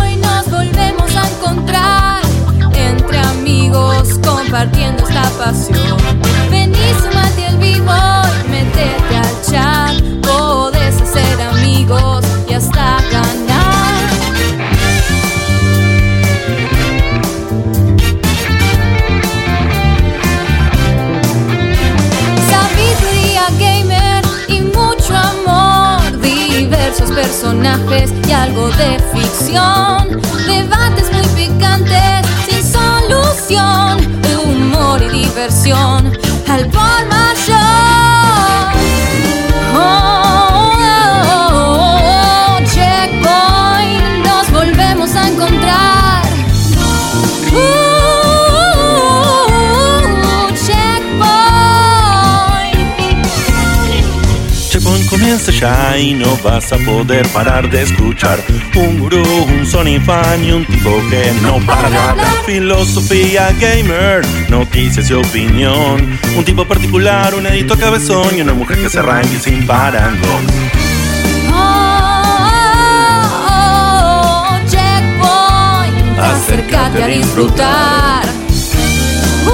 Hoy nos volvemos a encontrar entre amigos compartiendo esta pasión. Vení, sumate al vivo y metete al chat. Podés hacer amigos y hasta ganar. Sabiduría gamer y mucho amor, diversos personajes y algo de ficción, debates muy picantes sin solución, humor y diversión al por mayor. Oh, oh, oh, oh, checkpoint, nos volvemos a encontrar. Uh, checkpoint. Checkpoint comienza ya y no vas a poder parar de escuchar Un gurú, un Sony fan y un tipo que no para de hablar Filosofía gamer, noticias y opinión Un tipo particular, un editor cabezón y una mujer que se arranque sin parangón Oh, oh, oh, oh, checkpoint. Acércate a disfrutar. Uh,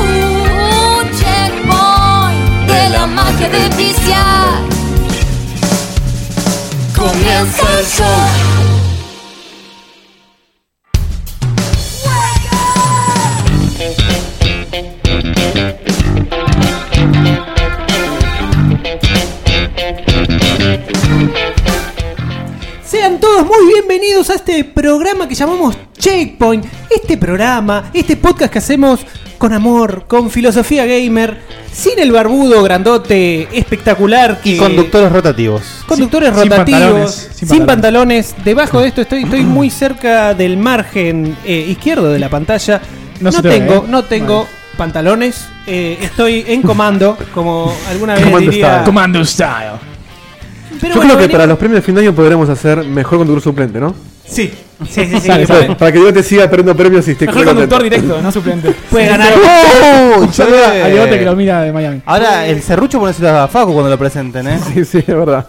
uh, uh, checkpoint. De la magia de viciar. Comienza el show. Sean todos muy bienvenidos a este programa que llamamos Checkpoint. Este programa, este podcast que hacemos con amor, con filosofía gamer, sin el barbudo grandote espectacular que Y conductores rotativos. conductores Sin- sin rotativos, pantalones, sin, sin pantalones. Debajo de esto estoy, estoy muy cerca del margen eh, izquierdo de la pantalla. No, No se te ve, tengo, ¿eh? no tengo pantalones. eh, estoy en comando, como alguna vez Comando diría. style. Commando Style. Pero Yo bueno, creo que venimos- para los premios de fin de año podremos hacer mejor conductor suplente, ¿no? Sí, sí, sí, sí, Sale, puede- sale. Para que yo te siga perdiendo premios y te Mejor conductor directo, no suplente. puede ganar. ¡Oh! Saluda a Diegote que lo mira de Miami. Ahora el serrucho ponéselo a Facu cuando lo presenten, ¿eh? Sí, sí, es verdad.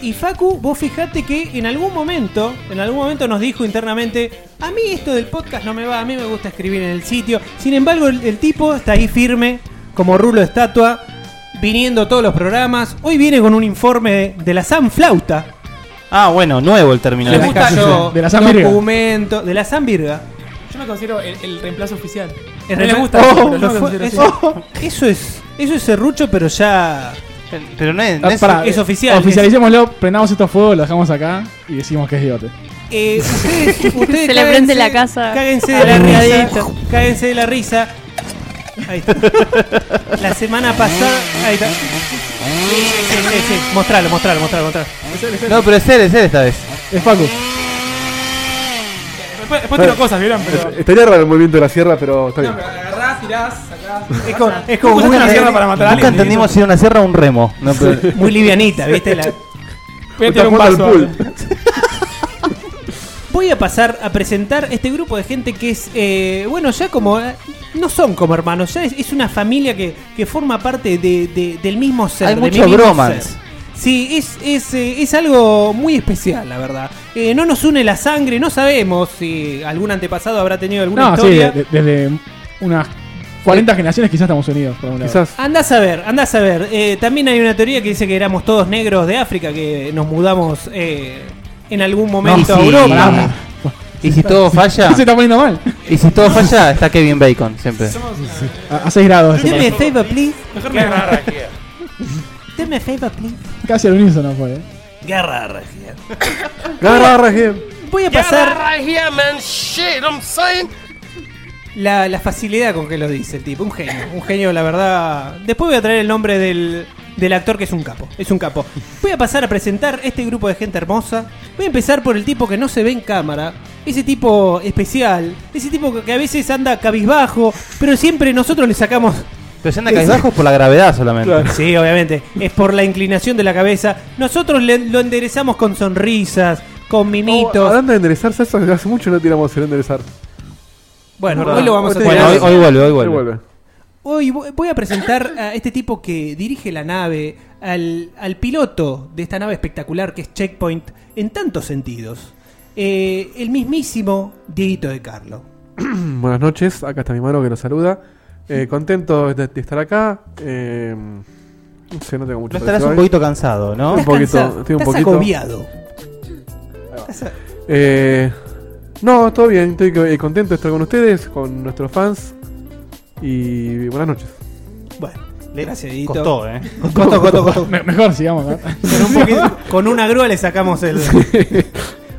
Y Facu, vos fijate que en algún momento, en algún momento nos dijo internamente, a mí esto del podcast no me va, a mí me gusta escribir en el sitio. Sin embargo, el, el tipo está ahí firme, como rulo de estatua, viniendo a todos los programas. Hoy viene con un informe de, de la San Flauta. Ah, bueno, nuevo el término. Le ¿eh? gusta- Casi, de la San Virga. documento, de la San Virga. Yo me considero el, el reemplazo oficial. En no le realidad- gusta. Oh, pero yo me fue- considero eso, Oh. así. eso es, eso es serrucho, pero ya Pero no es. no Ah, es- pará, es eh, oficial, Oficialicémoslo, prendamos esto a fuego, lo dejamos acá y decimos que es Diegote. Eh, ustedes, ustedes Se le prende cáguense- la casa. Cáguense de la risa. Arriadito. Cáguense de la risa. Ahí está. La semana pasada. Ahí está. Sí, sí, sí. Mostralo, mostralo, mostralo, mostralo. No, pero es él, es él esta vez. Es Facu. Después, después tiro cosas, vieron, pero. Eh, Estaría raro el movimiento de la sierra, pero está bien. Agarrás, tirás, sacás. Es, con- es ¿Cómo como usaste muy, una sierra para matar a Nunca alguien? entendimos si era una sierra o un remo. No, pero- muy livianita, ¿viste? La- Voy a Está tirar un jugando vaso. al ahora. pool. Voy a pasar a presentar este grupo de gente que es, eh, bueno, ya como. eh, No son como hermanos, ya es, es una familia que, que forma parte de- de- del mismo ser. Hay de mucho mi mismo bromance. ser. Sí, es, es, eh, es algo muy especial, la verdad. Eh, no nos une la sangre, no sabemos si algún antepasado habrá tenido alguna No, sí, historia. de- desde unas 40 generaciones quizás estamos unidos. Por un lado. Quizás. Andá a saber, andá a saber. Eh, también hay una teoría que dice que éramos todos negros de África, que nos mudamos eh, en algún momento a sí. Europa. Pará. Y si todo falla. Se está poniendo mal. Y si todo falla, está Kevin Bacon siempre. A, 6 grados. Deme a favor, please. Mejor me Deme a favor, please. Casi al unísono fue. eh. Garra, Regia. Garra, Rajim. Voy a pasar la, la facilidad con que lo dice el tipo. Un genio, un genio, la verdad. Después voy a traer el nombre del, del actor que es un capo. Es un capo. Voy a pasar a presentar este grupo de gente hermosa. Voy a empezar por el tipo que no se ve en cámara. Ese tipo especial. Ese tipo que- que a veces anda cabizbajo. Pero siempre nosotros le sacamos. Pero si anda cabizbajo por la gravedad solamente. Claro. Sí, obviamente. Es por la inclinación de la cabeza. Nosotros le- lo enderezamos con sonrisas, con Oh, mimitos. hablando de enderezarse, eso hace mucho no tiramos el enderezar. Bueno, verdad. hoy lo vamos a Hoy tener. Bueno, hoy, hoy vuelve, hoy Ahí vuelve. vuelve. Hoy vo- voy a presentar a este tipo que dirige la nave, al, al piloto de esta nave espectacular que es Checkpoint, en tantos sentidos. Eh, el mismísimo Dieguito de Carlo. Mm, Buenas noches, acá está mi mano que nos saluda. Eh, contento de, de estar acá. Eh, no sé, no tengo mucho No para estarás un decir hoy. poquito cansado, ¿no? Un poquito, cansado, estoy un estás poquito- agobiado. Eh, no, todo bien, estoy eh, contento de estar con ustedes, con nuestros fans. Y buenas noches. Bueno, gracias, Dieguito. Costó, ¿eh? Costó, costó, costó. Me- mejor sigamos. ¿no? Con, un poquito- con una grúa le sacamos el.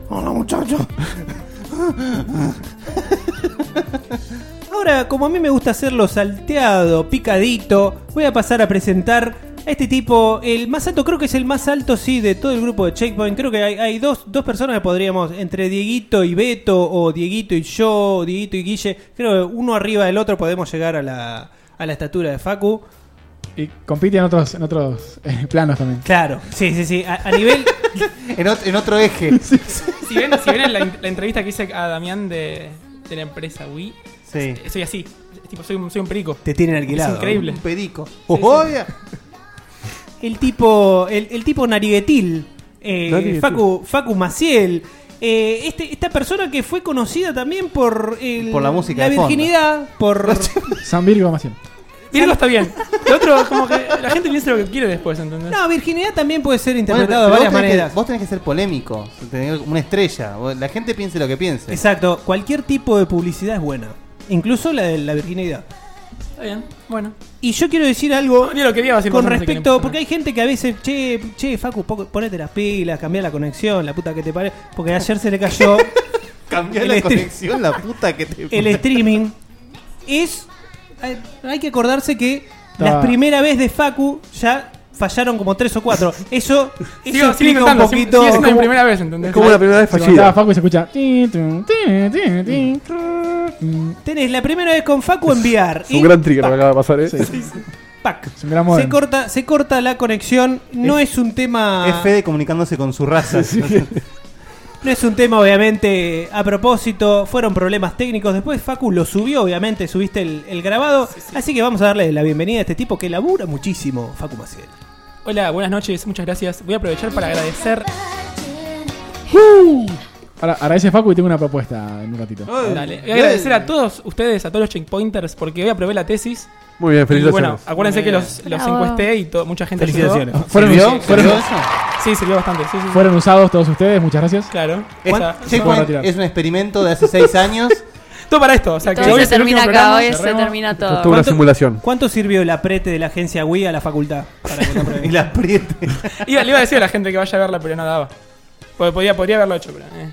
Hola, muchacho. Ahora, como a mí me gusta hacerlo salteado, picadito, voy a pasar a presentar a este tipo, el más alto, creo que es el más alto, sí, de todo el grupo de Checkpoint. Creo que hay, hay dos, dos personas que podríamos, entre Dieguito y Beto, o Dieguito y yo, o Dieguito y Guille, creo que uno arriba del otro podemos llegar a la, a la estatura de Facu. Y compite en otros, en otros eh, planos también. Claro, sí, sí, sí, a- a nivel... En, otro eje. Si ven, si ven la, la entrevista que hice a Damián de, de la empresa Wii, Sí. soy así. Es Tipo, soy, un, soy un perico. Te tienen alquilado. Es increíble. Perico. El tipo, el, el tipo nariguetil, eh, Nariguetil. Facu, Facu Maciel. eh, este, esta persona que fue conocida también por el- Por la música la de fondo. virginidad, por San Virgo más bien. Virgo está bien. Lo otro, como que la gente piensa lo que quiere después, ¿entendés? no virginidad también puede ser Bueno, pero interpretado de vos, varias tenés que, maneras. vos tenés que ser polémico, tener una estrella. Vos- La gente piense lo que piense. Exacto, cualquier tipo de publicidad es buena, incluso la de la virginidad. Está bien, bueno. Y yo quiero decir algo Ni lo quería, con respecto, porque hay gente que a veces, che, che, Facu, po- ponete las pilas, cambia la conexión, la puta que te pare, porque ayer se le cayó Cambiar El estri- la puta que te. el streaming es. hay- Hay que acordarse que Está. la primera vez de Facu ya fallaron como tres o cuatro. Eso, eso Sigo, sigo explica un intentando, sigo- poquito. sigue siendo mi primera vez, ¿entendés? Es como la primera vez Se levantaba fallida. Facu y se escucha. tin, tun, tin, tin, tin, trrr, tin. Tenés la primera vez con Facu enviar. Es Y un gran trigger lo que acaba de pasar, ¿eh? pac, Es un gran se modem. corta, se corta la conexión. No es, un tema. Es Fede comunicándose con su raza. No es un tema, obviamente, a propósito. Fueron problemas técnicos. Después Facu lo subió, obviamente, subiste el, el grabado. Así que vamos a darle la bienvenida a este tipo que labura muchísimo, Facu Maciel. Hola, buenas noches, muchas gracias. Voy a aprovechar para agradecer. Uh. Ahora, agradece Facu y tengo una propuesta en un ratito. Dale. Voy a agradecer a todos ustedes, a todos los checkpointers, porque hoy aprobé la tesis. Muy bien, Y bueno, felicitaciones. acuérdense que los, los Bravo. encuesté y to- mucha gente ayudó. ¿Fueron, ¿Sirvió? ¿Sirvió us- fueron, eso? Sí, sirvió bastante. Sí, sí, sí. fueron usados todos ustedes, muchas gracias. Claro. Es- O sea, Checkpoint retirar. es un experimento de hace 6 años. todo para esto. O sea, que Todo hoy se es el último termina acá, programa. hoy se cerremos. termina Esto es todo. una ¿Cuánto- simulación. ¿Cuánto sirvió el aprete de la agencia WII a la facultad? Para que no apruebe? y la apriete. Iba- le iba a decir a la gente que vaya a verla, pero no daba. Porque podía, podría haberlo hecho, pero. eh.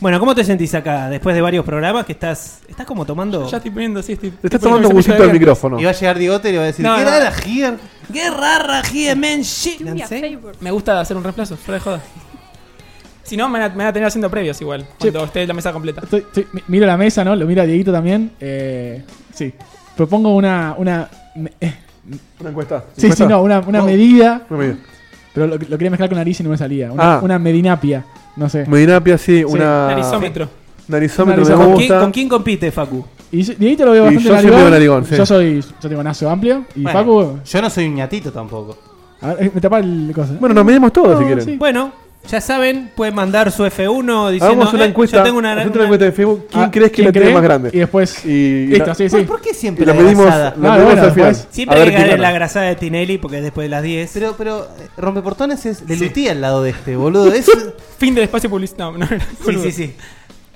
Bueno, ¿cómo te sentís acá después de varios programas que estás estás como tomando Ya estoy poniendo, sí, estoy. Te estoy estás tomando poniendo un mi cepillo gustito de al dientes. micrófono. Y va a llegar Digote y le va a decir: No, ¿Qué no. era la Gier? Qué rara, He-Man, shit. Julia ¿En serio? Favor. Me gusta hacer un reemplazo, fuera de joda. Si no, me van a, me van a tener haciendo previos igual. Cuando esté la mesa completa. Estoy- estoy- mi- miro la mesa, ¿no? Lo mira Dieguito también. Eh, sí. Propongo una. una me- eh, Una encuesta. sí, sí, no, una, una medida. Muy bien. Pero lo, lo quería mezclar con nariz y no me salía. Una, Ah. una medinapia. No sé. Medinapia, sí, una. Narizómetro. Narizómetro Narizómetro. me ¿Con, quién, gusta. con quién compite, Facu? Y yo- Dieguito lo veo Y bastante yo soy medio narigón, sí. Yo soy. Yo tengo nazo amplio. Y Bueno, Facu. Yo no soy un ñatito tampoco. A ver, eh, me tapa el cosa. Bueno, nos medimos todos No, si quieren. sí. Bueno, ya saben, pueden mandar su F1 diciendo. Hagamos una "Eh, encuesta. yo tengo una, hacete una- una encuesta en Facebook. ¿Quién Ah, crees que ¿quién la tiene cree? más Y grande? después. Y, listo, la- sí, sí. ¿Por qué y siempre la la medimos, grasada? la No, medimos bueno, al final. después- Siempre A hay ver que quién ganar gana. la grasada de Tinelli porque es después de las 10. Pero, pero, eh, rompeportones es Lelutí al lado de este, boludo. Es, Fin del espacio publicitario. No, no, era sí, boludo. sí, sí.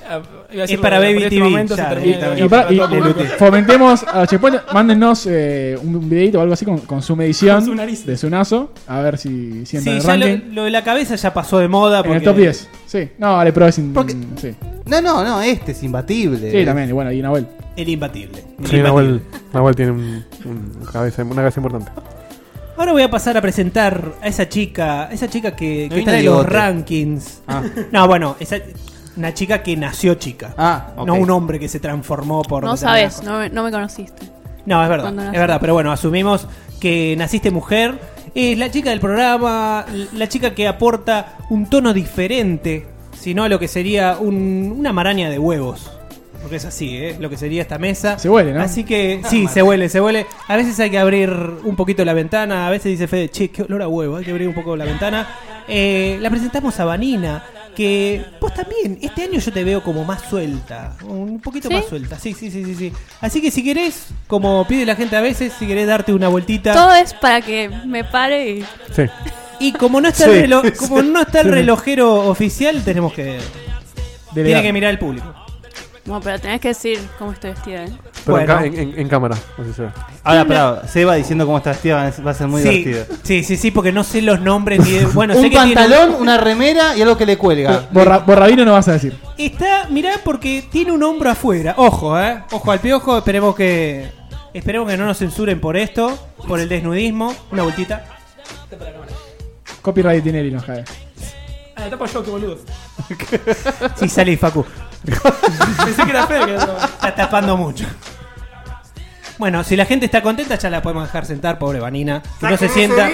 Ah, iba a Es decir, para bueno, Baby por este TV, momento ya, se termina directamente. el- Y para- y- el- el- Lelute. fomentemos a Checkpoint. Mándennos eh, un videito o algo así con, con su medición Con su nariz. de su nazo. A ver si, si entra Sí, en el ya lo, ranking. lo de la cabeza ya pasó de moda. En Porque el top 10. Sí. No, vale, pero es. in- Porque- Sí. no, no, no, este es imbatible. Sí, también. Y bueno, y Nahuel. El imbatible. El Sí, imbatible. Nahuel, Nahuel tiene un, un cabeza, una cabeza importante. Ahora voy a pasar a presentar a esa chica, esa chica que, No que vino trae los bigote. rankings. Ah. No, bueno, esa, una chica que nació chica. Ah, ok. No un hombre que se transformó por... No determinadas sabes, no, me- no me conociste. cosas. No, es verdad. cuando Es nació. verdad, pero bueno, asumimos que naciste mujer. Es la chica del programa, la chica que aporta un tono diferente, sino a lo que sería un- una maraña de huevos. porque es así, ¿eh? lo que sería esta mesa. Se huele, ¿no? Así que, sí, se huele, se huele. A veces hay que abrir un poquito la ventana, a veces dice Fede, che, qué olor a huevo, hay que abrir un poco la ventana. Eh, la presentamos a Vanina, que vos también, este año yo te veo como más suelta, un poquito ¿Sí? más suelta, sí, sí, sí, sí, sí. Así que si querés, como pide la gente a veces, si querés darte una vueltita... Todo es para que me pare y. Sí. Y como no está, el, Sí. relo- como no está el Sí. relojero oficial, tenemos que... Tiene Delegar. que mirar el público. Bueno, pero tenés que decir cómo estoy vestida, ¿eh? Pero Bueno. acá en, en- en cámara, así se ve. Ahora, pará, Seba diciendo cómo está vestida va a ser- va a ser muy sí, divertido. Sí, sí, sí, porque no sé los nombres. ni de- Bueno, sé un que tiene- pantalón, una remera y algo que le eh, cuelga. Borra- borrabino no vas a decir. está, mirá, porque tiene un hombro afuera. Ojo, eh. Ojo al piojo. Esperemos que. Esperemos que no nos censuren por esto, por el desnudismo. Una vueltita. Copyright tiene y nos cae. Ah, tapo yo, qué boludo. Si salís, Facu. Pensé que era Fede que era Está tapando mucho. Bueno, si la gente está contenta, ya la podemos dejar sentar, pobre Vanina. Que no se sienta.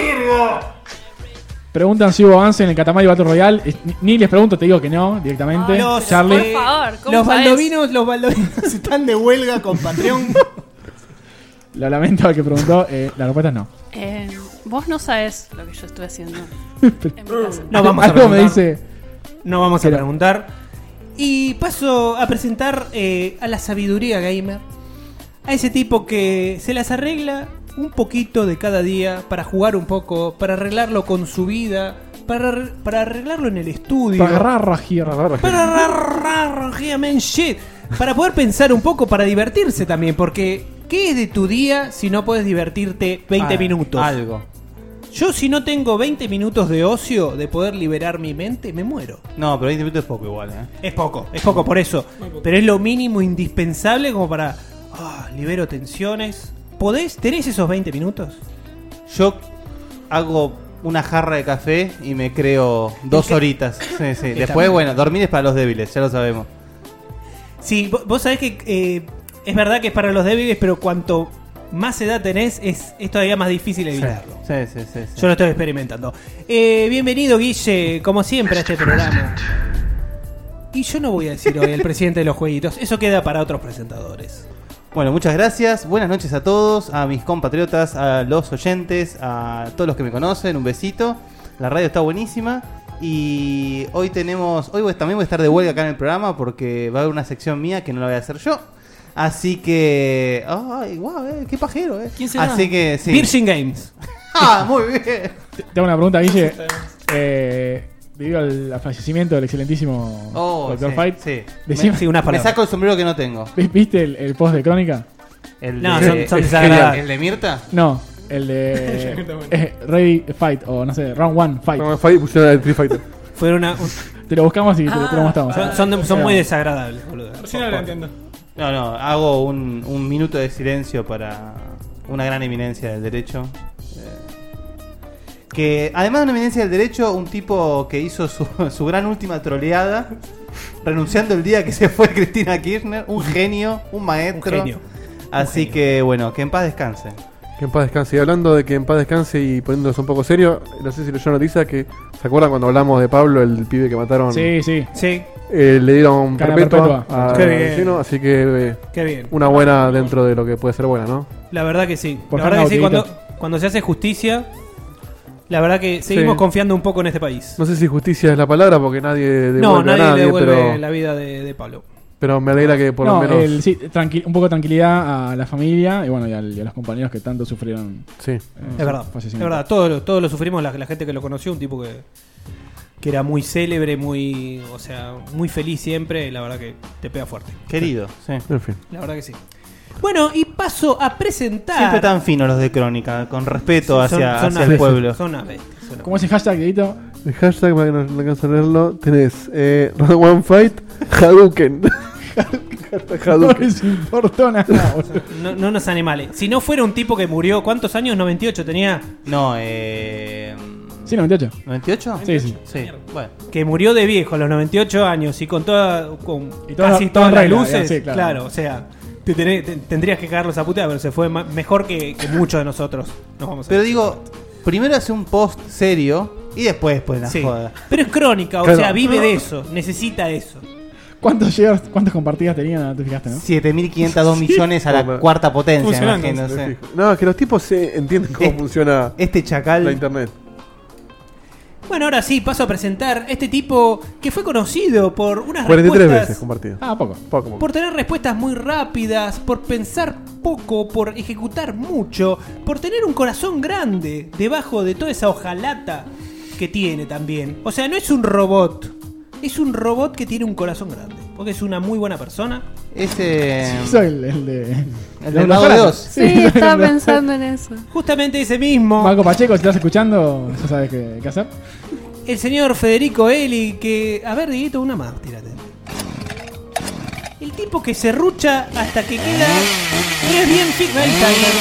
Preguntan si hubo avance en el Katamari Battle Royale. Es- ni- Ni les pregunto, te digo que no, directamente. Los, Charlie. eh, Por favor, ¿cómo los sabes? baldovinos, los baldovinos están de huelga con Patreon. Lo lamento al que preguntó. eh, la respuesta es no. Eh, vos no sabes lo que yo estuve haciendo en mi casa. No vamos a Algo me preguntar. dice. No vamos a Pero- preguntar. Y paso a presentar eh, a la sabiduría gamer. A ese tipo que se las arregla un poquito de cada día para jugar un poco, para arreglarlo con su vida, para, arre- para arreglarlo en el estudio. Para agarrar Rajir. Para arreglar, yeah, man, shit. Para poder pensar un poco, para divertirse también. Porque, ¿qué es de tu día si no puedes divertirte 20 Ah, minutos? Algo. Yo si no tengo 20 minutos de ocio, de poder liberar mi mente, me muero. No, pero 20 minutos es poco igual, ¿eh? Es poco, es poco por eso. Pero es lo mínimo indispensable como para. Ah, libero tensiones. ¿Podés? ¿Tenés esos 20 minutos? Yo hago una jarra de café y me creo dos qué? horitas. Sí, sí. Está Después, bien. bueno, dormir es para los débiles, ya lo sabemos. Sí, vo- vos sabés que eh, es verdad que es para los débiles, pero cuanto más edad tenés, es, es todavía más difícil Sí, evitarlo. sí, sí. sí, sí. Yo lo estoy experimentando. Eh, bienvenido, Guille, como siempre, a este programa. Y yo no voy a decir hoy el presidente de los jueguitos, eso queda para otros presentadores. Bueno, muchas gracias. Buenas noches a todos, a mis compatriotas, a los oyentes, a todos los que me conocen. Un besito. La radio está buenísima. Y hoy tenemos. Hoy voy- también voy a estar de huelga acá en el programa porque va a haber una sección mía que no la voy a hacer yo. Así que. ¡Ay, guau! eh, ¡Qué pajero, eh! ¿Quién será? Así que sí. Virgin Games. ¡Ah, muy bien! Te te hago una pregunta, Guille. Eh, debido al al fallecimiento del excelentísimo Oh, Dr. sí, Fight. sí. decime- Sí, unas Me palabras. saco el sombrero que no tengo. ¿vi- ¿Viste el, el post de Crónica? El No, de, son- son el- desagradables. ¿El de Mirta? No, el de. eh, Ready Fight, o no sé, Round One Fight. No, Fight pusieron el Street Fighter. Fueron una, un- Ah. Te lo buscamos y te, lo- te lo mostramos. son, son- son muy desagradables, boludo. Recién ahora lo entiendo. No, no, hago un, un minuto de silencio para una gran eminencia del derecho. Eh, Que además de una eminencia del derecho, un tipo que hizo su, su gran última troleada, renunciando el día que se fue Cristina Kirchner, un genio, un maestro. Un genio. Así que bueno, que en paz descanse. Que en paz descanse. Y hablando de que en paz descanse y poniéndonos un poco serio, no sé si leyó noticia que. ¿Se acuerdan cuando hablamos de Pablo, el pibe que mataron? Sí, sí. Sí, Eh, le dieron Cadena perpetua, perpetua. a- Qué al bien. vecino, así que eh, qué bien. una buena dentro de lo que puede ser buena, ¿no? La verdad que sí. Por la verdad que favor, sí, cuando, Dieguito. cuando se hace justicia, la verdad que seguimos Sí. confiando un poco en este país. No sé si justicia es la palabra porque nadie devuelve No, nadie, a nadie, devuelve pero, la vida de, de Pablo. pero me alegra que por no, lo menos. el- sí, tranqui- un poco de tranquilidad a la familia y bueno, y, al- y a los compañeros que tanto sufrieron. Sí. eh, Es verdad, es fallecimiento. verdad. Todos lo, todos lo sufrimos, la, la gente que lo conoció, un tipo que, que era muy célebre, muy, o sea, muy feliz siempre, la verdad que te pega fuerte. Querido, sí. En fin. La verdad que sí. Bueno, y paso a presentar... Siempre tan finos los de Crónica, con respeto Son- hacia, son hacia unas- el pueblo. Son unas bestias, son unas ¿Cómo es el hashtag, Dieguito? El hashtag para que no, no alcanzo a leerlo. Tenés eh, Round One Fight, Hadouken. No Hadouken. les importó nada, boludo. No, no nos animales. Si no fuera un tipo que murió, ¿cuántos años? 98 tenía. No, eh. Sí, 98. ¿98? Sí, sí. Sí, bueno. Que murió de viejo a los 98 años y con toda, con Y todas- casi todas todas las regla, luces. sí, claro. claro. o sea, te tenés- te- tendrías que cagarlos a putear, pero se fue ma- mejor que, que muchos de nosotros. Nos vamos a Pero digo, primero hace un post serio y después pues la Sí. joda. Pero es crónica, o Claro. sea, vive de eso, necesita eso. ¿Cuántos shares, cuántas compartidas tenían? Te fijaste, ¿no? 7.502 millones a la Hombre. cuarta potencia, Funcionando, imagino, Me sí. fijo. No, es que los tipos se entienden cómo Eh, funciona Este la chacal. internet. Bueno, ahora sí, paso a presentar este tipo que fue conocido por unas 43 respuestas- veces compartido. Ah, poco. Poco, poco. Por tener respuestas muy rápidas, por pensar poco, por ejecutar mucho, por tener un corazón grande debajo de toda esa hojalata que tiene también. O sea, no es un robot, es un robot que tiene un corazón grande. Porque es una muy buena persona. Ese. Soy el, el de. del Mago Ojalá. de Oz. soy Sí, el estaba de- pensando en eso. Justamente ese mismo, Marco Pacheco, si estás escuchando, ya sabes qué, qué hacer. el señor Federico Eli, que... A ver, Dieguito, una más, tírate. El tipo que se rucha hasta que queda... Y es bien fijo el timer.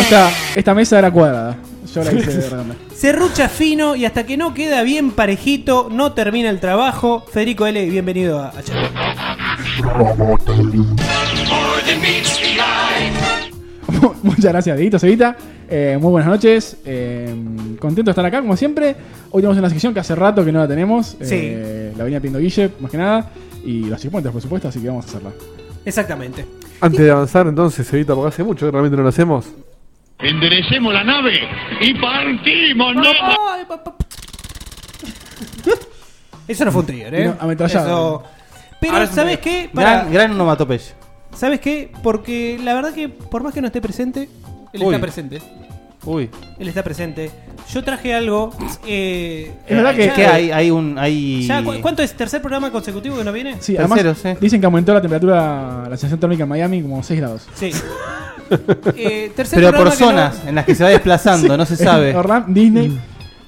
Esta, esta mesa era cuadrada. Yo la hice de redonda. Se rucha fino y hasta que no queda bien parejito, no termina el trabajo. Federico L, bienvenido a, a Charlie. Mu- Muchas gracias, Dieguito, Cevita. Eh, muy buenas noches. Eh, contento de estar acá, como siempre. Hoy tenemos una sección que hace rato que no la tenemos. Eh, la venía pidiendo Guille, más que nada. Y los chipotes, por supuesto, así que vamos a hacerla. Exactamente. Antes de avanzar, entonces, Evita, porque hace mucho que realmente no lo hacemos. Enderecemos la nave y partimos, ¿no? Ay, pa, pa, pa. Eso no fue un trigger, ¿eh? No, ametrallado. Eso- Pero, Ahora es un ¿sabes qué? Pará. Gran, gran onomatopeya. ¿Sabes qué? Porque la verdad que por más que no esté presente, él Uy. está presente. Uy. Él está presente. Yo traje algo. eh, Es verdad Es ya- que hay, hay un. Hay... ya, ¿cu- ¿Cuánto es? ¿Tercer programa consecutivo que no viene? Sí, además Terceros, eh. dicen que aumentó la temperatura, la sensación térmica en Miami como 6 grados. Sí. Eh, tercer Pero por programa que no- zonas en las que se va desplazando, no se sabe. Orlando, Disney.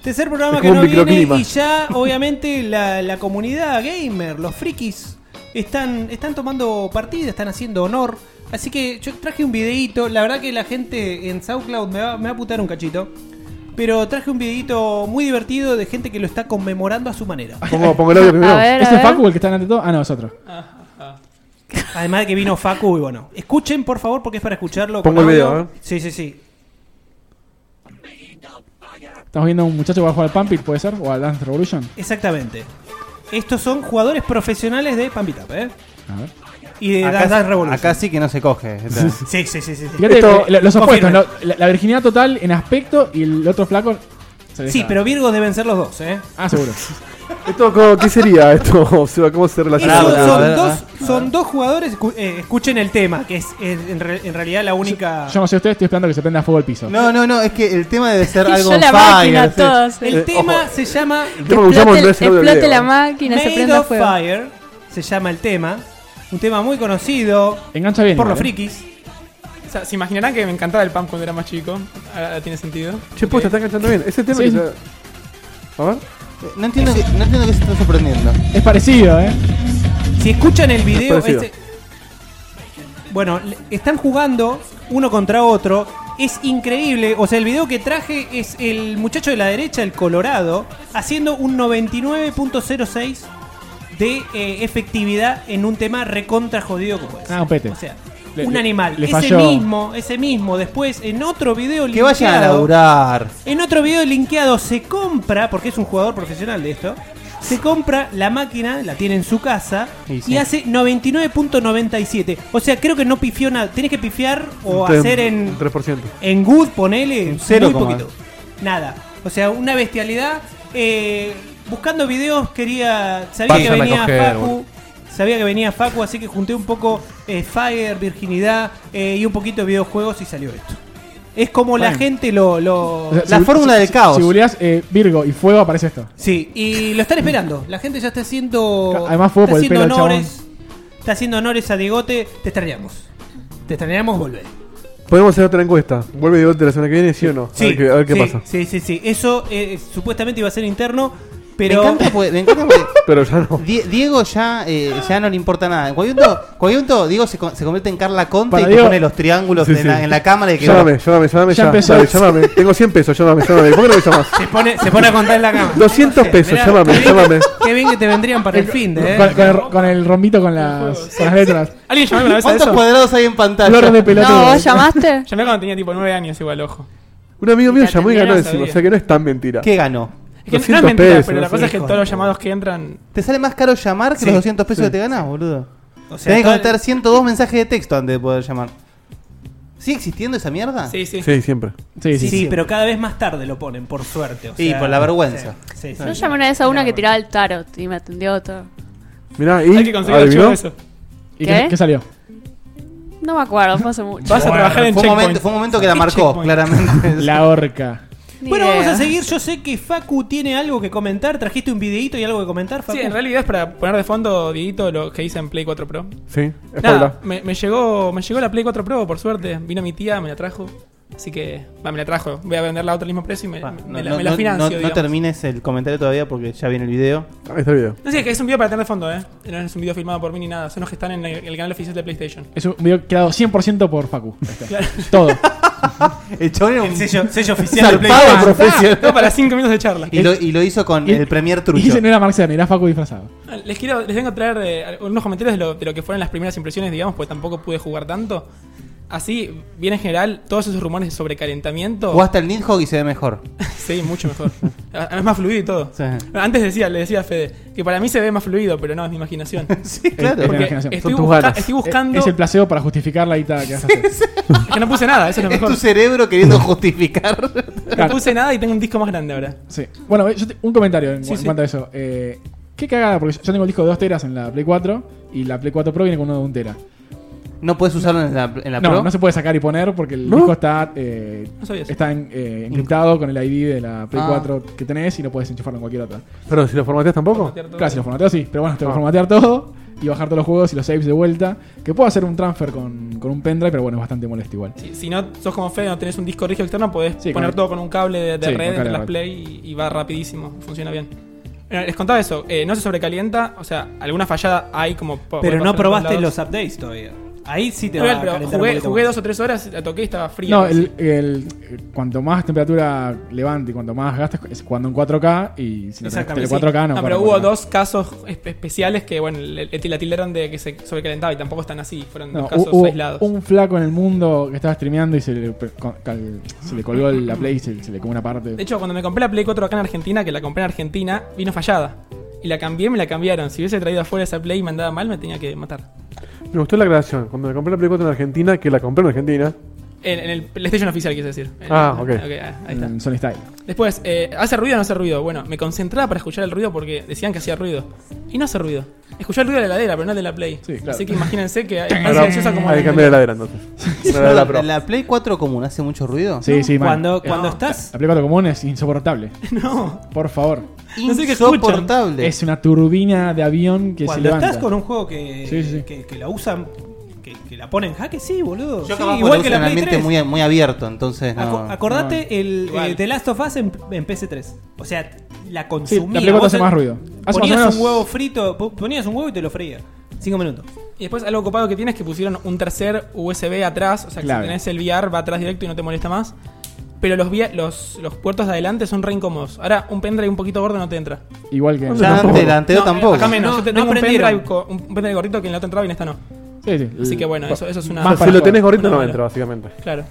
Tercer programa Es que como no un viene microclima. y ya obviamente la, la comunidad gamer, los frikis, están, están tomando partida, están haciendo honor. Así que yo traje un videíto, la verdad que la gente en SoundCloud me va, me va a putar un cachito. Pero traje un videíto muy divertido de gente que lo está conmemorando a su manera. Pongo, pongo el audio primero. Este A ver, ¿Ese a es ver. Facu el que está delante de todo? Ah, no, es otro. Además de que vino Facu y bueno. Escuchen por favor porque es para escucharlo. Pongo con el audio. video, ¿eh? Sí, sí, sí. Estamos viendo a un muchacho que va a jugar al Pumpit, puede ser, o al Dance Revolution. Exactamente. Estos son jugadores profesionales de Pampitap, ¿eh? A ver. Y de Acá, Dance Dance Revolution. acá sí que no se coge. Está- Sí, sí, sí, sí. sí. Fíjate, Esto- eh, lo- los opuestos, confirmen. lo- la, la virginidad total en aspecto y el otro flaco. se deja. Sí, pero Virgos deben ser los dos, ¿eh? Ah, seguro. ¿Esto, cómo- ¿Qué sería esto? Seba? ¿Cómo se Y relaciona? son, bravo, son bravo, dos, son dos jugadores, escu- eh, escuchen el tema, que es eh, en, re- en realidad la única... Yo no sé ustedes, estoy esperando que se prenda fuego el piso. No, no, no, es que el tema debe ser algo yo on la fire. máquina, sí. todos. Eh, el Que tema se llama El tema que usamos no es el audio explote video. la máquina, se Made prenda of fuego. Fire, se llama el tema, un tema muy conocido Engancha bien. por los igual, ¿eh? frikis. O sea, se imaginarán que me encantaba el pump cuando era más chico. Ahora tiene sentido. Che, Ok. pues, te está enganchando bien. Ese tema Sí. que se- A ver. No entiendo, que- no entiendo que se está sorprendiendo. Es parecido, ¿eh? Si escuchan el video... Es parecido. este- bueno, le- están jugando uno contra otro, es increíble, o sea, el video que traje es el muchacho de la derecha, el Colorado, haciendo un 99.06 de eh, efectividad en un tema recontra jodido como es. Ah, un pete. O sea, Le- un le- animal. le ese falló. mismo, ese mismo. Después, en otro video Que vayan a laburar. En otro video linkeado se compra, porque es un jugador profesional de esto, se compra la máquina, la tiene en su casa, Y sí. y hace 99.97. O sea, creo que no pifió nada. Tienes que pifiar o un tre- hacer en, un 3%. en good, ponele, cero muy coma. poquito. Nada. O sea, una bestialidad. Eh, buscando videos quería. Sabía que Vayan a venía coger, Facu. boludo. Sabía que venía Facu, así que junté un poco eh, Fire, virginidad eh, y un poquito de videojuegos y salió esto. Es como la Bien. gente lo. lo- O sea, La si- fórmula si- del si- caos. Si googleás, eh, Virgo y fuego, aparece esto. Sí, y lo están esperando. La gente ya está haciendo. Además fue está por el haciendo pelo del honores. Está haciendo honores a Digote. Te extrañamos. Te extrañamos volver. Podemos hacer otra encuesta. Vuelve de vuelta la semana que viene, sí o no. a ver qué, a ver qué sí, pasa. Sí, sí, sí. Eso eh, supuestamente iba a ser interno, Me pero. encanta porque, me encanta porque Pero ya no. Die- Diego ya, eh, ya no le importa nada. Coyunto, Coyunto Diego se, con- se convierte en Carla Conte Para y te Diego- pone los triángulos Sí, en, La, sí. en la cámara y que Llámame, llámame, llámame Ya ya. empezó. Dale, llámame. Tengo 100 pesos, llámame, llámame. ¿Por qué no me llamas? Se pone, se pone a contar en la cama. 200 pesos, Mirá, llámame, qué bien- llámame. Qué bien que te vendrían para el fin de, Con, eh. con el, ro- con el rombito con las, con las letras. ¿Alguien llamó una vez a ¿Cuántos eso? cuadrados hay en Flores de pantalla? pelota. No, ¿vos llamaste? Llamé cuando tenía tipo 9 años, igual, ojo. Un amigo mío Ya llamó y ganó tenía, encima, sabía. o sea que no es tan mentira. ¿Qué ganó? Es que no es 200 mentira, pesos, pero la no cosa sé. es que todos los llamados que entran. Te sale más caro llamar que Sí, los 200 pesos sí. que te ganás, boludo. O sea, Tenés que todo el- contar 102 mensajes de texto antes de poder llamar. ¿Sigue existiendo esa mierda? Sí, sí. Sí, siempre. Sí, Sí, sí. sí, pero cada vez más tarde lo ponen, por suerte. o Sí, sea, por la vergüenza. sí, sí, sí. Yo llamé una vez a una que tiraba el tarot y me atendió todo. Mirá, Hay y. que conseguir el chivo ¿Adivinó? de eso. ¿Y ¿Qué? qué, qué salió? No me acuerdo, fue hace mucho. Vas a trabajar en fue, un Checkpoint. momento, fue un momento que la ¿Qué marcó, Checkpoint? claramente. La horca. Ni Bueno, idea. vamos a seguir. Yo sé que Facu tiene algo que comentar. ¿Trajiste un videito y algo que comentar, Facu? Sí, en realidad es para poner de fondo, Dieguito, lo que hice en Play 4 Pro. Sí, es Nada, Paula. me, me llegó, me llegó la Play 4 Pro, por suerte. Vino mi tía, me la trajo. Así que, va, me la trajo. Voy a venderla a otro al mismo precio y me, Ah, me- no, me la, no- me la no- financio. no- no digamos. termines el comentario todavía porque ya viene el video. Ahí Ah, está el video. No sé, es que es un video para tener de fondo, ¿eh? No es un video filmado por mí ni nada. Son los que están en el, el canal oficial de PlayStation. Es un video creado 100% por Facu. Ahí está. Todo. El chabón era El un sello, sello oficial de zarpado PlayStation. No, profesional. para 5 minutos de charla. Y lo, y lo hizo con Y- el Premier Y Trucho. ese no era Mark Cerny, era Facu disfrazado. Ah, Les, quiero, les vengo a traer eh, unos comentarios de lo, de lo que fueron las primeras impresiones, digamos, porque tampoco pude jugar tanto. Así, bien en general, todos esos rumores sobre calentamiento. O hasta el Nidhogg y se ve mejor. Sí, mucho mejor. Además, es más fluido y todo. Sí. Antes decía, le decía a Fede, que para mí se ve más fluido, pero no, es mi imaginación. Eh, Sí, claro. Es la Porque imaginación, estoy, son tus busca- ganas. estoy buscando. Es el placebo para justificar la guita que vas a hacer. es que no puse nada, eso es lo Es mejor. tu cerebro queriendo justificar. No puse nada y tengo un disco más grande ahora. Sí. Bueno, yo te- un comentario en, Sí, en sí. cuanto a eso. Eh, qué cagada, porque yo tengo el disco de 2 teras en la Play 4 y la Play 4 Pro viene con uno de 1 tera. No puedes usarlo en la, en la No, Pro. no se puede sacar y poner porque el ¿No? disco está, eh, No sabía eso. está en- eh, encriptado con el ID de la Play Ah. 4 que tenés y no puedes enchufarlo en cualquier otra. Pero si lo formateas tampoco. Claro, si lo formateas sí, pero bueno, tengo que Ah. formatear todo y bajar todos los juegos y los saves de vuelta. Que puedo hacer un transfer con, con un pendrive, pero bueno, es bastante molesto igual. Si, si no sos como Fede, no tenés un disco rígido externo, podés Sí, poner con- todo con un cable de, de Sí, con red entre cable de las red. play y, y va rapidísimo, funciona bien. Bueno, les contaba eso, eh, no se sobrecalienta, o sea, alguna fallada hay como... po- puede Pero pasar no en todos probaste lados. los updates todavía. Ahí sí te Pero, va a pero calentar un jugué, poquito jugué más. dos o tres horas, la toqué y estaba fría. No, casi. el, el- cuanto más temperatura levante y cuanto más gastes es cuando en 4K y si no tenés Exactamente, tele 4K no. Ah, para pero hubo 4K. dos casos espe- especiales que, bueno, le- le- la tildaron de que se sobrecalentaba y tampoco están así. Fueron No, dos casos hubo aislados. un flaco en el mundo que estaba streameando y se le, pe- co- cal- se le colgó la play y se, se le comió una parte. De hecho, cuando me compré la Play 4 acá en Argentina, que la compré en Argentina, vino fallada. Y la cambié, me la cambiaron. Si hubiese traído afuera esa Play y me andaba mal, me tenía que matar. Me gustó la grabación. Cuando me compré la Play 4 en Argentina, que la compré en Argentina. En, en el PlayStation oficial, quise decir. En- Ah, ok. ah, Eh, ahí está. en Sony Style. Después, eh, ¿hace ruido o no hace ruido? Bueno, me concentraba para escuchar el ruido porque decían que hacía ruido. Y no hace ruido. Escuché el ruido de la heladera, pero no el de la Play. Sí, claro. Así que imagínense que es tan Ahora silenciosa como hay la que cambiar anterior. la heladera entonces. La heladera pro. ¿La, la Play 4 común hace mucho ruido? Sí, sí, man. Cuando, Eh, cuando la- estás. La Play 4 común es insoportable. No. Por favor. No sé qué escuchan. Insoportable. Es una turbina de avión que se Cuando levanta. estás con un juego que, Sí, sí, sí. que, que la usan, que, que la ponen en jaque, sí, boludo. Yo Sí, capaz igual igual que en la un Play ambiente 3. muy, muy abierto, entonces no. Aco- acordate el Igual. eh, The Last of Us en, en PS3. O sea, la Sí, consumía. la Play 4 Vos hace te- más ruido. Hace más o Ponías menos- un huevo frito, po- ponías un huevo y te lo freía. Cinco minutos. Y después algo copado que tiene es que pusieron un tercer USB atrás, o sea que Clave. si tenés el VR va atrás directo y no te molesta más. Pero los, via- los, los puertos de adelante son re incómodos. Ahora un pendrive un poquito gordo no te entra. Igual que. Ya ante- el anteo No, eh, tampoco. Acá menos. No, Yo te- no tengo un aprendieron. pendrive, co- un pendrive gordito que en la otra entraba y en esta no. Sí, sí. Así que bueno, eso, eso es una. Más Si para lo jugar. tenés gordito Una no hora. entra, básicamente. Claro.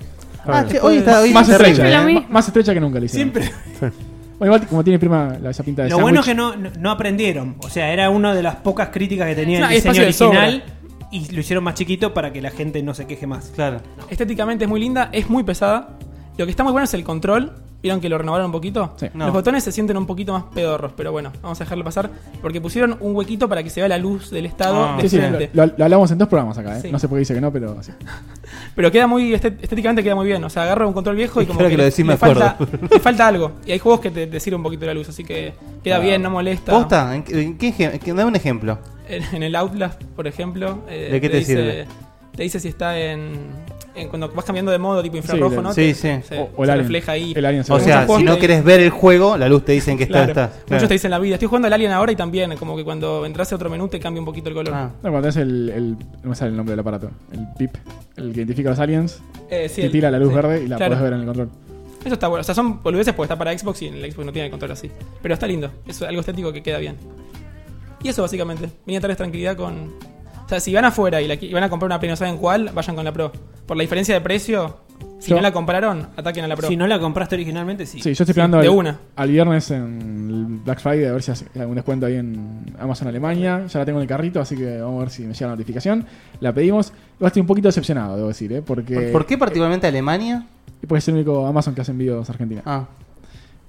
Ah, che, hoy está, hoy Más está estrecha, Fue lo eh. terrible, mismo. M- más estrecha que nunca le hicieron. Siempre. Bueno, igual como tiene prima la- esa pinta de Lo bueno es que sándwich, no, no- no aprendieron. O sea, era una de las pocas críticas que tenía No, el hay diseño espacio de original. Y lo hicieron más chiquito para que la gente no se queje más. Claro. Estéticamente es muy linda, es muy pesada. Lo que está muy bueno es el control. ¿Vieron que lo renovaron un poquito? Sí. No. Los botones se sienten un poquito más pedorros, pero bueno, vamos a dejarlo pasar. Porque pusieron un huequito para que se vea la luz del estado Ah. ¿eh? de Sí, sí, frente. lo, lo hablamos en dos programas acá, ¿eh? Sí. No sé por qué dice que no, pero sí. Pero queda muy este- estéticamente queda muy bien. O sea, agarra un control viejo y como Ahora que lo le- decís me le, falta, acuerdo. le falta algo. Y hay juegos que te, te sirven un poquito la luz, así que queda bien, no molesta. ¿Posta? ¿En qué- en qué ejem- que- Dame un ejemplo. En, en el Outlast, por ejemplo, eh, ¿De qué te dice, sirve? Te dice si está en, en- cuando vas cambiando de modo tipo infrarrojo, Sí, ¿no? sí, Te- sí. Se, O- o se el Alien. refleja ahí. El Alien se O Muchos sea, si juegos no te- querés ver el juego, la luz te dicen que está. Claro. está. Muchos Claro. te dicen la vida. Estoy jugando al Alien ahora y también, como que cuando entras a otro menú te cambia un poquito el color. Ah. No, cuando es el, el- No me sale el nombre del aparato. El PIP, el que identifica a los aliens, Eh, sí, te el- tira la luz sí. verde y la Claro. podés ver en el control. Eso está bueno. O sea, son boludeces porque está para Xbox y en el Xbox no tiene el control así. Pero está lindo. Es algo estético que queda bien. Y eso básicamente. Vine a traerles tranquilidad con... O sea, si van afuera y, la qui- y van a comprar una Play no saben cuál, vayan con la Pro. Por la diferencia de precio, Si no la compraron, ataquen a la pro. Si no la compraste originalmente, sí. Sí, yo estoy esperando de al, una. al viernes en el Black Friday a ver si hace algún descuento ahí en Amazon Alemania. Ya la tengo en el carrito, así que vamos a ver si me llega la notificación. La pedimos. Yo estoy un poquito decepcionado, debo decir, ¿eh? Porque, ¿Por, por qué particularmente Alemania? porque es el único Amazon que hace envíos a Argentina. Ah,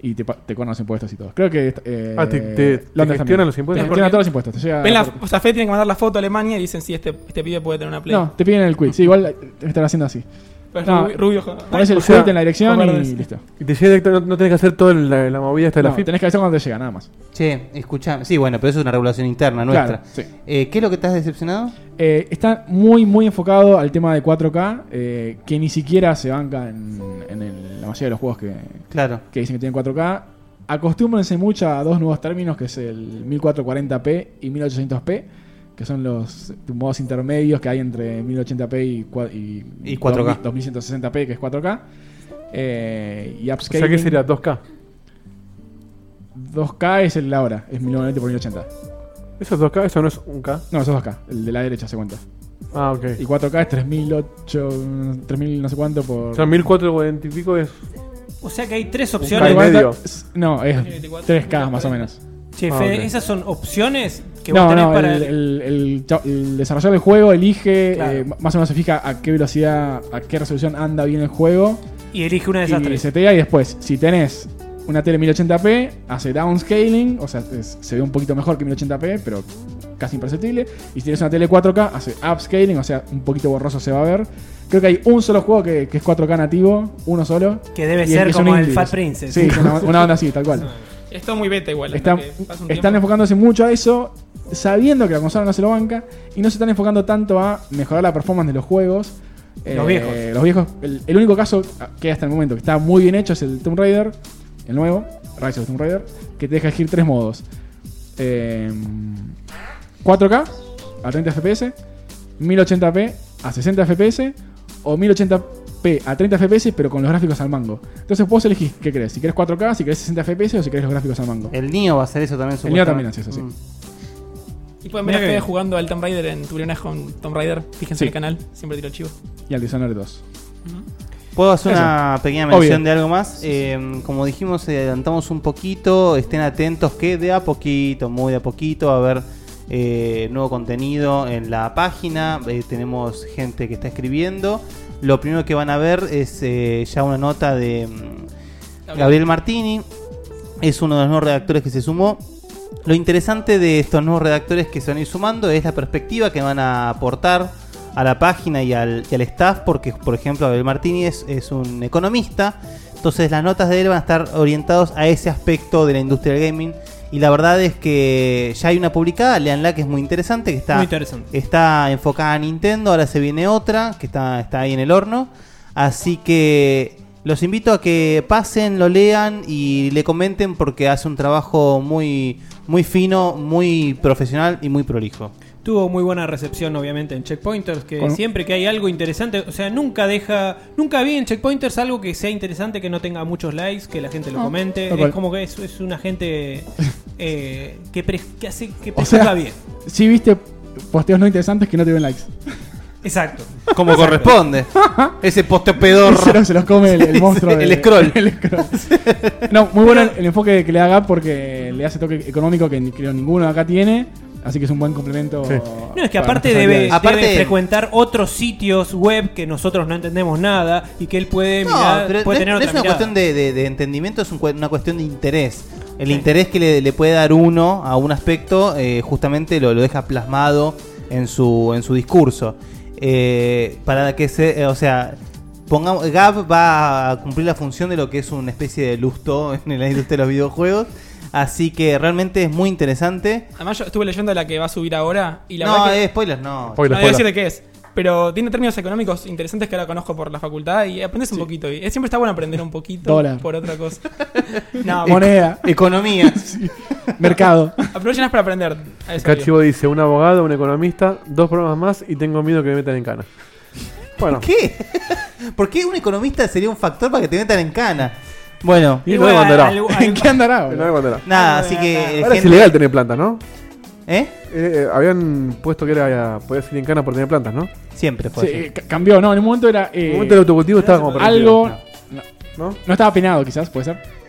Y te, pa- te cobran los impuestos y todo. Creo que. Eh, Ah, te- te- te Londres gestionan también. los impuestos. Te gestionan todos los impuestos. Te llega Ven la, Ah, por- o sea, Fede tiene que mandar la foto a Alemania y dicen, sí, este, este pibe puede tener una Play. No, te piden el quit. Sí, igual eh, estará haciendo así. Pero es no. rubi- rubio. jo- Pones el O sea, quit en la dirección comer de y ese. listo. Y te llega directo, no, no tenés que hacer toda la, la movida hasta la No, FIP. tenés que avisar cuando te llega, nada más. che, escuchame. Sí, bueno, pero eso es una regulación interna Claro, nuestra. sí. Eh, ¿Qué es lo que estás decepcionado? Eh, está muy, muy enfocado al tema de 4K, eh, que ni siquiera se banca en, en el- la mayoría de los juegos que, Claro. que dicen que tienen 4K. Acostúmbrense mucho a dos nuevos términos, que es el 1440p y 1800p, que son los modos intermedios que hay entre 1080p y, cua- y, Y 4K. 2160p, que es 4K. Eh, y O upscaling. sea que sería 2K. 2K es el de ahora, es 1990 por 1080. ¿Eso es 2K? ¿Eso no es 1K? No, eso es 2K, el de la derecha se cuenta. Ah, ok. Y 4K es 3008, 3000 no sé cuánto por... O sea, 1440 y pico es. O sea que hay tres K y opciones. Igual está- medio. s- No, es 3K más o menos. Che, Ah, Fede, ok. esas son opciones que vos No, tenés no, para. el, el- el cha- el desarrollador del juego elige, Claro. eh, más o menos se fija a qué velocidad, a qué resolución anda bien el juego. Y elige una de esas Y tres. setea y después, si tenés una tele 1080p, hace downscaling, o sea, es- se ve un poquito mejor que 1080p, pero casi imperceptible. Y si tienes una tele 4K, hace upscaling, o sea, un poquito borroso se va a ver. Creo que hay un solo juego que, que es 4K nativo, uno solo. Que debe y es- ser es un como el indie. Fat Princess. Sí, una, una onda así, tal cual. Es todo muy beta igual. Está- hasta que pasa un están tiempo. enfocándose mucho a eso, sabiendo que la consola no se lo banca, y no se están enfocando tanto a mejorar la performance de los juegos. Los viejos. Eh, Los viejos. El, el único caso que hasta el momento que está muy bien hecho es el Tomb Raider, el nuevo, Rise of Tomb Raider, que te deja elegir tres modos. Eh, 4K a 30 FPS, 1080p a 60 FPS o 1080p a 30 FPS pero con los gráficos al mango. Entonces vos elegís qué querés, si querés 4K, si querés 60 FPS o si querés los gráficos al mango. El Nio va a hacer eso también, El Neo supuestamente. también hace eso, sí. Mm. Y pueden ver a Mira Fede que- jugando al Tomb Raider en Turiones con Tomb Raider. Fíjense Sí. en el canal, siempre tiro chivo. Y al Dishonored 2. Puedo hacer Eso. una pequeña mención Obvio. de algo más. Eh, como dijimos, eh, adelantamos un poquito. Estén atentos que de a poquito, muy de a poquito, va a haber eh, nuevo contenido en la página. Eh, tenemos gente que está escribiendo. Lo primero que van a ver es eh, ya una nota de mm, Gabriel Martini. Es uno de los nuevos redactores que se sumó. Lo interesante de estos nuevos redactores que se van a ir sumando es la perspectiva que van a aportar a la página y al, y al staff, porque por ejemplo Abel Martini es, es un economista, entonces las notas de él van a estar orientados a ese aspecto de la industria del gaming. Y la verdad es que ya hay una publicada, leanla que es muy interesante, que está, Muy interesante. está enfocada a Nintendo, ahora se viene otra, que está, está ahí en el horno. Así que los invito a que pasen, lo lean y le comenten porque hace un trabajo muy, muy fino, muy profesional y muy prolijo. Tuvo muy buena recepción, obviamente, en Checkpointers, que Con- siempre que hay algo interesante, o sea, nunca deja, nunca vi en Checkpointers algo que sea interesante, que no tenga muchos likes, que la gente lo comente. tal Es cual. como que es, es una gente eh, que, pre- que hace que O prejuga sea- bien. Si viste posteos no interesantes que no te ven likes. Exacto. Como corresponde. Ese poste Se pedorro. los, se los come el, el monstruo. el de- scroll. el scroll. No, muy bueno el, el enfoque que le da Gap porque le hace toque económico que ni- creo ninguno acá tiene. Así que es un buen complemento. No, es que para aparte nuestras debe, habilidades. Aparte- debe frecuentar otros sitios web que nosotros no entendemos nada y que él puede mirar, No, pero puede no- tener no es otra una mirada. cuestión de, de- de entendimiento, es un cue- una cuestión de interés. El interés que le, le puede dar uno a un aspecto, eh, justamente lo, lo deja plasmado en su, en su discurso. Eh, para que se, eh, o sea, pongamos, Gab va a cumplir la función de lo que es una especie de lustro en la industria de los videojuegos. Así que realmente es muy interesante. Además, yo estuve leyendo la que va a subir ahora y la no, verdad que... eh, spoilers, no. Spoiler, No, voy a decirte spoiler. qué es. Pero tiene términos económicos interesantes que ahora conozco por la facultad y aprendes un poquito. Y es- siempre está bueno aprender un poquito Dólar. por otra cosa. no, bueno, Moneda, Economía. mercado. aprovechenlas para aprender. A eso digo. Cachivo dice: un abogado, un economista, dos programas más y tengo miedo que me metan en cana. Bueno, ¿Qué? ¿Por qué un economista sería un factor para que te metan en cana? Bueno, Y y no de bueno, bandera. algo- ¿En algo- qué andará? No de boludo? bandera. nada, Ay, así no, no, no. que. Ahora es gente- ilegal tener plantas, ¿no? ¿Eh? eh, habían puesto que era podías ir en cana por tener plantas, ¿no? Siempre Sí, eh, ca- cambió, no, en un momento era. eh, En el momento del autocultivo estaba como algo. permitido. No, ¿No? no estaba penado, quizás, puede ser.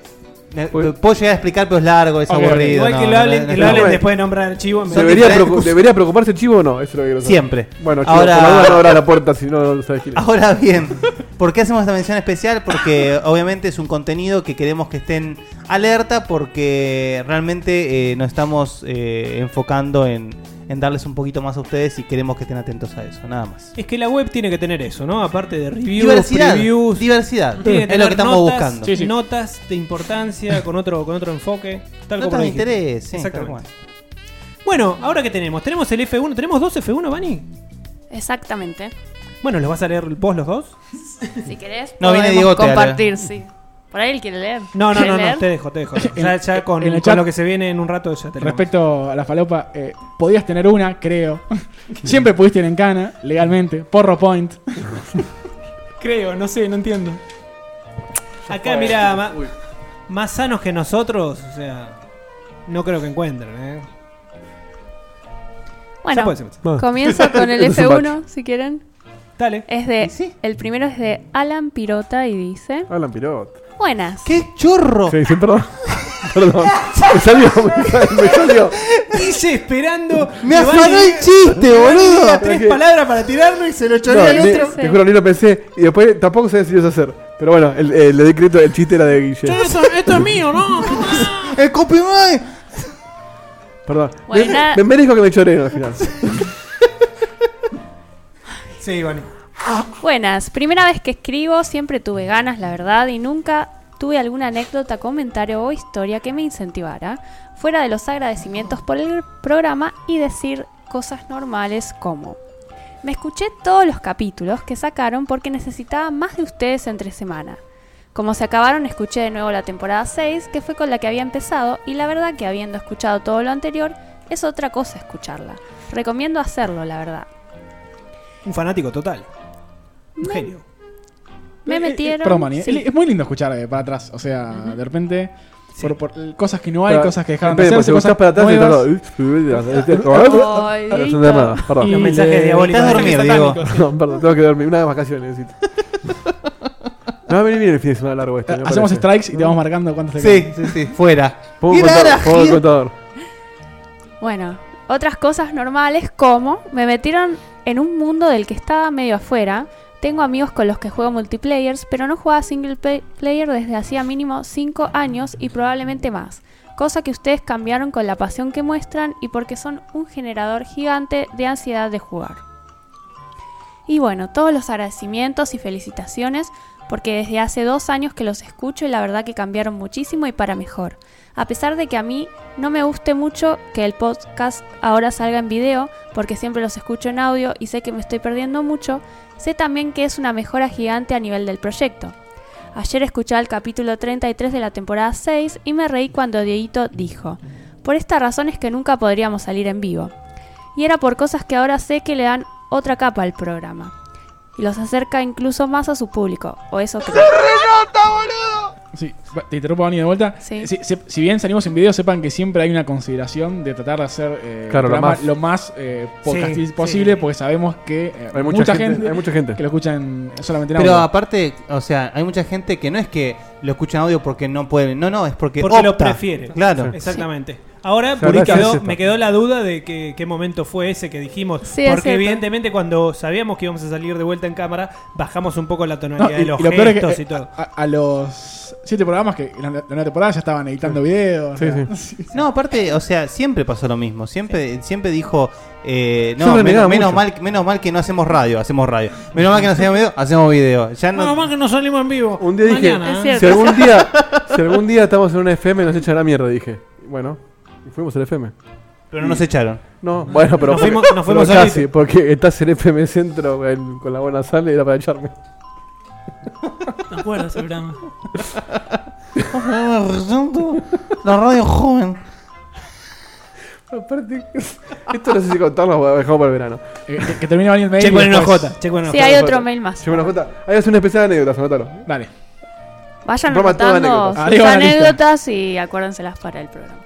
Eh, Puedo llegar a explicar, pero es largo, es Ok, ok. aburrido. Igual no, que lo no, hablen, no, que no, lo hablen no. bueno. después de nombrar el chivo. en vez de- ¿Debería, diferentes preocu- cosas. ¿Debería preocuparse el chivo o no? Eso es lo que quiero saber. Siempre. Bueno, chivo, Ahora- por la duda no abra la puerta si no, no sabes quién es. Ahora bien, ¿por qué hacemos esta mención especial? Porque obviamente es un contenido que queremos que estén alerta porque realmente eh, nos estamos eh, enfocando en, en darles un poquito más a ustedes y queremos que estén atentos a eso, nada más. Es que la web tiene que tener eso, ¿no? Aparte de reviews, Diversidad, previews. diversidad, tiene es lo tener que estamos notas, buscando. Sí, sí. Notas de importancia con otro, con otro enfoque. Tal Notas como de dijiste. interés, sí, Exactamente. tal Bueno, ahora que tenemos, tenemos el F1, tenemos dos F1, Vani. Exactamente. Bueno, ¿los vas a leer vos los dos? Si querés, No, viene podemos Diegote ahora. compartir, sí. Por ahí él quiere leer. No, no, ¿Quiere no, leer? no, te dejo, te dejo. Ya, ya con, en el con chat- lo que se viene en un rato ya tenemos. Respecto a la falopa, eh, podías tener una, creo. Siempre pudiste ir en cana, legalmente. Porro point. Creo, no sé, no entiendo. Acá, mira, ma- más sanos que nosotros, o sea, no creo que encuentren, ¿eh? Ya Bueno, puede ser. comienzo con el Es un F1, si quieren. Dale. Es de. sí? El primero es de Alan Pirota y dice: Alan Pirot. Buenas. ¡Qué chorro! Sí, sí, perdón. perdón. Me salió, me salió. Me salió. Dice esperando. ¡Me que afanó Vani el chiste, diga boludo! tres Ok. palabras para tirarlo y se lo No, chorea al ni- otro. otro. te juro, ni lo pensé. Y después tampoco sabía si lo iba a hacer. Pero bueno, el, el, le di crédito, el chiste era de Guille. esto es mío, ¿no? ¡El copyright! Perdón. Bueno, Me- nada. me, merezco que me choreen al final. Sí, Vani. Buenas. Primera vez que escribo, siempre tuve ganas, la verdad, y nunca tuve alguna anécdota, comentario o historia que me incentivara, fuera de los agradecimientos por el programa y decir cosas normales como. Me escuché todos los capítulos que sacaron porque necesitaba más de ustedes entre semana. Como se acabaron, escuché de nuevo la temporada 6, que fue con la que había empezado, y la verdad que habiendo escuchado todo lo anterior, es otra cosa escucharla. Recomiendo hacerlo, la verdad. Un fanático total. Un genio. Me Eh, eh, metieron- Perdón, Mani, eh, sí. Es muy lindo escuchar eh, para atrás. O sea, de repente. Por, por, eh, cosas que no hay, Pero, cosas que dejaron de espere, hacerse, porque cosas estás pues, para atrás y nuevas. este, estás- No entendí nada, Y- este, Perdón. Los mensajes le- diabólicos. Estás dormido, Diego. No, perdón, tengo que dormir. Una de vacaciones necesito. No va a venir bien el fin de semana largo este. me Hacemos parece. strikes y te vamos marcando cuántos te Sí, sí, sí, fuera. Pongo un Mirá contador, la pongo un gira. contador. eh. Bueno, otras cosas normales como me metieron en un mundo del que estaba medio afuera. Tengo amigos con los que juego multiplayers, pero no jugaba single play- player desde hacía mínimo 5 años y probablemente más. Cosa que ustedes cambiaron con la pasión que muestran y porque son un generador gigante de ansiedad de jugar. Y bueno, todos los agradecimientos y felicitaciones porque desde hace dos años que los escucho y la verdad que cambiaron muchísimo y para mejor. A pesar de que a mí no me guste mucho que el podcast ahora salga en video, porque siempre los escucho en audio y sé que me estoy perdiendo mucho, sé también que es una mejora gigante a nivel del proyecto. Ayer escuché el capítulo 33 de la temporada 6 y me reí cuando Dieguito dijo, por esta razón es que nunca podríamos salir en vivo. Y era por cosas que ahora sé que le dan otra capa al programa. Y los acerca incluso más a su público, o eso creo. Sí, va- te interrumpo, Dani, de vuelta. Sí. Eh, Si, se- si bien salimos en video, sepan que siempre hay una consideración de tratar de hacer eh, Claro, lo programa más- lo más eh, podcast Sí, posible, sí. porque sabemos que eh, Hay mucha, gente, Hay mucha gente. que lo escuchan solamente en Pero audio. aparte, o sea, hay mucha gente que no es que lo escucha en audio porque no pueden. No, no, es porque, Porque lo opta. prefiere. Claro. Exactamente. Ahora sea, me gracias, quedó, Zeta. me quedó la duda de que, qué momento fue ese que dijimos. Sí, es porque cierto. evidentemente cuando sabíamos que íbamos a salir de vuelta en cámara, bajamos un poco la tonalidad No, de los lo peor es que, gestos eh, y todo. A, a los siete programas que en la, la nueva temporada ya estaban editando videos. Sí, ¿no? No, aparte, o sea, siempre pasó lo mismo. Siempre, siempre dijo, eh, Yo no, me negaba menos, menos mucho. mal, menos mal que no hacemos radio, hacemos radio. Menos mal que no hacemos video, hacemos video. Ya no, No, más que no salimos en vivo. Un día dije, Mañana, Es ¿eh? cierto. Si algún día, si algún día estamos en una FM nos echan a la mierda, dije. Y Bueno, y fuimos al FM. pero no nos echaron. No, bueno, pero Nos porque- fuimos- nos fuimos pero solitos. casi, porque estás en FM Centro en- con la buena sal y era para echarme. No acuerdo ese programa. La radio joven. Aparte, esto no sé si contarlo, voy a dejarlo para el verano. Eh, que, que termine Dani el mail. Che, y ponen una después- J. Che, ponen una Sí, J. hay otro mail más. Llevo una jota. Ahí es una especial de anécdotas, anótalo. Dale. Vayan Roma, todas anotando anécdotas. sus Arriba la lista. anécdotas y acuérdenselas para el programa.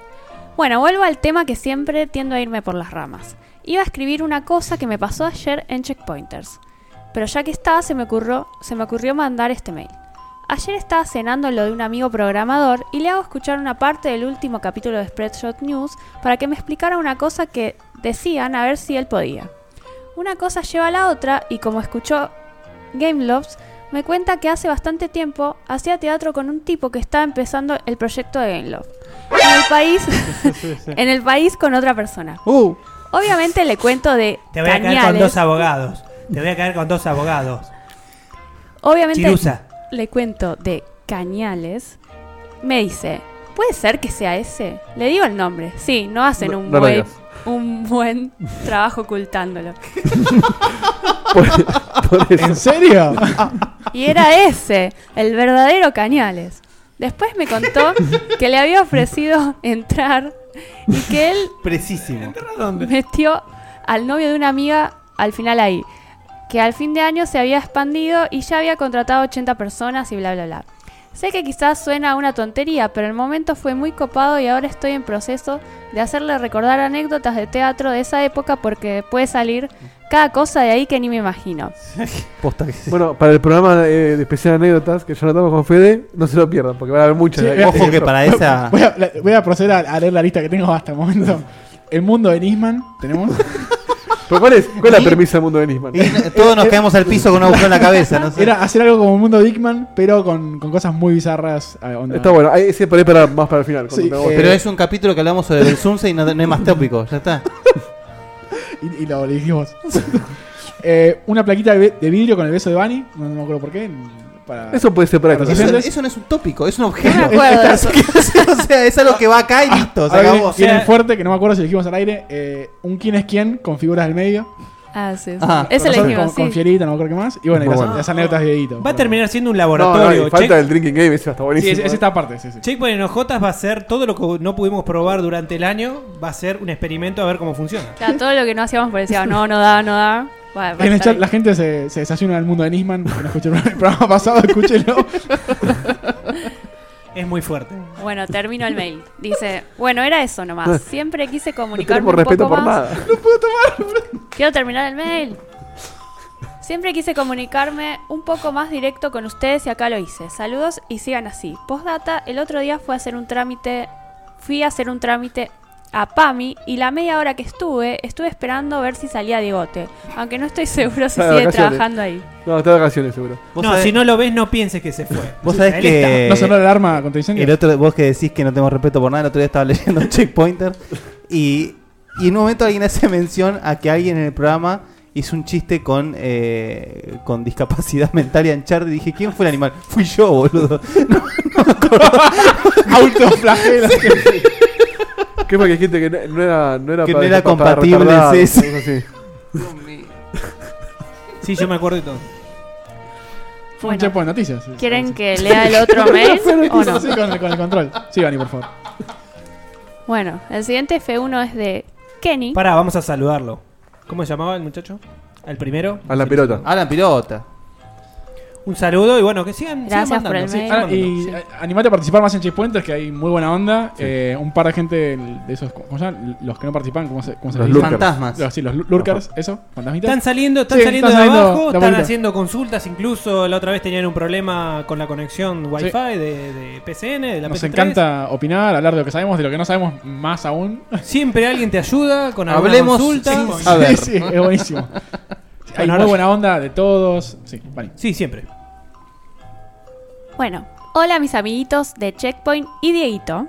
Bueno, vuelvo al tema que siempre tiendo a irme por las ramas. Iba a escribir una cosa que me pasó ayer en Checkpointers. Pero ya que está, se me ocurrió, se me ocurrió mandar este mail. Ayer estaba cenando en lo de un amigo programador y le hago escuchar una parte del último capítulo de Spreadshot News para que me explicara una cosa que decían a ver si él podía. Una cosa lleva a la otra y como escuchó Gameloft, me cuenta que hace bastante tiempo hacía teatro con un tipo que estaba empezando el proyecto de Gameloft. En el país, en el país con otra persona. Uh, Obviamente le cuento de Te voy a caer con Cañales. dos abogados. Te voy a caer con dos abogados. Obviamente Chirusa. le cuento de Cañales. Me dice, ¿puede ser que sea ese? Le digo el nombre. Sí, no hacen No- un, no lo buen, digas. un buen trabajo ocultándolo. Pues, Por, por eso. ¿En serio? Y era ese, el verdadero Cañales. Después me contó que le había ofrecido entrar y que él Precisísimo. metió al novio de una amiga al final ahí. Que al fin de año se había expandido y ya había contratado 80 personas y bla, bla, bla. Sé que quizás suena a una tontería, pero el momento fue muy copado y ahora estoy en proceso de hacerle recordar anécdotas de teatro de esa época porque puede salir cada cosa de ahí que ni me imagino. Posta que sí. Bueno, para el programa eh, de especial anécdotas que ya notamos con Fede, no se lo pierdan, porque van a haber muchas. Sí, Eh, vea- eh, Ojo que para esa. Voy a, la- voy a proceder a, a leer la lista que tengo hasta el momento. El mundo de Nisman, tenemos. ¿Pero cuál es, cuál es Y- la premisa del mundo de Nisman? Eh, Y n- todos nos caemos al piso con un agujero en la cabeza, no sé. Era hacer algo como el mundo Dickman, pero con, con cosas muy bizarras. eh, onda. Está bueno, ahí ese por ahí para más para el final. Sí, cuando tengamos- eh, Pero es un capítulo que hablamos sobre el Sunset y no, no hay más tópico, ya está. Y, y lo elegimos. Eh, una plaquita de, de vidrio con el beso de Bunny, no, no me acuerdo por qué. para- Eso puede ser para Pero el sí, Eso, sí. eso no es un tópico, es un No me objeto. acuerdo de eso. o sea, es algo que va acá y listo, se Ahora viene, acabó. viene O sea- el fuerte, que no me acuerdo si lo dijimos al aire. eh, un quién es quién con figuras del medio. Ah, sí. sí. Ah, Ese Con- le con, dijimos, con sí. Fierita, no me acuerdo qué más. Y bueno, y Muy las, bueno. las anécdotas de Dieguito. Va a terminar siendo un No, no, y laboratorio. falta Check- el drinking game, ese va a estar Sí, buenísimo. ¿eh? es, es esta parte, sí, sí. Checkpoint en OJ va a ser todo lo que no pudimos probar durante el año. Va a ser un experimento a ver cómo funciona. Claro, todo lo que no hacíamos parecía, no, no da, no da. Va- va a En el estar chat la gente se, se desayuna del mundo de Nisman. Que no escuchó el programa pasado, escúchelo. Es muy fuerte. Bueno, termino el mail. Dice, bueno, era eso nomás. Siempre quise no comunicarme tenemos un respeto poco Ah. por más. nada. Quiero terminar el mail. Siempre quise comunicarme un poco más directo con ustedes y acá lo hice. Saludos y sigan así. Postdata, el otro día fui a hacer un trámite, fui a hacer un trámite a PAMI y la media hora que estuve, estuve esperando ver si salía Diegote, aunque no estoy seguro si Está de sigue vacaciones. trabajando ahí. No, está de vacaciones seguro. Vos No, sabés- si no lo ves, no pienses que se fue. Vos sabés Él que. No sonó la alarma contra incendio. El otro, vos que decís que no tengo respeto por nada, el otro día estaba leyendo un checkpointer y, y en un momento alguien hace mención a que alguien en el programa hizo un chiste con, eh, con discapacidad mental y anchar y dije, ¿quién fue el animal? Fui yo, boludo. Autoflagela. ¿Qué fue que dijiste que no no era, no era, Que para- no era para- para compatible, retardados, sí, sí. algo así. está. Sí, yo me acuerdo de todo. Fue un Bueno, checkpoint noticias. sí, ¿quieren sí. que lea el otro mail o no? Sí, con, el- con el control. Sí, Bani, por favor. Bueno, el siguiente F1 es de Kenny. Pará, vamos a saludarlo. ¿Cómo se llamaba el muchacho? Al primero. A la pelota. Ah, Alan Pilota. Un saludo y bueno, que sigan, sigan Gracias por mandando, sí, el mail. sigan Ah, y mandando. eh, animate a participar más en Checkpointers, que hay muy buena onda. Eh, un par de gente de esos, ¿cómo se llaman? Los que no participan, ¿cómo se, cómo se Los les dice? Lurkers. Fantasmas. Los- sí, los lu- lurkers, eso, fantasmitas. Están saliendo, están Sí, saliendo están de saliendo abajo, de están vuelta. haciendo consultas, incluso la otra vez tenían un problema con la conexión Wi-Fi de, de PCN, de la Nos PS3. encanta opinar, hablar de lo que sabemos, de lo que no sabemos más aún. Siempre alguien te ayuda con alguna Hablemos consulta. sin- A ver. Sí, sí, es buenísimo. Sí, Bueno, hay muy ahora- buena onda de todos. Sí, vale. Sí, siempre. Bueno, hola mis amiguitos de Checkpoint y Dieguito.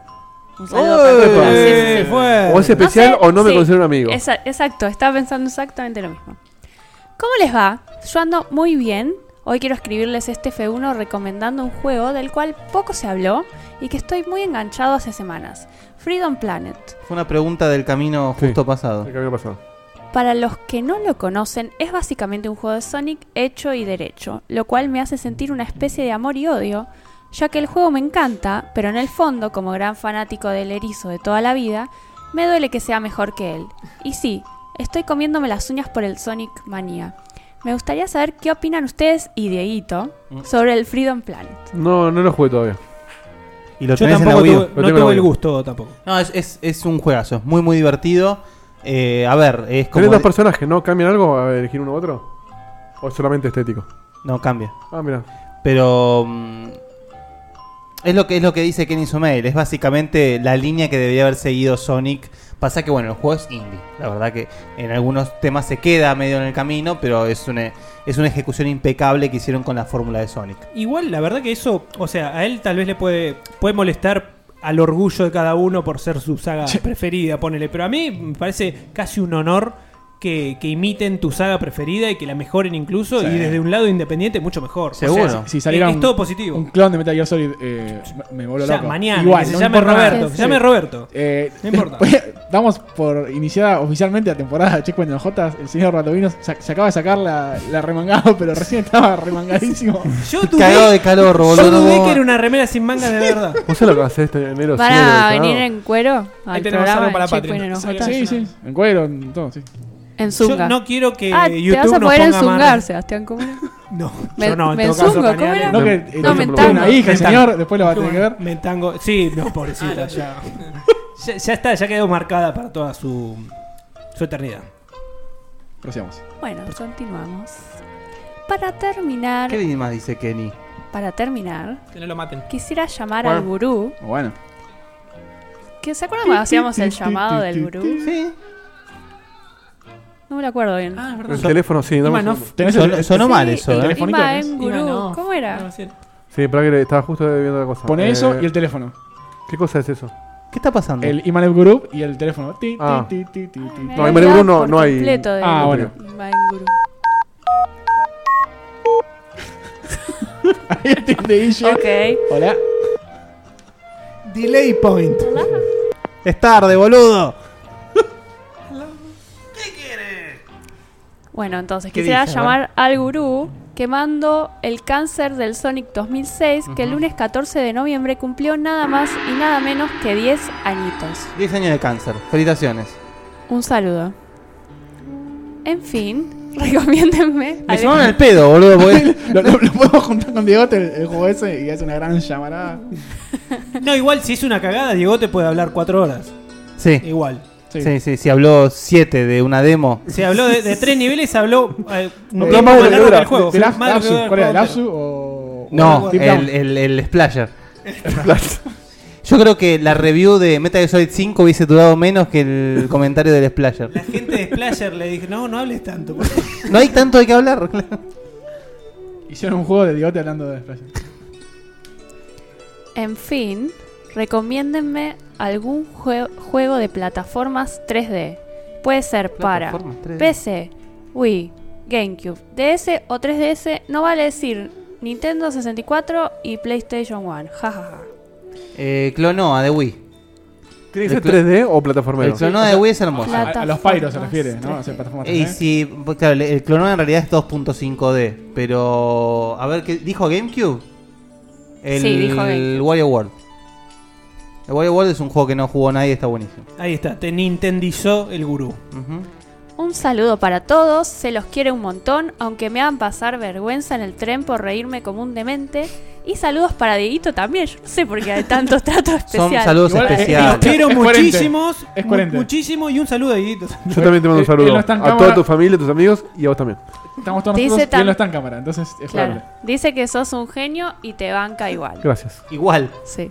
Un saludo ¡Oy! para todos. Sí, sí, Eh, sí. fue. O es especial sé, Oh, o no me sí. considero un amigo. Esa- exacto, estaba pensando exactamente lo mismo. ¿Cómo les va? Yo ando muy bien. Hoy quiero escribirles este F1 recomendando un juego del cual poco se habló y que estoy muy enganchado hace semanas. Freedom Planet. Fue una pregunta del camino Sí. justo pasado. El camino pasado. Para los que no lo conocen, es básicamente un juego de Sonic hecho y derecho, lo cual me hace sentir una especie de amor y odio, ya que el juego me encanta, pero en el fondo, como gran fanático del erizo de toda la vida, me duele que sea mejor que él. Y sí, estoy comiéndome las uñas por el Sonic Manía. Me gustaría saber qué Mm. opinan ustedes y Dieguito sobre el Freedom Planet. No, no lo jugué todavía. y lo Yo tenés en la tampoco Wii U. tuve- no tuve el gusto tampoco. No, es, es, es un juegazo, es muy muy divertido. Eh, a ver, es como... ¿Tenés dos personajes? ¿No cambian algo a elegir uno u otro? ¿O es solamente estético? No, cambia. Ah, mira. Pero... mm, es lo que es lo que dice Kenny Somail, es básicamente la línea que debería haber seguido Sonic. Pasa que bueno, el juego es indie, la verdad que en algunos temas se queda medio en el camino, pero es una es una ejecución impecable que hicieron con la fórmula de Sonic. Igual, la verdad que eso, o sea, a él tal vez le puede, puede molestar al orgullo de cada uno por ser su saga preferida, ponele. Pero a mí me parece casi un honor que, que imiten tu saga preferida y que la mejoren incluso. Sí. Y desde un lado independiente, mucho mejor. O sea, si, si saliera es, un- todo positivo. Un clon de Metal Gear Solid eh, me, me voló O sea, loco. mañana, que se llame importa nada. Roberto, que se llame Roberto. Eh, No importa. después, damos por iniciada oficialmente la temporada de Checkpoint de Jotas. El señor Ratovino se, se acaba de sacar la, la remangado, pero recién estaba remangadísimo. Yo dudé, Cagado de calor, yo dudé boludo. que era una remera sin mangas de verdad. ¿Vos sabés lo que hace este enero? ¿Van sí, a de- Ah, venir en cuero Ahí al tenemos programa algo para de Checkpoint Patreon. en Sí, OJ? sí, sí. En cuero, en todo, sí. En Yo Zunga. no quiero que ah, YouTube te vas a nos poder ponga enzungar, manos- Sebastián. ¿cómo era? No, Me- yo no, en me todo caso, zungo, ¿cómo pañales. era? No, que eh, No, tiene mental. una hija, el Mental. señor, después lo va a tener que ver. Me tango. Sí, Ah, no, pobrecita, ya. ya. ya está, ya quedó marcada para toda su, su eternidad. Prosigamos. Bueno, continuamos. Para terminar, ¿Qué más dice Kenny? para terminar, Que no lo maten. quisiera llamar al Bueno. gurú. Bueno, ¿Que se acuerdan cuando hacíamos el llamado del gurú? Sí. No me lo acuerdo bien. Ah, es verdad. El teléfono, sí. dame un Imanov. segundo. tenés Sonó, el, sonó Sí, mal eso, el ¿eh? telefonito Ima tenés. en gurú. Imanov. ¿Cómo No, va era? a ser- Sí, pará que le- estaba justo viendo la cosa. Pone Eh, eso y el teléfono. ¿Qué cosa es eso? ¿Qué está pasando? El Imanev Group y el teléfono. Ti, Ah. ti, ti, ti, ti, ti. No, Imanov Gurú no- Por no hay- completo de Ah, bueno. Ima en gurú. Ahí el team de Guille. Ok. Hola. Delay point. Es tarde, boludo. Bueno, entonces ¿Qué quisiera dice? A ver. llamar al gurú quemando el cáncer del Sonic 2006 que el lunes 14 de noviembre cumplió nada más y nada menos que 10 añitos. 10 años de cáncer. Felicitaciones. Un saludo. En fin, recomiéndenme. Me al- llamaron al pedo, boludo. porque- Lo, lo- lo podemos juntar con Diego el, el juego ese y hace una gran llamarada. No, igual si es una cagada, Diego te puede hablar cuatro horas. Sí. Igual. Sí. Sí, sí, sí, habló 7 de una demo. Se habló de, de tres niveles, se habló. eh, un Eh, tiempo más más de lo que largo dura. del juego. De- de Lab- Más de lo que Lapsu. dura el ¿Cuál era? juego ¿Lapsu entero. o.? No, o- el, el, el Splasher. Yo creo que la review de Metal Gear Solid 5 hubiese durado menos que el comentario del La Splasher. gente de Splasher le dije, no, no hables tanto. por favor". No hay tanto de qué hablar. Hicieron un juego de Diegote hablando de Splash. En fin, recomiéndenme algún jue- juego de plataformas 3D. Puede ser para Plataformas 3D. PC, Wii, GameCube, DS o 3DS. No vale decir Nintendo 64 y PlayStation 1. Jajaja. Eh, Clonoa de Wii. ¿Tiene que ser El cl- 3D o plataformero? El Clonoa de Wii es hermoso. Claro. A, a los Pyro se Ah, Plataformas refiere, ¿no? 3D. O sea, plataformas Y 3D. si, pues, claro, el- el Clonoa en realidad es 2.5D. Pero, a ver, ¿qué dijo GameCube? El, Sí, dijo GameCube. Wario World. El Wario World es un juego que no jugó nadie, está buenísimo. Ahí está, te nintendizó el gurú. Ujú. Un saludo para todos, se los quiere un montón, aunque me hagan pasar vergüenza en el tren por reírme como un demente. Y saludos para Dieguito también, yo no sé por qué hay tantos tratos Son especiales. saludos Igual, eh, Los especiales. quiero Es coherente. muchísimos. Es mu- coherente. Muchísimo y un saludo a Dieguito. Yo también te mando Él- él un saludo. Ah, no está en a toda cámara. tu familia, tus amigos y a vos también. Estamos todos Te dice nosotros y tan- él no está en cámara, entonces es Claro, jugable. dice que sos un genio y te banca igual. Gracias. Igual. Sí.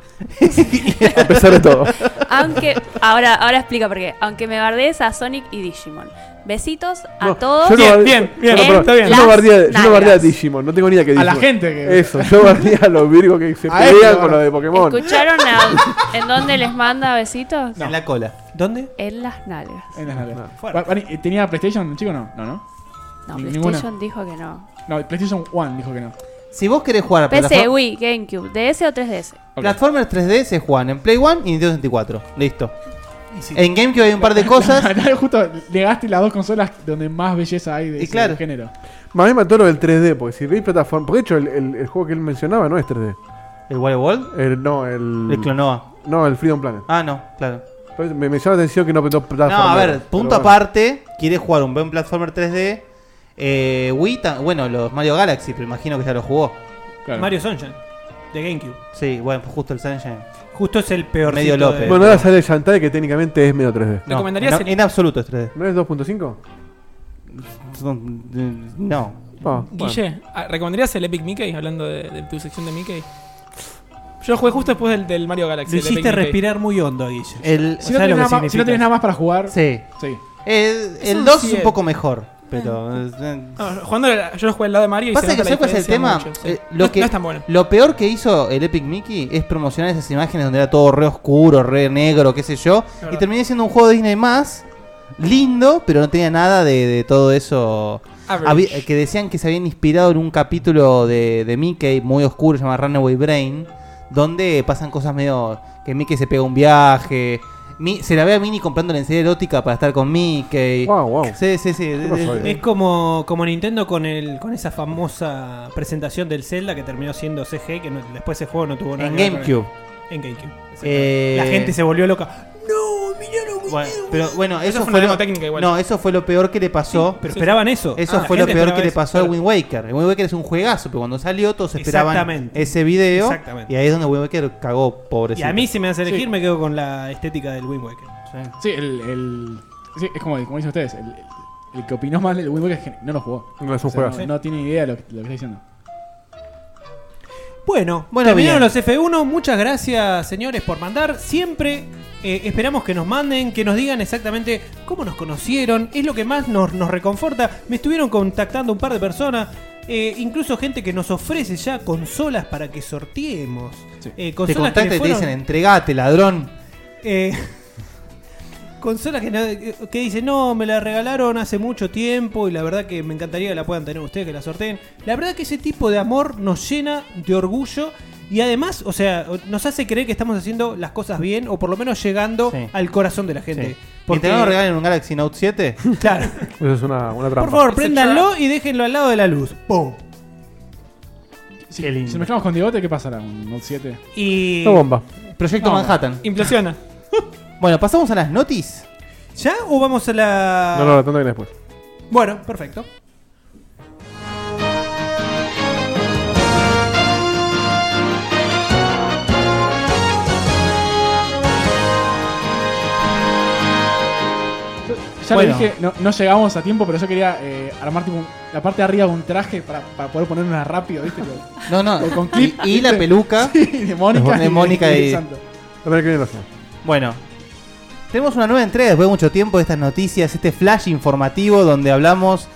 A pesar de todo. Aunque, ahora, ahora explica por qué. Aunque me bardees a Sonic y Digimon. Besitos a No, todos. yo no bardeo- bien, bien, no, pero está bien. Yo no Las bardeo, yo no bardeo a nalgas. Digimon, no tengo ni idea que A Digimon. la gente que. Eso, yo bardeo a los virgos que se A este, eso, pelean con boludo. los de Pokémon. ¿Escucharon a- en dónde les manda besitos? En la cola. ¿Dónde? En las nalgas. En las nalgas. No. Va- Vani, eh, ¿Tenía PlayStation, chico? No, no, no. No, Ni- PlayStation dijo que no. No, PlayStation 1 dijo que no. Si vos querés jugar a PC, plataform- Wii, GameCube, DS o 3DS. Ok. Platformers 3D se juegan en Play One y Nintendo 64. Listo. En GameCube hay un par de cosas. Justo negaste las dos consolas donde más belleza hay de Y ese claro. género. Más bien mató lo del 3D, porque si veis plataforma. Porque de hecho, el, el- el juego que él mencionaba no es 3D. ¿El Wario World? El- no, el. El Clonoa. No, el Freedom Planet. Ah, no, claro. Pero Me, me llama la atención que no apretó Ah, No, plataforma. a ver, punto Pero bueno. aparte. Quieres jugar un buen platformer 3D. Eh, Wii, ta- bueno, los Mario Galaxy, pero imagino que ya lo jugó. Claro. Mario Sunshine. de GameCube. Sí, bueno, pues justo el Sunshine. Justo es el peor. Medio López. Bueno, ahora sale el Shantae que técnicamente es medio 3D. No, ¿Recomendarías no, el- en absoluto es 3D. ¿No es 2.5? Son- eh, No. Ah, bueno. Guille, ah, ¿recomendarías el Epic Mickey? Hablando de, de tu sección de Mickey. Yo lo jugué justo después del, del Mario Galaxy. Lo el Epic hiciste Mickey. respirar muy hondo, Guille. El, Si ¿Sabes no, tenés lo nada que más, si no significa? tenés nada más para jugar. sí. sí. El, un el 2 es un siete. poco mejor, pero... Ah. eh, No, jugando, al- yo lo jugué al lado de Mario y Pasa se que nota la ¿sabes cuál es el diferencia tema? mucho, sí. Eh, lo no, que, no es tan bueno. Lo peor que hizo el Epic Mickey es promocionar esas imágenes donde era todo re oscuro, re negro, qué sé yo. Y verdad. terminé siendo un juego de Disney más lindo, pero no tenía nada de, de todo eso. Average. Había- que decían que se habían inspirado en un capítulo de, de Mickey muy oscuro llamado Runaway Brain, donde pasan cosas medio. que Mickey se pega un viaje. Mi- se la ve a Minnie comprando la enseñanza erótica para estar con Mickey. Wow, wow. Sí, sí, sí. pasó ahí? Es como, como Nintendo con el con esa famosa presentación del Zelda que terminó siendo CG, que no- después ese juego no tuvo nada En que ver con el- GameCube. En GameCube. exacto. Eh, La gente se volvió loca. Bueno, pero bueno, eso, fue fue una demo lo, técnica igual. No, eso fue lo peor que le pasó. Pero esperaban eso. Eso Ah, la fue lo gente peor esperaba que le eso, pasó claro. a Wind Waker. El Wind Waker es un juegazo, pero cuando salió todos esperaban Exactamente. ese video. Exactamente. Y ahí es donde Wind Waker cagó, Y pobrecito. a mí, si me hace elegir, Sí. me quedo con la estética del Wind Waker. Sí, el. el- sí, es como, como dicen ustedes. El, el- el que opinó mal del Wind Waker es que no lo jugó. No es un O sea, juegazo. no, no tiene idea de lo, que- lo que está diciendo. Bueno, Bueno, terminaron bien. los F1. Muchas gracias, señores, por mandar. Siempre eh, esperamos que nos manden, que nos digan exactamente cómo nos conocieron. Es lo que más nos, nos reconforta. Me estuvieron contactando un par de personas. eh, incluso gente que nos ofrece ya consolas para que sorteemos. Sí. Eh, te consolas que contactan le y te dicen, fueron- entregate, ladrón. Eh, consolas que, no- que dicen, no, me la regalaron hace mucho tiempo y la verdad que me encantaría que la puedan tener ustedes, que la sorteen. La verdad que ese tipo de amor nos llena de orgullo y además, o sea, nos hace creer que estamos haciendo las cosas bien o por lo menos llegando Sí. al corazón de la Sí. gente. Porque no nos regalen un Galaxy Note 7. Claro. Eso es una, una trampa. Por favor, préndanlo y déjenlo al lado de la luz. ¡Pum! Si, si nos mezclamos con Diegote, ¿qué pasará? ¿Un Note 7? Y. Una bomba. Proyecto Manhattan. Implosiona. Bueno, pasamos a las notis. ¿Ya? ¿O vamos a la.? No, no, pues. la tanda viene después. Bueno, perfecto. Ya Bueno. le dije, no, no llegamos a tiempo, pero yo quería eh, armar tipo, un- la parte de arriba de un traje para, para poder ponernos rápido, ¿viste? Con- No, no. con, con clip. y, y la ¿viste? peluca. Sí, de Mónica. De Mónica y- Santo. La tanda que viene la semana. Bueno, tenemos una nueva entrega después de mucho tiempo de estas noticias, este flash informativo donde hablamos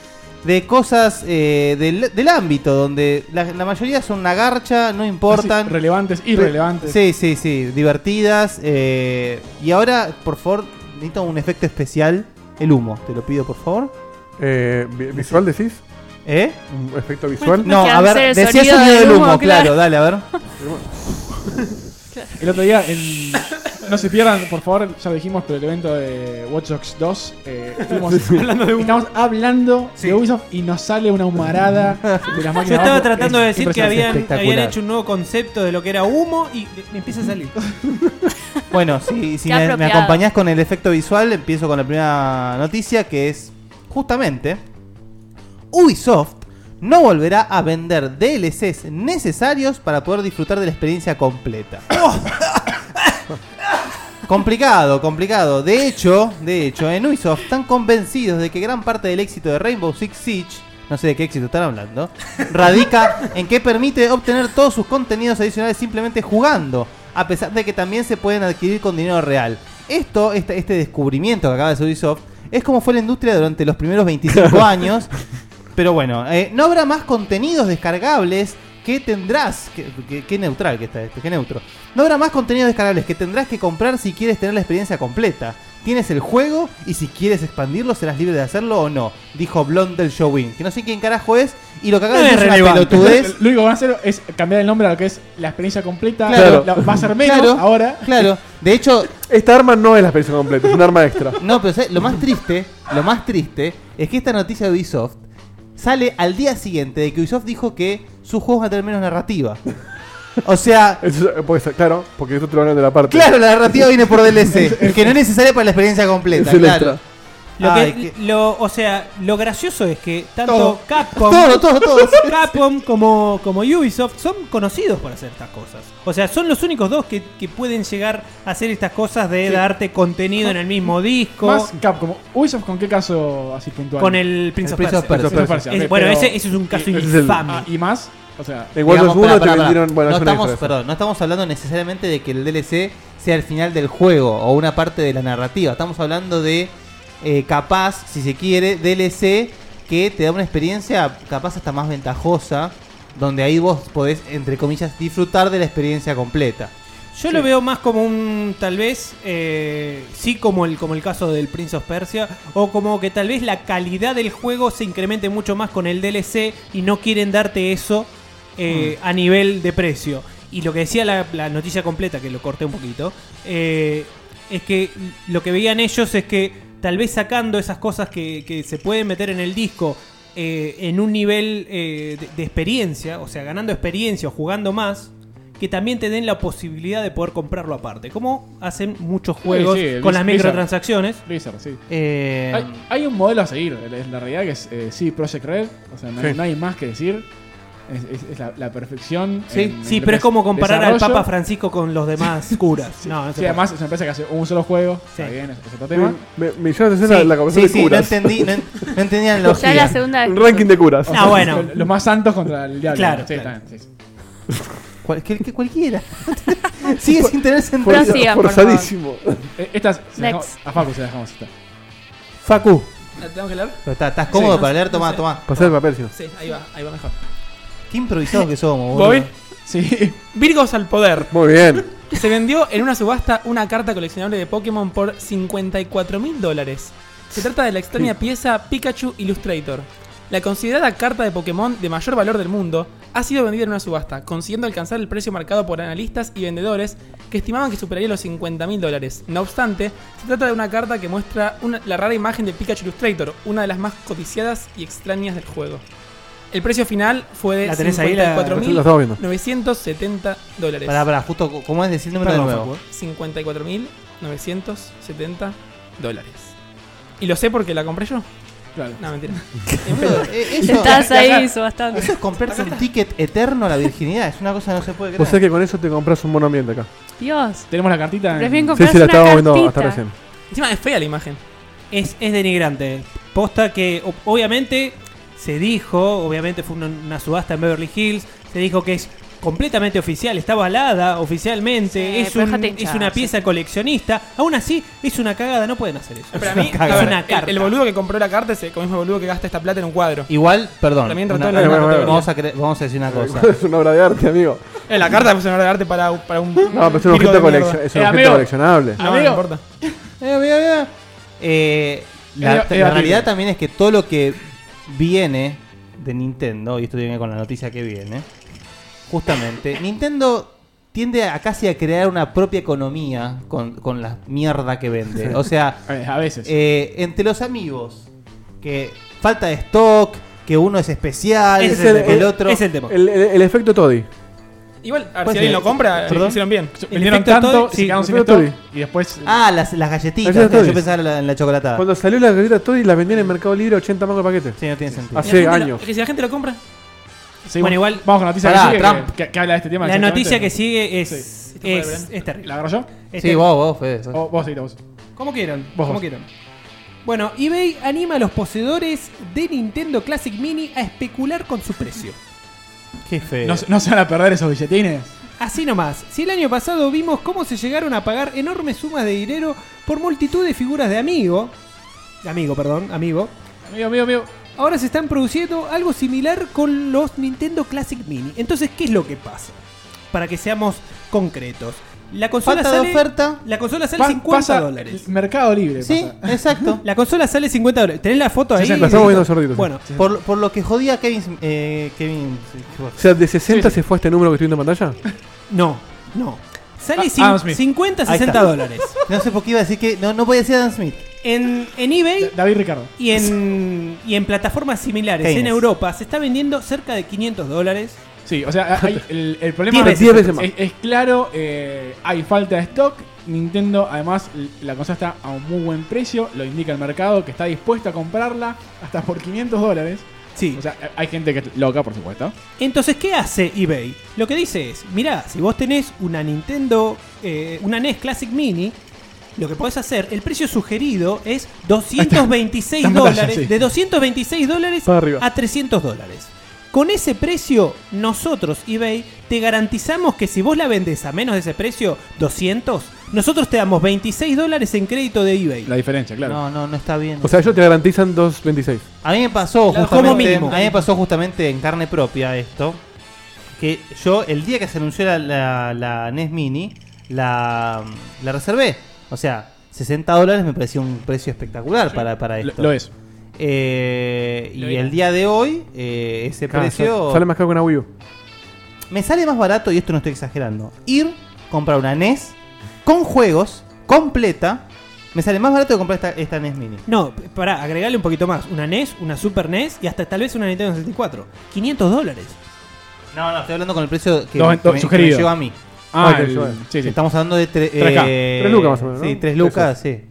de cosas eh, del, del ámbito, donde la, la mayoría son una garcha, no Sí, importan. Relevantes, irrelevantes. Sí, sí, sí, divertidas. eh, y ahora, por favor, necesito un efecto especial, el humo, te lo pido por favor. Eh, vi- ¿Visual decís? ¿Eh? ¿Un efecto visual? No No, a quieran ver, hacer el decía sonido sonido del del humo, humo, claro. claro. dale, a ver. El otro día, en- no se pierdan, por favor, ya lo dijimos, pero el evento de Watch Dogs 2, eh, estuvimos- estamos hablando de Ubisoft y nos sale una humarada de las máquinas. Yo estaba abajo. tratando Es de decir que impresionante. habían, espectacular. habían hecho un nuevo concepto de lo que era humo y me empieza a salir. Bueno, si, si Qué me, me apropiado. acompañás con el efecto visual, empiezo con la primera noticia que es justamente Ubisoft no volverá a vender DLCs necesarios para poder disfrutar de la experiencia completa. complicado, complicado. De hecho, de hecho, en Ubisoft están convencidos de que gran parte del éxito de Rainbow Six Siege no sé de qué éxito están hablando. Radica en que permite obtener todos sus contenidos adicionales simplemente jugando, a pesar de que también se pueden adquirir con dinero real. Esto, este, este descubrimiento que acaba de hacer Ubisoft, es como fue la industria durante los primeros 25 años. Pero bueno, eh, no habrá más contenidos descargables que tendrás. que- que- Qué neutral que está esto, qué neutro. No habrá más contenidos descargables que tendrás que comprar si quieres tener la experiencia completa. Tienes el juego y si quieres expandirlo serás libre de hacerlo o no, dijo Blondel Showin. Que no sé quién carajo es y lo que acaba No de es decir es una relevante. pelotudez. Lo único que van a hacer es cambiar el nombre a lo que es la experiencia completa. Claro. La- va a ser menos Claro. ahora. Claro, de hecho, Esta arma no es la experiencia completa, es un arma extra. No, pero ¿sabes? lo más triste, lo más triste es que esta noticia de Ubisoft sale al día siguiente de que Ubisoft dijo que sus juegos van a tener menos narrativa. O sea, Eso, eh, puede ser, claro, porque eso te lo van a dar de la parte. claro, la narrativa viene por DLC, que no es necesaria para la experiencia completa, Es el claro. extra. Lo Ay, que, lo, o sea, lo gracioso es que tanto Todo. Capcom, Todo, todo, todo. Capcom como, como Ubisoft son conocidos por hacer estas cosas. O sea, son los únicos dos que, que pueden llegar a hacer estas cosas de darte contenido en el mismo disco. Más Capcom. Ubisoft, ¿con qué caso así puntual? con el Prince, Prince of of Persia. Persia. Prince of Persia, Es- ok, bueno, pero- ese, ese es un caso y- ese es el- infame. Ah, y más, o sea, En Watch Dogs Digamos, 1 pará, te pará, pará. vendieron. Bueno, no, es una estamos, diferencia. perdón, no estamos hablando necesariamente de que el DLC sea el final del juego o una parte de la narrativa. Estamos hablando de, eh, capaz, si se quiere, DLC que te da una experiencia capaz hasta más ventajosa, donde ahí vos podés, entre comillas, disfrutar de la experiencia completa. Yo lo veo más como un, tal vez, eh, sí como el, como el caso del Prince of Persia, o como que tal vez la calidad del juego se incremente mucho más con el DLC y no quieren darte eso eh, Mm. a nivel de precio. Y lo que decía la, la noticia completa, que lo corté un poquito, eh, es que lo que veían ellos es que tal vez sacando esas cosas que, que se pueden meter en el disco eh, en un nivel eh, de, de experiencia, o sea, ganando experiencia o jugando más, que también te den la posibilidad de poder comprarlo aparte, como hacen muchos juegos sí, el con las Blizzard. microtransacciones. Blizzard, sí. Eh, Hay, hay un modelo a seguir, es la realidad que es eh, sí, Project Red, o sea, no, hay- Sí. no hay más que decir. Es, es- es la, la perfección. Sí, en- Sí, en pero es como comparar al desarrollo. Papa Francisco con los demás curas. No, no se Sí, puede. además es una empresa que hace un solo juego. Sí. Está bien, es, es otro Me, tema. me, me llama la atención la, la conversación sí, de sí, no curas. entendí, no, en- no entendían la Ya la lógica. segunda vez. Un ranking de curas. O Ah, bueno. Los más santos contra el diablo. Claro, Sí, claro. está bien, sí, sí. Cual- que- que cualquiera. Sigue sin tener sentido. Por- Prosigan, por forzadísimo. Eh, Estas se las Next. dejamos- a Facu se las dejamos esta. Facu. ¿La tengo que leer? Pero está- ¿Estás cómodo no para sé, leer? no Tomá, sé. tomá. Pasar el papel, si no. Sí, ahí va, ahí va mejor. Qué improvisados que somos, boludo. Voy. Sí. Virgos al poder. Muy bien. Se vendió en una subasta una carta coleccionable de Pokémon por 54 mil dólares. Se trata de la extraña pieza Pikachu Illustrator. La considerada carta de Pokémon de mayor valor del mundo ha sido vendida en una subasta, consiguiendo alcanzar el precio marcado por analistas y vendedores que estimaban que superaría los 50 mil dólares. No obstante, se trata de una carta que muestra una- la rara imagen de Pikachu Illustrator, una de las más codiciadas y extrañas del juego. El precio final fue de ¿La tenés ahí, la- 54.970 Lo estamos viendo. dólares. Pará, pará, justo, co- ¿cómo es decir el número Perdón, de nuevo? Facu. ¿eh? 54.970 dólares. Y lo sé porque la compré yo. Claro. No, mentira. Boludo, eh, eso, Estás ahí, bastante. eso es comprarse un ticket eterno a la virginidad. Es una cosa que no se puede O sea creer. que con eso te compras un buen ambiente acá. Dios. Tenemos la cartita. en- Prefieren Sí, comprarse sí, la una estábamos viendo hasta cartita. recién. Encima es fea la imagen. es, es denigrante. Posta que o- obviamente se dijo, obviamente fue una, una subasta en Beverly Hills, se dijo que es completamente oficial, está avalada oficialmente, Sí, es, pero un- déjate es hinchar, una sí. pieza coleccionista, aún así es una cagada, no pueden hacer eso. Pero a mí, es una, a ver, una el- carta. el, boludo que compró la carta es el mismo boludo que gasta esta plata en un cuadro. Igual, perdón. También una- trató la misma categoría. vamos, a cre- vamos a decir una cosa. es una obra de arte, amigo. Eh, la carta es una obra de arte para, para un. No, pero es un pico de objeto, mierda. coleccion- es un Eh, objeto amigo. coleccionable. No, no Amigo. importa. Eh, mira, mira. Eh, la, Era- la era realidad libre. también es que todo lo que viene de Nintendo, y esto viene con la noticia que viene, justamente, Nintendo tiende a casi a crear una propia economía con, con la mierda que vende. O sea, Eh, A veces. eh, entre los amigos, que falta de stock, que uno es especial, Ese que es el, el- otro... es el tema. El, el- el efecto Toddy. Igual, a ver, Pues si sí. alguien lo compra, eh, Perdón. lo hicieron bien. Vendieron efecto tanto, Toy- se sí, quedaron sin efecto esto. Toy. Y eh, después. Ah, las, las galletitas. Las claro, Yo galletitas. pensaba en la, en la chocolatada. Cuando salió la galleta Toddy, la vendían en Mercado Libre 80 mangos el paquete. Sí, no tiene sentido. Hace Y la gente lo- años. es que si la gente lo compra, Sí, Bueno, igual- Vamos con la noticia que, Pará, sigue, Trump. que, que habla de este tema. La exactamente. noticia que sigue es, Sí. ¿Este es, Esto puede es terrible. ¿La agarro yo? Es Sí, terrible. vos, vos, Fede. sos- O vos, Tito, vos. Como quieran, Vos. como quieran. Bueno, eBay anima a los poseedores de Nintendo Classic Mini a especular con su precio. Qué feo. No, se- no se van a perder esos billetines. Así nomás, si el año pasado vimos cómo se llegaron a pagar enormes sumas de dinero por multitud de figuras de amigo, de amigo, perdón, amigo, Amigo, amigo, amigo. ahora se están produciendo algo similar con los Nintendo Classic Mini. Entonces, ¿qué es lo que pasa? Para que seamos concretos. La consola Falta de sale, oferta. La consola sale Pa- 50 pasa dólares. Mercado Libre. Sí, pasa. exacto. La consola Ah, sale 50 dólares. ¿Tenés la foto ahí? sí, la estamos viendo sorditos, sí. Bueno, Por, lo- por lo que jodía a Kevin. Eh, Kevin sí, qué bueno. O sea, de 60 se fue este número que estoy viendo en pantalla. no, no. Sale Ah, cin- Adam Smith. 50, Ahí 60 está. dólares. no sé por qué iba a decir que. No, no podía decir Dan Smith. En, en eBay Da- David Ricardo. Y en, y en plataformas similares Keynes. en Europa se está vendiendo cerca de 500 dólares. Sí, o sea, hay- el, el problema Diez veces más. es, es claro, eh, hay falta de stock Nintendo, además, l- la consola está a un muy buen precio, lo indica el mercado, que está dispuesto a comprarla hasta por 500 dólares. Sí. O sea, hay gente que es loca, por supuesto. Entonces, ¿qué hace eBay? Lo que dice es, mirá, si vos tenés una Nintendo, eh, una NES Classic Mini, lo que podés hacer, el precio sugerido es 226 Está en pantalla, dólares, sí. de 226 dólares Para arriba. a 300 dólares. Con ese precio, nosotros, eBay, te garantizamos que si vos la vendés a menos de ese precio, 200, nosotros te damos 26 dólares en crédito de eBay. La diferencia, claro. No, no, no está bien. O sea, ellos te garantizan 2.26. A mí me pasó Claro, como justamente. mínimo. A mí me pasó justamente en carne propia esto. Que yo, el día que se anunció la, la- la NES Mini, la, la reservé. O sea, 60 dólares me pareció un precio espectacular para, para Lo, esto. lo es. Eh, Lo y era. el día de hoy, eh, ese Claro, precio. sa- Ah, Sale más caro que una Wii U. Me sale más barato, y esto no estoy exagerando, ir, comprar una NES con juegos, completa. Me sale más barato que comprar esta, esta NES Mini. No, para agregarle un poquito más, una NES, una Super NES y hasta tal vez una Nintendo 64. 500 dólares. No, no, estoy hablando con el precio que, Dos- me- dos- que me- que me sugerido. llegó a mí. Ah, ok, el- yo- sí, sí. Estamos hablando de tre- Tres K, eh, tres lucas más o menos, Sí, ¿no? 3 lucas, sí.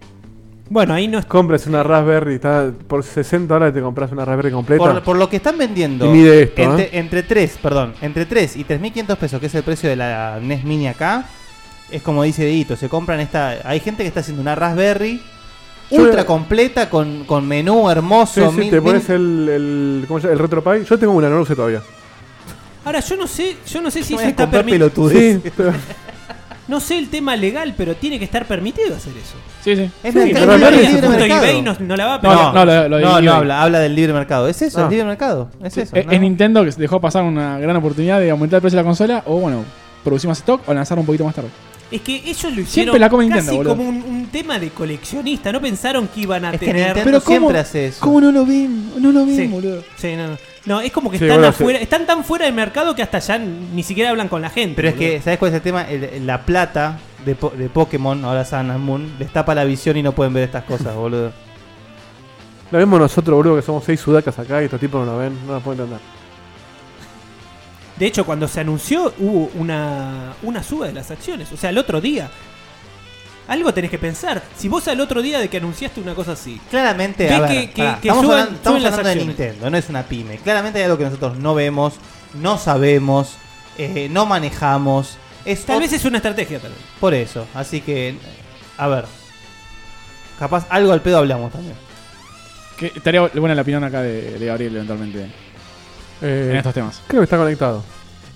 Bueno, ahí no es Compras una Raspberry, está por 60 dólares te compras una Raspberry completa. Por, por lo que están vendiendo. Y mide esto, entre, ¿eh? entre 3, perdón, entre 3 y 3.500 pesos, que es el precio de la NES Mini acá, es como dice Dito, se compran esta... Hay gente que está haciendo una Raspberry Yo- ultra completa con, con menú Sí, hermoso. sí, mil- te pones mil- el, el, ¿cómo se llama? el RetroPie. Yo tengo una, no lo usé todavía. Ahora yo no sé, yo no sé si voy eso a está comprar permitido. Sí, pero- No sé el tema legal, pero tiene que estar permitido hacer eso. Sí, sí. Es Sí, mercado, pero libre, Raspberry Ahora, es libre justo mercado. eBay no, no la va a No, pedir. no, lo- lo de no, eBay. no, habla, habla del libre mercado. ¿Es eso? Ah. ¿El libre mercado? Es eso. Es, ¿no? es Nintendo que dejó pasar una gran oportunidad de aumentar el precio de la consola o, bueno, producir más stock o lanzar un poquito más tarde. Es que ellos lo hicieron la come Nintendo, casi boludo. como un, un tema de coleccionista. No pensaron que iban a Es que tener. Nintendo Pero ¿cómo- siempre hace eso. ¿Cómo no lo ven? No lo ven, Sí. boludo. Sí, no, no. No, es como que Sí, están bueno, afuera, están tan fuera del mercado que hasta ya ni siquiera hablan con la gente. Pero es boludo. que, ¿sabes cuál es el tema? El- la plata de, po- de Pokémon, ahora Sun and Moon, les tapa la visión y no pueden ver estas cosas, boludo. lo mismo nosotros, boludo, que somos seis sudacas acá y estos tipos no nos ven, no nos pueden entender. De hecho, cuando se anunció hubo una, una suba de las acciones. O sea, el otro día. Algo tenés que pensar. Si vos al otro día de que anunciaste una cosa así, Claramente, Ve a ver, que- que- pará, que estamos suban- hablando, estamos suben las hablando de acciones. Nintendo, no es una pyme. Claramente hay algo que nosotros no vemos, no sabemos, eh, no manejamos. Es tal ot- vez es una estrategia tal vez. por eso. Así que, a ver. Capaz algo al pedo hablamos también. Que estaría buena la opinión acá de, de Gabriel eventualmente en Eh, estos temas. creo que está conectado.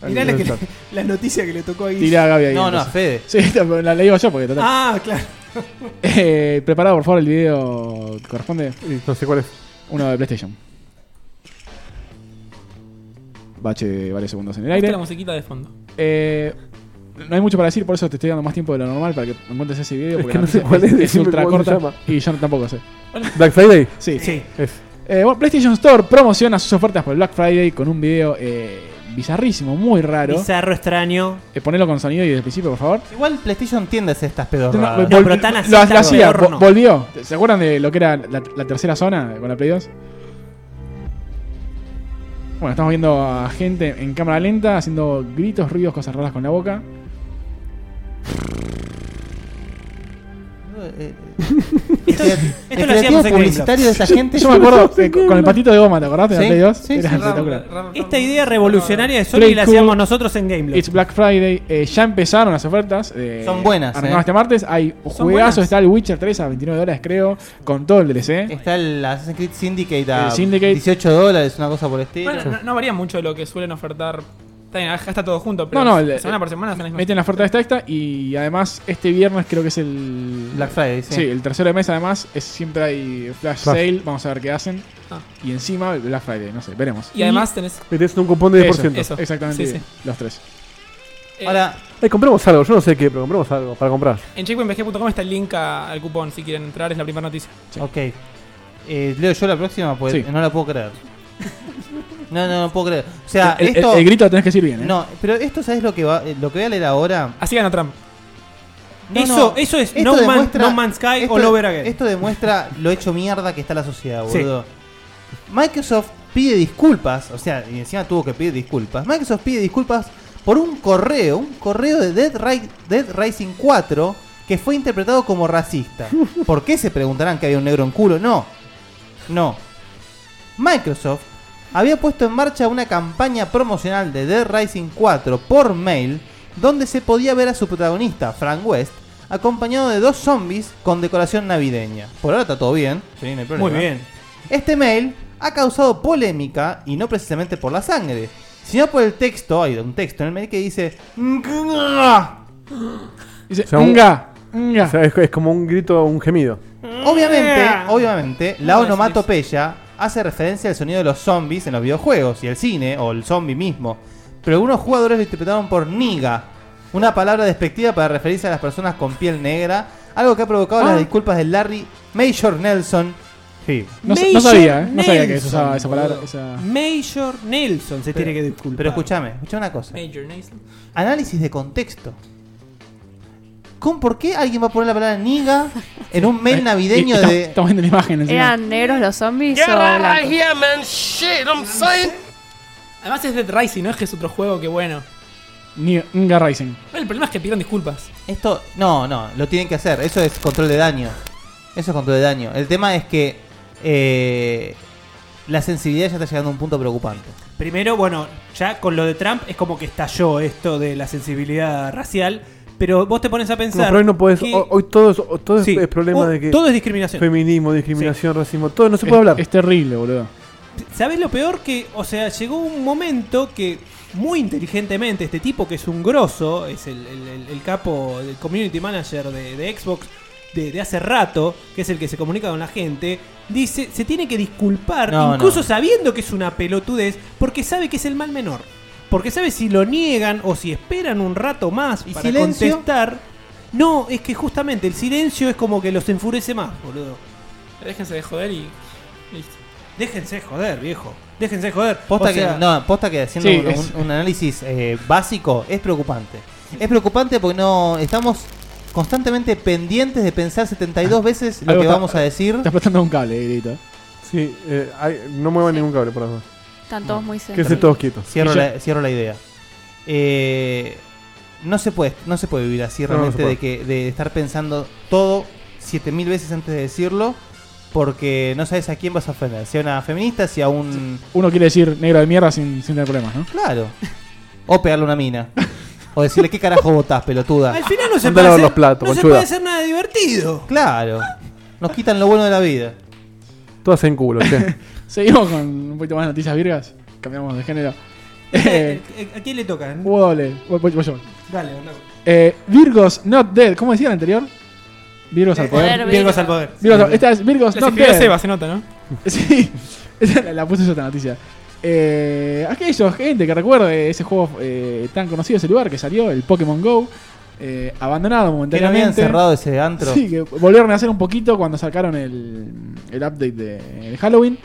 Mirá la, Ahí que está. le- la noticia que le tocó ahí. Tira a Gaby ahí. No, no, a Fede. entonces. Sí, esta la leí yo porque total. Ah, claro. Eh, preparado, por favor, el video que corresponde. Y no sé cuál es. Uno de PlayStation. Bache de varios segundos en el Me gusta aire. la musiquita de fondo. Eh, no hay mucho para decir, por eso te estoy dando más tiempo de lo normal para que encuentres ese video. Es porque que la no sé noticia cuál es, decime ultra cómo se corta. llama. Y yo tampoco sé. Black Friday Sí. Sí. es. Eh, bueno, PlayStation Store promociona sus ofertas por el Black Friday con un video eh, bizarrísimo, muy raro. Bizarro, extraño. Eh, ponelo con sonido y desde el principio, por favor. Igual PlayStation tiende a hacer estas pedorradas. No, No, vol- pero tan así, lo- tan lo hacía, pedorro, vo- no. volvió. ¿Se acuerdan de lo que era la, la tercera zona con la Play 2? Bueno, estamos viendo a gente en cámara lenta haciendo gritos, ruidos, cosas raras con la boca. Eh, Esto, esto el lo creativo hacíamos en Game Lab. publicitario de esa gente. Yo me acuerdo eh, con con el patito de goma, ¿te acordás de la Sí, Play 2? sí, Era sí, espectacular. Esta idea revolucionaria de Sony Play la Cool. hacíamos nosotros en Game Lab. It's Black Friday, eh, ya empezaron las ofertas. eh, Son buenas, Arrancaron eh. este martes. Hay buenas. juegazos, está el Witcher 3 a 29 dólares, creo, con todo el DLC. Está el Assassin's Creed Syndicate a El Syndicate. 18 Ah, dólares, una cosa por el estilo. Bueno, no, no varía mucho de lo que suelen ofertar. Está bien, acá está todo junto, pero No, no, el- semana por semana Eh, hacen las mismas. Meten la oferta esta, esta y además este viernes creo que es el. Black Friday, sí. Sí, el tercero de mes además es, siempre hay flash Flash. sale, vamos a ver qué hacen. Ah. Y encima el Black Friday, no sé, veremos. Y además tenés. Metes un cupón de 10%. eso. Exactamente, Sí, sí. los tres. eh, Ahora, Ay, compremos algo, yo no sé qué, pero compremos algo para comprar. en checkpointbg.com está el link a- al cupón si quieren entrar, es la primera noticia. Ok. Eh, Leo yo la próxima, pues Sí. no la puedo creer. No, no, no puedo creer. O sea, el, el- esto. el grito lo tenés que decir bien, ¿eh? no, pero esto, ¿sabes lo que va, eh, lo que voy a leer ahora? Así gana Trump. No, eso, no. eso es Esto no man, demuestra- no Man's Sky esto- all over again. Esto demuestra lo hecho mierda que está la sociedad, Sí. boludo. Microsoft pide disculpas, o sea, y encima tuvo que pedir disculpas. Microsoft pide disculpas por un correo, un correo de Dead, Ri- Dead Rising 4 que fue interpretado como racista. ¿Por qué se preguntarán que había un negro en culo? No, no. Microsoft había puesto en marcha una campaña promocional de Dead Rising 4 por mail donde se podía ver a su protagonista, Frank West, acompañado de dos zombies con decoración navideña. Por ahora está todo bien, sí, no hay problema. Muy bien. Este mail ha causado polémica y no precisamente por la sangre, sino por el texto, hay un texto en el mail que dice... "Nga". Dice, O sea, un- "Nga, O nga". sea, es, es como un grito, un gemido. Obviamente, Ah. obviamente, la onomatopeya hace referencia al sonido de los zombies en los videojuegos y el cine, o el zombie mismo. Pero algunos jugadores lo interpretaron por niga, una palabra despectiva para referirse a las personas con piel negra, algo que ha provocado Ah. las disculpas de Larry Major Nelson. Sí. No, sa- no Major sabía, ¿eh? No sabía que se Nelson, usaba esa palabra. boludo. Esa... Major Nelson se tiene que disculpar. Pero escúchame, escuchame una cosa. Major Nelson. Análisis de contexto. ¿Con por qué alguien va a poner la palabra niga en un mail navideño Y- y- de... Estamos viendo la imagen encima. ¿Eran negros los zombies o blancos? Además es Dead Rising, no es que es otro juego que bueno. Ni- Nga Rising. Bueno, el problema es que pidan disculpas. Esto, no, no, lo tienen que hacer. Eso es control de daño. Eso es control de daño. El tema es que eh, la sensibilidad ya está llegando a un punto preocupante. Primero, bueno, ya con lo de Trump es como que estalló esto de la sensibilidad racial. Pero vos te pones a No, pensar. pero hoy no podés. que- ho- Hoy todo es, ho- todo es- sí, es problema o- de que. Todo es discriminación. Feminismo, discriminación, racismo, todo no se puede Es- hablar. Es terrible, boludo. ¿Sabés lo peor que, o sea, llegó un momento que muy inteligentemente este tipo que es un grosso, es el, el- el- el capo, el community manager de, de Xbox de, de hace rato, que es el que se comunica con la gente, dice, se tiene que disculpar, No, incluso no. sabiendo que es una pelotudez, porque sabe que es el mal menor. Porque sabe si lo niegan o si esperan un rato más ¿Y para silencio? contestar. No, es que justamente el silencio es como que los enfurece más, boludo. Déjense de joder y. Listo. Déjense joder, viejo. Déjense joder. Posta, O sea- que, no, posta que haciendo Sí, un, es- un- un análisis eh, básico es preocupante. Es preocupante porque no estamos constantemente pendientes de pensar 72 veces lo Ah, Algo que está- vamos a decir. Estás apretando un cable, eh, Dieguito. Sí, eh, hay- no muevan ningún cable, por favor. Están todos muy cerca. Quédense todos quietos. Cierro, Y yo- la, cierro la idea. Eh, no, se puede, no se puede vivir así No, no realmente se de, que, de estar pensando todo 7000 veces antes de decirlo porque no sabes a quién vas a ofender. Si a una feminista, si a un... Uno quiere decir negro de mierda sin, sin tener problemas, ¿no? Claro. O pegarle una mina. O decirle qué carajo votás, pelotuda. Al final no se Anda puede a lavar hacer, los platos, no se conchuda. puede hacer nada divertido. Claro. Nos quitan lo bueno de la vida. Todas en culo, che. Seguimos con un poquito más de noticias virgas. Cambiamos de género. Eh, Eh, ¿A quién le tocan? hubo doble. Voy- voy- voy yo. Dale, no. Eh, Virgos Not Dead. ¿Cómo decía el anterior? Virgos al poder. Poder, Eh, Virgos Virgo. al poder. Virgos al- esta es Virgos La Not escribió Dead. Seba, se nota, ¿no? Sí, esa la, la puse yo esta noticia. Eh, aquellos gente que recuerde ese juego eh, tan conocido, ese lugar que salió, el Pokémon Go, eh, abandonado Que no habían momentáneamente. cerrado ese antro. Sí, que volvieron a hacer un poquito cuando sacaron el, el update de, de Halloween.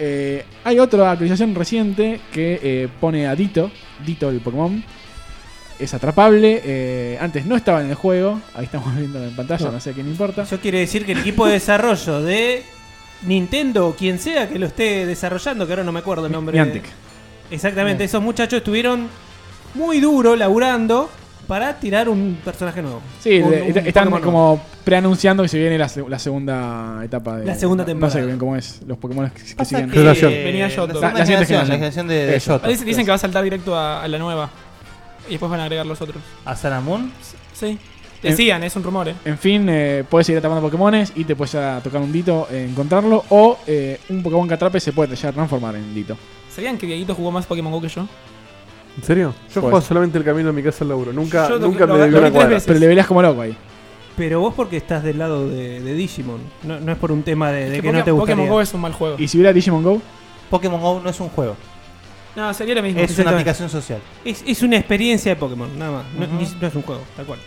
Eh, hay otra actualización reciente que eh, pone a Dito, Dito el Pokémon. Es atrapable, eh, antes no estaba en el juego, ahí estamos viendo en pantalla, no, sé qué me importa. Eso quiere decir que el equipo de desarrollo de Nintendo o quien sea que lo esté desarrollando, que ahora no me acuerdo el nombre. Niantic. Exactamente, esos muchachos estuvieron muy duro laburando para tirar un personaje nuevo. Sí, Un- de- un est- están Pokémon nuevo. como preanunciando que se viene la, se- la segunda etapa de La segunda no- temporada. No sé bien cómo es, los Pokémon que, que Pasa siguen. que- Generación. Venía Yoto. La, segunda Eh, La- la siguiente generación, la generación. generación de, de Eso. Yoto. Dicen, dicen que va a saltar directo a, a la nueva. Y después van a agregar los otros. ¿A Sanamun? Eh. Sí. Decían, es un rumor, ¿eh? En fin, eh, puedes seguir atrapando Pokémones y te puedes ya tocar un Dito, eh, encontrarlo, o eh, un Pokémon que atrape se puede ya transformar en Dito. ¿Sabían que Dieguito jugó más Pokémon Go que yo? ¿En serio? Yo Pues. jugaba solamente el camino de mi casa al laburo. Nunca, Yo lo- nunca lo- me lo debió vi una tres cuadra. veces. Pero le verías como loco ahí. Pero vos porque estás del lado de, de Digimon, no, no es por un tema de, de que, Poké- no te Pokémon gustaría. Go es un mal juego. ¿Y si hubiera Digimon Go? Pokémon GO no es un juego. No, sería lo mismo. Es una Exactamente. aplicación social. es, es una experiencia de Pokémon, nada más. No, Ujú. ni- no es un juego, tal cual.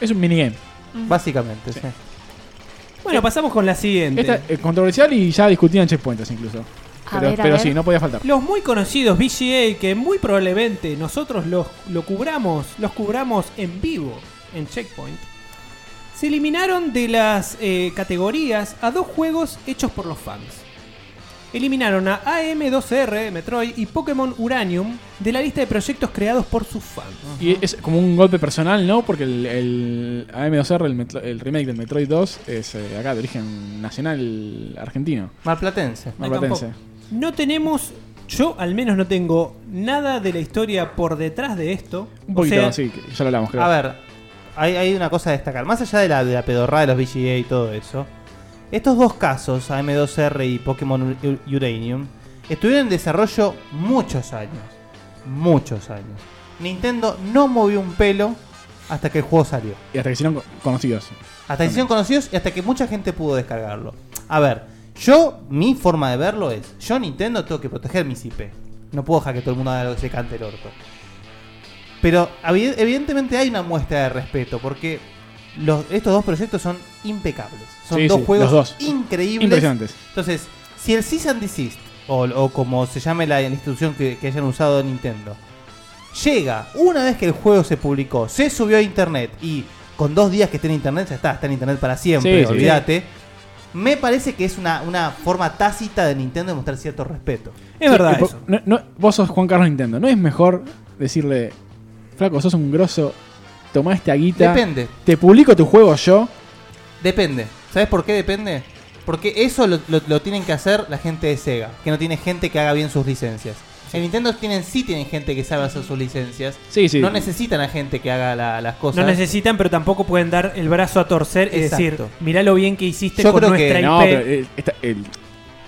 Es un minigame. Básicamente, sí. Eh, Bueno, pasamos con la siguiente. Esta es controversial y ya discutida en checkpoints incluso. A Pero, ver, a pero ver. sí, no podía faltar. Los muy conocidos BGA que muy probablemente nosotros los lo cubramos, los cubramos en vivo en Checkpoint, se eliminaron de las eh, categorías a dos juegos hechos por los fans. eliminaron a AM2R, Metroid y Pokémon Uranium de la lista de proyectos creados por sus fans. Y es como un golpe personal, ¿no? Porque el, el AM2R, el, Metro- el remake del Metroid 2, es eh, acá de origen nacional argentino. Marplatense. Marplatense. Tampoco. No tenemos, yo al menos no tengo nada de la historia por detrás de esto. Un O poquito, sea, sí, que ya lo hablamos, creo. A ver, hay, hay una cosa a destacar. Más allá de la, de la pedorrada de los VGA y todo eso, estos dos casos, AM2R y Pokémon Ur- Uranium, estuvieron en desarrollo muchos años. Muchos años. Nintendo no movió un pelo hasta que el juego salió. Y hasta que hicieron co- conocidos. Hasta que se hicieron conocidos y hasta que mucha gente pudo descargarlo. A ver, yo, mi forma de verlo es: yo, Nintendo, tengo que proteger mis IP. No puedo dejar que todo el mundo haga lo que se cante el orto. Pero evi- evidentemente hay una muestra de respeto porque los- estos dos proyectos son impecables. Son Sí, dos sí, juegos los dos. increíbles. Impresionantes. Entonces, si el Cease and Desist, o, o como se llame la, la institución que, que hayan usado Nintendo, llega una vez que el juego se publicó, se subió a internet y con dos días que esté en internet, ya está, está en internet para siempre, Sí, sí. olvídate. Me parece que es una, una forma tácita de Nintendo de mostrar cierto respeto. Es verdad Sí, eso. po- no- no- vos sos Juan Carlos Nintendo. ¿No es mejor decirle, flaco, sos un grosso, tomá esta guita, Depende, te publico tu juego yo? depende. ¿Sabes por qué depende? Porque eso lo, lo- lo tienen que hacer la gente de Sega, que no tiene gente que haga bien sus licencias. En Nintendo tienen, sí tienen gente que sabe hacer sus licencias. Sí, sí. No necesitan a gente que haga la- las cosas. no necesitan, pero tampoco pueden dar el brazo a torcer y Exacto. decir, mirá lo bien que hiciste Yo con creo que nuestra IP. No, pero eh, esta- el-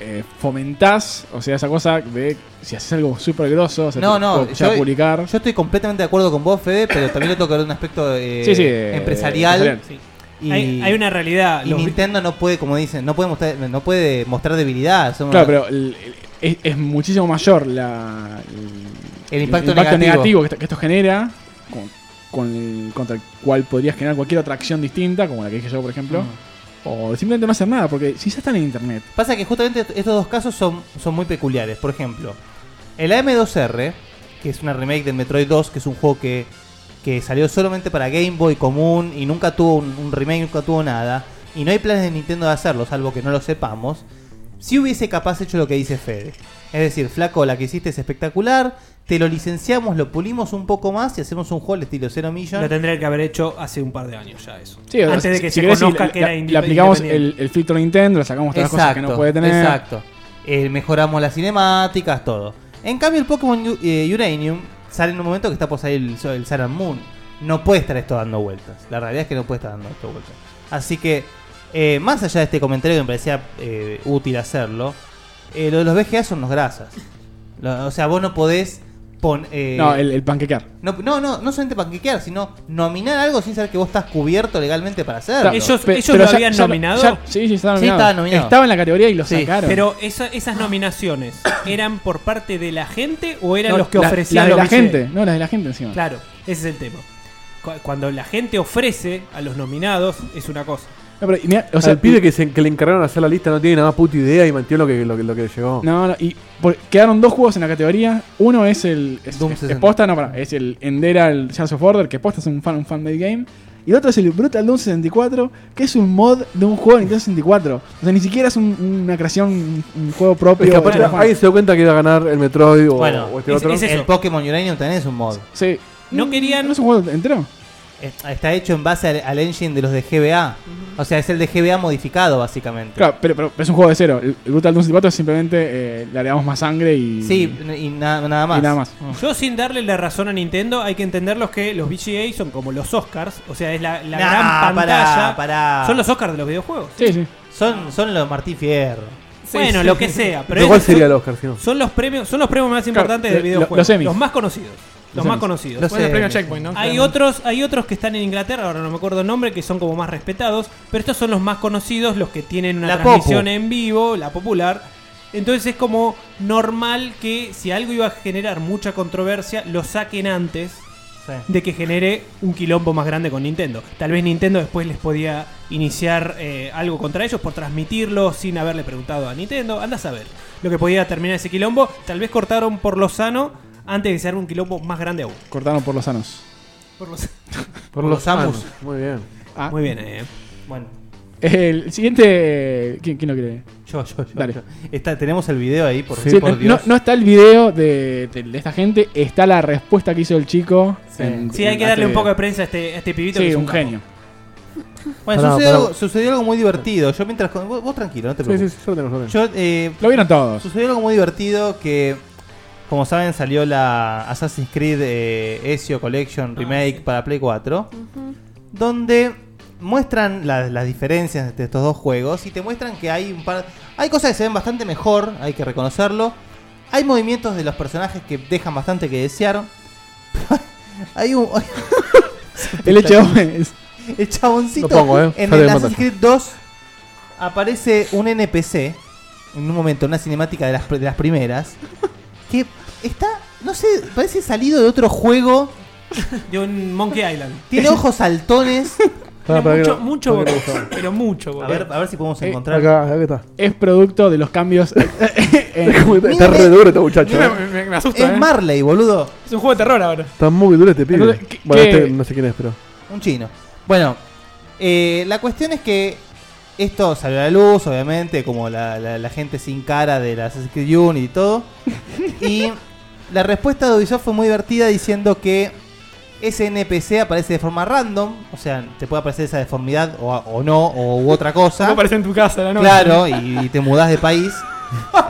eh, fomentás, o sea, esa cosa de si haces algo súper grosso, o sea, No, te- no, puedo ya yo- publicar. Yo estoy completamente de acuerdo con vos, Fede, pero también le tengo que ver un aspecto eh, Sí, sí, eh, empresarial. empresarial. Sí. Y, hay, hay una realidad. y Los- Nintendo no puede, como dicen, no puede mostrar, no puede mostrar debilidad. somos- Claro, pero el- el- es, es muchísimo mayor la, el, El impacto negativo, negativo que, esto, que esto genera con, con el- contra el cual podrías generar cualquier otra acción distinta, como la que dije yo, por ejemplo. O simplemente no hacer nada, porque si ya están en internet. Pasa que justamente estos dos casos son, son muy peculiares. Por ejemplo, el AM2R, que es una remake del Metroid 2, que es un juego que, que salió solamente para Game Boy común y nunca tuvo un, un remake, nunca tuvo nada. Y no hay planes de Nintendo de hacerlo, salvo que no lo sepamos. Si hubiese capaz hecho lo que dice Fede. Es decir, flaco, la que hiciste es espectacular. Te lo licenciamos, lo pulimos un poco más y hacemos un juego al estilo 0 Million. Lo tendría que haber hecho hace un par de años ya eso. Sí, o Antes sea, de que si se querés, conozca le- que le- era Le aplicamos independiente. el, el filtro Nintendo, le sacamos todas las cosas que no puede tener. Exacto. Eh, mejoramos las cinemáticas, todo. En cambio, el Pokémon U- eh, Uranium sale en un momento que está por salir el, Sol- el Sun and Moon. No puede estar esto dando vueltas. La realidad es que no puede estar dando esto vueltas. Así que, eh, más allá de este comentario que me parecía eh, útil hacerlo, eh, lo de los VGA son los grasas. Lo- o sea, vos no podés poner. No, el, el panquequear. no, no, no, no solamente panquequear, sino nominar algo sin saber que vos estás cubierto legalmente para hacerlo. Ellos- Pe- ellos pero lo habían nominado. ya- sí, sí, estaba Sí, nominado. estaba nominado. Estaba en la categoría y lo Sí, sacaron. Pero esa- esas nominaciones, ¿eran por parte de la gente o eran No, los que la- ofrecían la de los la billetes? gente. No, la de la gente encima. Claro, ese es el tema. Cu- Cuando la gente ofrece a los nominados, es una cosa. No, pero, y mirá, O sea, el y- pibe que, se, que le encargaron de hacer la lista no tiene nada puta idea y mantiene lo que, lo, que- lo que llegó. No, no, y por- quedaron dos juegos en la categoría. Uno es el. Es, Doom es- 60. es posta, no, pará, es el Endera, el Shards of Order, que posta es un fan, un fan del game. Y el otro es el Brutal Doom 64, que es un mod de un juego de Nintendo 64. O sea, ni siquiera es un- una creación, un, un juego propio. Es que aparte de los fans. ahí se dio cuenta que iba a ganar el Metroid o, Bueno, o este es- otro. es eso. El Pokémon Uranium también es un mod. Sí. Mm, No querían- No es un juego entero. Eh, Está hecho en base al, al engine de los de GBA. O sea, es el de GBA modificado, básicamente. Claro, pero, pero es un juego de cero. El, el Brutal Doom 64 es simplemente eh, le agregamos más sangre y. Sí, n- y na- nada más. Y nada más. Yo sin darle la razón a Nintendo, hay que entenderlos que los VGA son como los Oscars, o sea, es la, la Nah, gran Ah, pará, pantalla. pará. Son los Oscars de los videojuegos. Sí, sí. Son, son los Martín Fierro. bueno, lo que sea, pero Pero ¿Cuál ellos sería el son, Oscar si no? son los premios, son los premios más Claro, importantes lo- del videojuego, los Emmys. más conocidos, los, Los más Emmys. conocidos. Los Bueno, el premio sé. Checkpoint, ¿no? Hay Claramente. otros, hay otros que están en Inglaterra, ahora no me acuerdo el nombre, que son como más respetados, pero estos son los más conocidos, los que tienen una La transmisión Popu. en vivo, la popular. Entonces es como normal que si algo iba a generar mucha controversia, lo saquen antes Sí. de que genere un quilombo más grande con Nintendo. Tal vez Nintendo después les podía iniciar eh, algo contra ellos por transmitirlo sin haberle preguntado a Nintendo. Anda a saber lo que podía terminar ese quilombo. Tal vez cortaron por lo sano antes de que se arme un quilombo más grande aún. Cortaron por los sanos. Por lo sano. Por los Samus. Muy bien. Ah, Muy bien, eh. Bueno. El siguiente. ¿Quién, quién lo quiere? Yo, yo, yo. Dale. yo. Está, tenemos el video ahí, por, Sí, por no- Dios. No, está el video de, de- de esta gente, está la respuesta que hizo el chico. en- Sí, hay que en- darle hace- un poco de prensa a este, a este pibito. que Sí, es un, capo. genio. Bueno, Pará, sucedió, pará. algo- sucedió algo muy divertido. Yo mientras. con- Vos, vos tranquilo, no te Sí, sí, preocupes. sí, yo lo tengo, yo lo tengo. Yo, eh, Lo vieron todos. Sucedió algo muy divertido que, como saben, salió la Assassin's Creed eh, Ezio Collection Remake para Play 4, donde muestran la- las diferencias entre estos dos juegos y te muestran que hay un par... Hay cosas que se ven bastante mejor, hay que reconocerlo. Hay movimientos de los personajes que dejan bastante que desear. hay un... El hecho es. El chaboncito Lo pongo, ¿eh? en Sale el de Assassin's Creed 2 aparece un NPC en un momento, una cinemática de las, de las primeras, que está, no sé, parece salido de otro juego, De un Monkey Island. tiene ojos saltones. Pará, pará, Tiene que mucho, mucho lo- pará que lo botón, pero mucho A botón. ver, a ver si podemos Eh, encontrar. Acá, acá está. Es producto de los cambios. en- Está, está re duro este muchacho. eh. me, me- me asusta, Es eh. Marley, boludo, Es un juego de terror ahora. Está muy duro este pibe. Entonces, ¿qué- Bueno, qué- este no sé quién es, pero. un chino. Bueno, eh, la cuestión es que esto salió a la luz, obviamente, como la, la- la gente sin cara de la Assassin's Creed Unity y todo. Y la respuesta de Ubisoft fue muy divertida diciendo que ese NPC aparece de forma random, o sea, te puede aparecer esa deformidad o, o no, o u otra No cosa. aparece en tu casa la noche. Claro, y, y te mudás de país.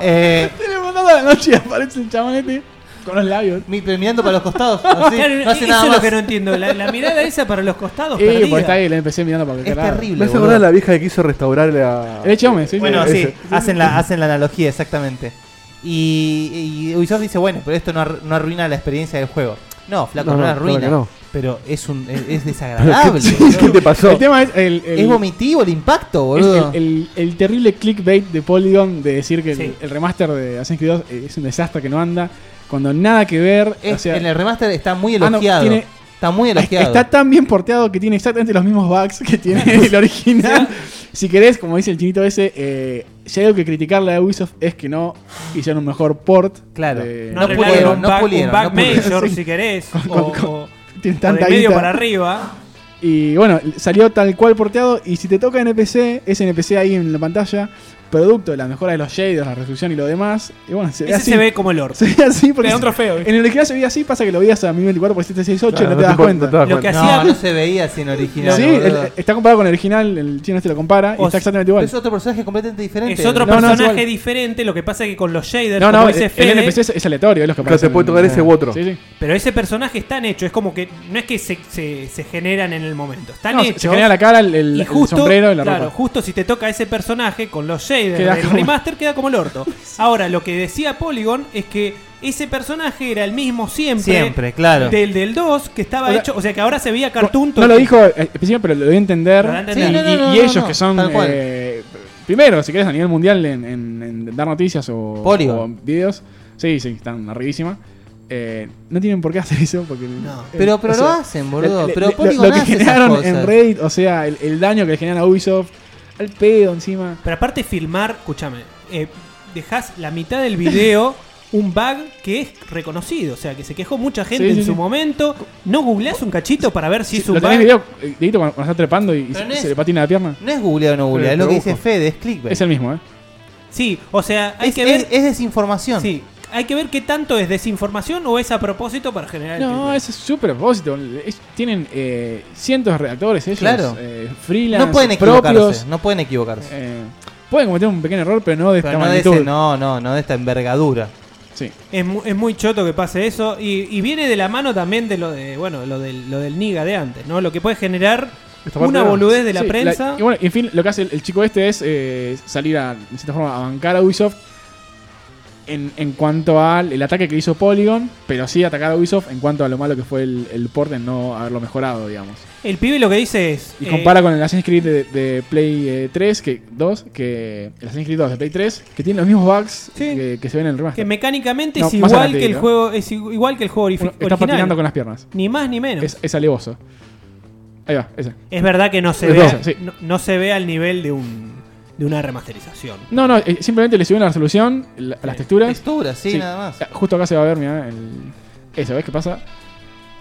Eh, Le mandaron a la noche y aparece el chabón este con los labios. mi- pero mirando para los costados, así, Claro, no hace eso nada es más. lo que no entiendo. La, la mirada esa para los costados. Eh, perdida. porque está ahí el NPC mirando para Es cualquier lado. terrible. Me hace boludo. acordar a la vieja que quiso restaurar la. Eh, El hecho hombre, Eh, sí. sí. Bueno, ese. sí, hacen la, hacen la analogía, exactamente. Y, y Ubisoft dice, bueno, pero esto no, ar- no arruina la experiencia del juego. No, flaco, no, la claro arruina. que no. Pero es un es, es ¿Qué, desagradable. ¿Qué te boludo. pasó? El tema es el. el- es vomitivo el impacto, es boludo. el, el- el terrible clickbait de Polygon de decir que el- Sí. el, remaster de Assassin's Creed 2 es un desastre que no anda, cuando nada que ver. Es- o sea, en el remaster está muy Ah, no, elogiado. tiene- está muy elogiado. Está tan bien porteado que tiene exactamente los mismos bugs que tiene el original. si querés, como dice el chinito ese, eh, si hay algo que criticarle a Ubisoft es que no hicieron un mejor port. Claro. de- No, No arreglaron pulieron, un no back, pulieron, un back no pulieron. major, Sí. si querés. Con- o, con- o- tienen o de tanta medio guita. para arriba. Y bueno, salió tal cual porteado. Y si te toca NPC, ese NPC ahí en la pantalla, producto de la mejora de los shaders, la resolución y lo demás. Y bueno, se ve Ese así. se ve como el orto. Se ve así Te porque. da un trofeo. En el original se veía así, pasa que lo veías a 1024 por 768 Claro, y no te das cuenta. No te das Lo que cuenta. hacía- No, no se veía así en original. sí, boludo. el- está comparado con el original, el chino este lo compara y O está sea, exactamente Pero igual. es otro personaje completamente diferente. Es otro No, no, es personaje igual. diferente, lo que pasa es que con los shaders, No, no, como el, dice el Fede, NPC es, es aleatorio, es los que Claro, te aparecen puede en- tocar ese u otro. Sí, sí. pero ese personaje es tan hecho, es como que no es que se, se- se generan en el momento, están No, se- hechos. se genera la cara, el, el- y el justo, sombrero y la claro, ropa. justo si te toca ese personaje con los shaders Queda del como- remaster queda como el orto. Ahora, lo que decía Polygon es que ese personaje era el mismo siempre, Siempre, claro. del del 2 que estaba O sea, hecho, o sea que ahora se veía cartoon No lo dijo eh, específicamente, pero lo dio a entender. Lo dio a entender. Y, Sí, no, no, y- no, y no, ellos no, que son. tal cual. eh, primero, si querés, a nivel mundial en, en- en dar noticias o, Polygon. o videos. Sí, sí, están arribísima. Eh, no tienen por qué hacer eso porque. No, eh, pero- pero o sea, lo hacen, boludo. le- Pero le- lo- Polygon Lo que hace esas generaron cosas. en Reddit, o sea, el, el daño que le generan a Ubisoft. Al pedo encima. Pero aparte filmar, escúchame, eh, dejás la mitad del video un bug que es reconocido, o sea, que se quejó mucha gente Sí, en sí, su sí. momento. No googleás un cachito para ver si es un lo bug. tenés video, eh, Dieguito, cuando, cuando está trepando y, y Pero se, no es- se le patina la pierna. No es googleado o no googleado, es lo que Pero te dice Fede, es clickbait. Es el mismo, ¿eh? Sí, o sea, hay Es- que ver es- es desinformación. sí, hay que ver qué tanto es desinformación o es a propósito para generar este el No, clickbait. ese es súper propósito. Es- tienen eh, cientos de redactores ellos, Claro. eh, freelance, No pueden equivocarse, propios. no pueden equivocarse. eh, pueden cometer un pequeño error, pero no de Pero esta no de, magnitud. ese- no, no, no de esta envergadura. Sí. Es, mu- es muy choto que pase eso y, y viene de la mano también de lo de bueno, lo del lo del niga de antes, ¿no? Lo que puede generar Esta parte una era- boludez de la Sí, prensa. y bueno, en fin, lo que hace el, el chico este es eh, salir a, de cierta forma, a bancar a Ubisoft en, en cuanto al el ataque que hizo Polygon, pero sí atacar a Ubisoft en cuanto a lo malo que fue el, el port en no haberlo mejorado, digamos. El pibe lo que dice es Y eh, compara con el Assassin's Creed de, de Play eh, 3, que 2, que el Assassin's Creed 2 de Play 3, que tiene los mismos bugs Sí. que, que se ven en el que remaster. mecánicamente No, es más igual adelante que el digo, ¿eh? juego es i- igual que el juego orif- Uno está original. patinando con las piernas. Ni más ni menos. Es, Es, es alevoso. Ahí va, ese. verdad que no se, Es ve, rosa, sí. no, no se ve al nivel de un de una remasterización. No, no, eh, simplemente le subieron la resolución, la- a las Sí. texturas. Textura, sí, Sí. nada más. Ah, Justo acá se va a ver, mira. El... Eso, ¿ves qué pasa?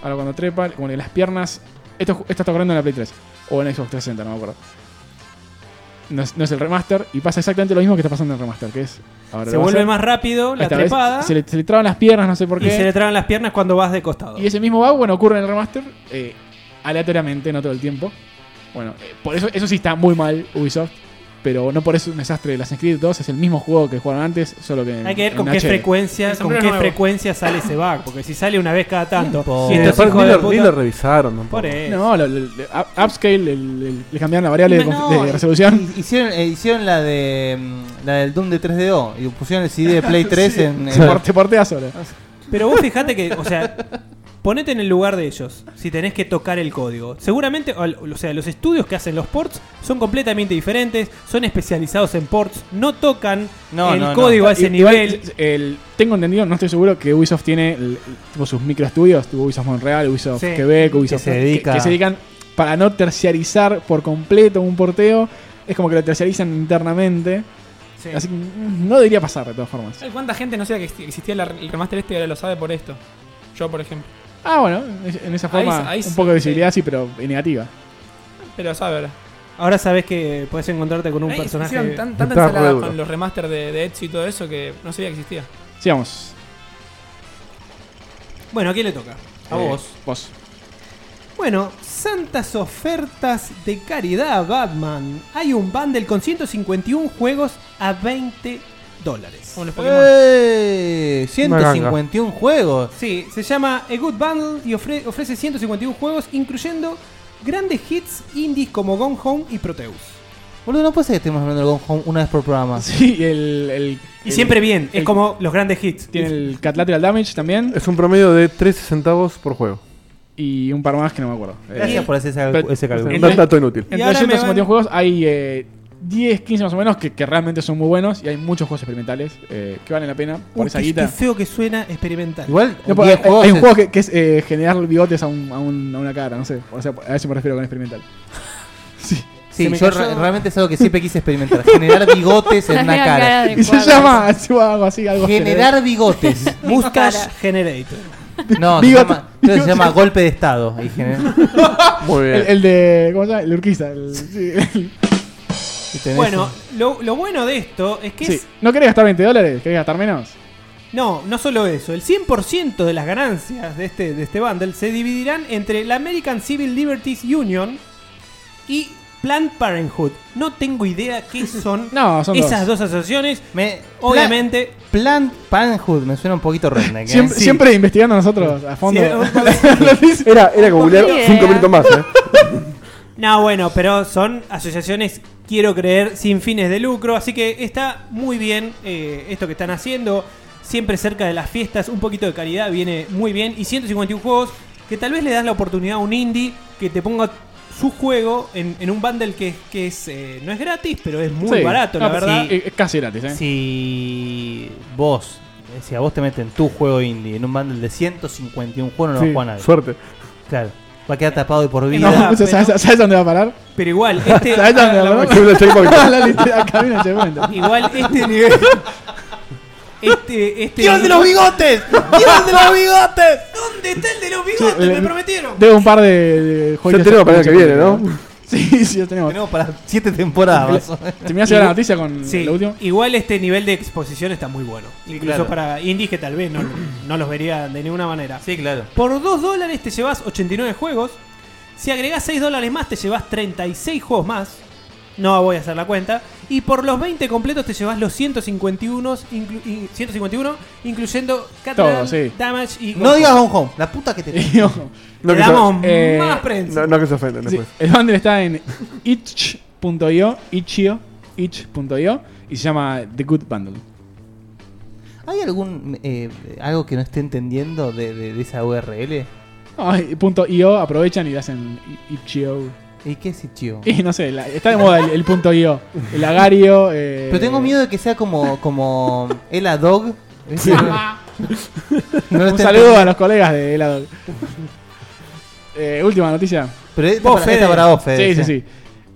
Ahora cuando trepa, como que las piernas. Esto, esto está corriendo en la Play 3. O en Xbox 360, no me acuerdo. no es, no es el remaster y pasa exactamente lo mismo que está pasando en el remaster, que es ahora Se lo va a vuelve hacer. más rápido la Esta vez trepada Se le, se le traban las piernas, no sé por y se le qué. traban las piernas cuando vas de costado. Y, ese mismo bug, bueno, ocurre en el remaster eh, aleatoriamente, no todo el tiempo. Bueno, eh, por eso eso sí está muy mal Ubisoft, pero no por eso es un desastre de las Creed 2, es el mismo juego que jugaron antes, solo que en- Hay que ver en con qué HD. frecuencia, El con sombrero qué nuevo. frecuencia sale ese bug, porque si sale una vez cada tanto, Tiempo. y Sí, estos aparte hijos ni, de lo, ni puta- lo revisaron tampoco. por eso. No, lo- lo- lo- up- upscale, el- el- le cambiaron la variable de, No, conf- de resolución. hi- Oh, Hicieron, eh, hicieron la de mm, la del Doom de 3DO y pusieron el CD de Play 3 en, Ah, en Te por- Te porteas solo. Pero vos fijate que, o sea, ponete en el lugar de ellos, si tenés que tocar el código. Seguramente, o o sea, los estudios que hacen los ports son completamente diferentes, son especializados en ports, no tocan No, el no, no. código a ese Igual, nivel. el- tengo entendido, no estudio seguro, que Ubisoft tiene el- tipo sus microestudios, tipo Ubisoft Montreal, Ubisoft Sí. Quebec, Ubisoft se dedica- que se dedican para no terciarizar por completo un porteo. Es como que lo terciarizan internamente. Sí. Así que mm, no debería pasar de todas formas. Ay, ¿Cuánta gente no sabía que exi- existía la- el remaster este y ahora lo sabe por esto? Yo, por ejemplo. Ah, bueno, es- en esa Ahí forma se- ahí un se- poco de visibilidad, sí, pero en negativa. Pero lo sabe ahora. Ahora sabes que puedes encontrarte con un Ay, personaje. hicieron tan- tanta Está re ensalada duro. con los remaster de, de Ezio y todo eso que no sabía que existía. Sigamos. Bueno, ¿a quién le toca? A Eh, vos. Vos. Bueno, santas ofertas de caridad, Batman. Hay un bundle con 151 juegos a 20 dólares. Como los Pokémon. ¡Eh! 151 juegos. Sí, se llama A Good Bundle y ofre- ofrece 151 juegos, incluyendo grandes hits indies como Gone Home y Proteus. Boludo, no puede ser que estemos hablando del Gone Home una vez por programa. Sí, el. el- Y el- siempre bien, es el- como los grandes hits. Tiene el Cat Lateral Damage también. Es un promedio de 13 centavos por juego. Y un par más que no me acuerdo. Eh, Gracias por hacer ese, pero- ese cálculo. Un el- dato inútil. Y Entre ahora me 151 van- juegos hay eh, 10, 15 más o menos que, que realmente son muy buenos y hay muchos juegos experimentales eh, que valen la pena por Uy, esa qué- guita. qué feo que suena experimental. Igual, 10 No, porque hay, juegos hay un es- juego que, que es eh, generar bigotes a, un- a un- a una cara, no sé. O sea, a eso me refiero con experimental. Sí. se Sí, me yo cayó. re- realmente es algo que siempre quise experimentar. Generar bigotes en una cara. Y se llama se llama algo así, algo Generar bigotes. Mustache Generator. No, se Bigote- llama, creo que se llama bigotes. golpe de estado. Y genera- Muy bien. El, el de. ¿Cómo se llama? El de Urquiza. el- sí, el- y tenés Bueno, un- lo, lo bueno de esto es que sí. es- ¿No querés gastar 20 dólares? ¿Querés gastar menos? No, no solo eso. El 100% de las ganancias de este, de este bundle se dividirán entre la American Civil Liberties Union y Planned Parenthood. No tengo idea qué son, No, son dos. esas dos, asociaciones. me- Obviamente, Plan Parenthood me suena un poquito redneck. ¿eh? Siempre, Sí. siempre investigando nosotros a fondo. Sí, Era, era googlear idea. 5 minutos más, ¿eh? no, bueno, pero son asociaciones, quiero creer, sin fines de lucro. Así que está muy bien eh, esto que están haciendo. Siempre cerca de las fiestas, un poquito de calidad viene muy bien. Y 151 juegos que tal vez le das la oportunidad a un indie que te ponga su juego en, en un bundle que, que es, eh, no es gratis, pero es muy Sí. barato, No, la pero verdad. sí, es casi gratis, ¿eh? Si vos, eh, si a vos te meten tu juego indie en un bundle de 151 juegos, no lo Sí, juega nadie. suerte. Claro. Va a quedar tapado de por No, vida. Ah, ¿sabes, pero- sabes dónde va a parar? Pero igual, este, ¿Sabes dónde va a parar? Aquí hubo el checkpoint. La lista- acá viene el segundo. igual este nivel... Este, este bigotes! ¡Dios de los bigotes! ¿Dónde está el de los bigotes? Sí, Me el- prometieron. Debo un par de, de Ya tenemos para el que viene, ¿no? Sí, sí, ya tenemos. Tenemos para 7 temporadas. más o menos. Terminás de ver la noticia con Sí, lo último. igual este nivel de exposición está muy bueno. Incluso Claro. para indies que tal vez no, no los vería de ninguna manera. Sí, claro. Por 2 dólares te llevas 89 juegos. Si agregás 6 dólares más, te llevas 36 juegos más. No voy a hacer la cuenta. Y por los 20 completos te llevas los 151, inclu- y- 151 incluyendo Catedral, Todo, sí. Damage y. No digas Gone Home. La puta que te. Y ojo, No Le que se- damos eh, más prensa. No, no que se ofenden sí, después. el bundle está en itch.io, itch.io, itch.io y se llama The Good Bundle. ¿Hay algún. eh, algo que no esté entendiendo de, de- de esa URL? No, y punto .io aprovechan y le hacen i- itch.io. ¿Y qué es Ichio? Y no sé, la- está de moda el, el punto .io, el agario. eh, Pero tengo miedo de que sea como. como. Ela Dog. ¿viste? No lo Un esté saludo entendiendo. a los colegas de Helado. Eh, última noticia. Pero esta, Vos, para, Fede. esta para vos, Fede. Sí, sí, sí.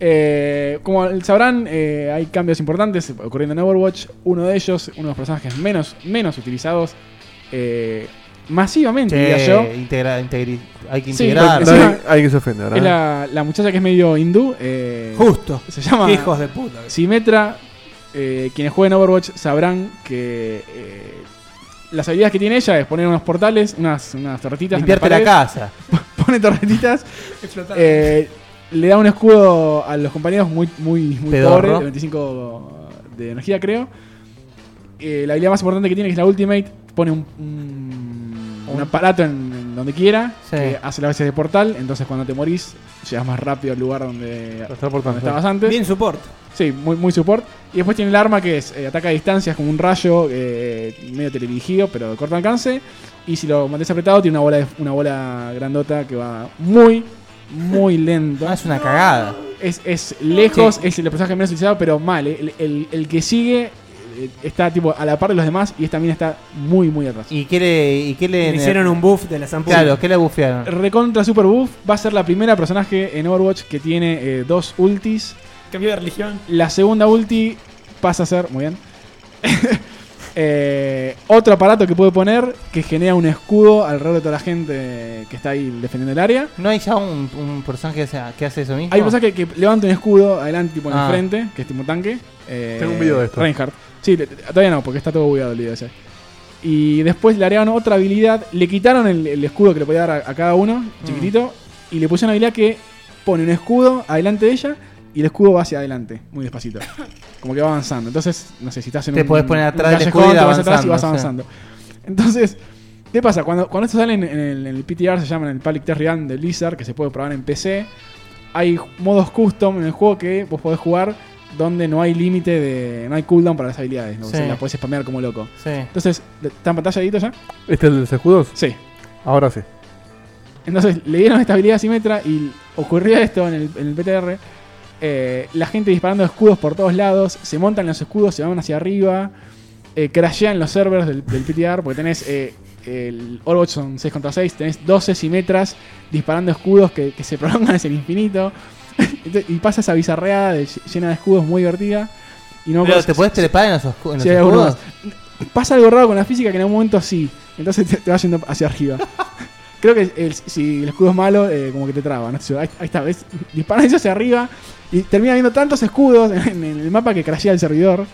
Eh, como sabrán, eh, hay cambios importantes ocurriendo en Overwatch. Uno de ellos, uno de los personajes menos, menos utilizados, eh, masivamente, diría Che, yo. integra- integri- hay que Sí, integrar. porque encima- Hay que se ofende, Es ¿verdad? la, la muchacha que es medio hindú. eh, Justo. Se llama Qué hijos de puta. Simetra. eh, quienes jueguen Overwatch sabrán que eh, las habilidades que tiene ella es poner unos portales, unas, unas torretitas. en las Limpiarte la paredes, casa. Pone torretitas. eh, le da un escudo a los compañeros muy, muy, muy Pedorro. pobre, de 25 de energía, creo. Eh, la habilidad más importante que tiene, que es la Ultimate, pone un, un- un aparato en, en donde quiera, Sí. que hace las veces de portal, entonces cuando te morís, llegas más rápido al lugar donde, Lo está donde portando. estabas antes. Bien support. Sí, muy, muy support. Y después tiene el arma que es eh, ataca a distancias como un rayo, eh, medio teledirigido, pero de corto alcance. Y si lo mantienes apretado, tiene una bola, de- una bola grandota que va muy, muy lento. No, Ah, es una cagada. Es, es lejos, es el personaje menos utilizado, pero mal. eh. El, el- el que sigue eh, está tipo a la par de los demás y esta mina está muy, muy atrás. ¿Y qué le, y qué le, Le hicieron un buff de la Zampu. Claro, ¿qué le bufearon? Recontra Super Buff va a ser la primera personaje en Overwatch que tiene eh, dos ultis. Cambió de religión. La segunda ulti pasa a ser. Muy bien. Eh, otro aparato que puede poner que genera un escudo alrededor de toda la gente que está ahí defendiendo el área. ¿No hay ya un, un personaje que hace, que hace eso mismo? Hay personas que, que levanta un escudo adelante, tipo en Ah. el frente, que es tipo un tanque. Eh, Tengo un video de esto. Reinhardt. Sí, te- te- todavía no, porque está todo bugueado el video ese. Y después le agregaron otra habilidad. Le quitaron el, el escudo que le podía dar a, a cada uno, Mm. chiquitito. Y le pusieron una habilidad que pone un escudo adelante de ella. Y el escudo va hacia adelante, muy despacito. Como que va avanzando. Entonces, no sé si estás en Te un. podés poner atrás un del escudo y callejón, ir te vas atrás y vas avanzando, avanzando. Entonces, ¿qué pasa? Cuando, cuando esto sale en, en el, en el PTR, se llama en el Public Test Run de Blizzard, que se puede probar en PC hay ju- modos custom en el juego que vos podés jugar donde no hay límite de. no hay cooldown para las habilidades, ¿no? O sea, Sí. las podés spamear como loco. Sí. Entonces, ¿está en pantalla Edito, ya? ¿Este es el de Sejudos? Sí. Ahora sí. Entonces le dieron esta habilidad a Simetra y ocurría esto en el, en el PTR. Eh, la gente disparando escudos por todos lados, se montan los escudos, se van hacia arriba, eh, crashean los servers del, del PTR, porque tenés eh, el Overwatch son 6 contra 6, tenés 12 Simetras disparando escudos que, que se prolongan hacia el infinito. Entonces, y pasa esa bizarreada de ll- llena de escudos muy divertida. Y no me Pero acuerdo te si- puedes trepar en los, oscu- en los si hay alguno escudos. más. Pasa algo raro con la física que en algún momento sí. Entonces te, te va yendo hacia arriba. Creo que el- si el escudo es malo, eh, como que te traba. ¿no? Entonces, Ahí, ahí está, ¿ves? Disparan ellos hacia arriba y termina habiendo tantos escudos en, en el mapa que crashea el servidor.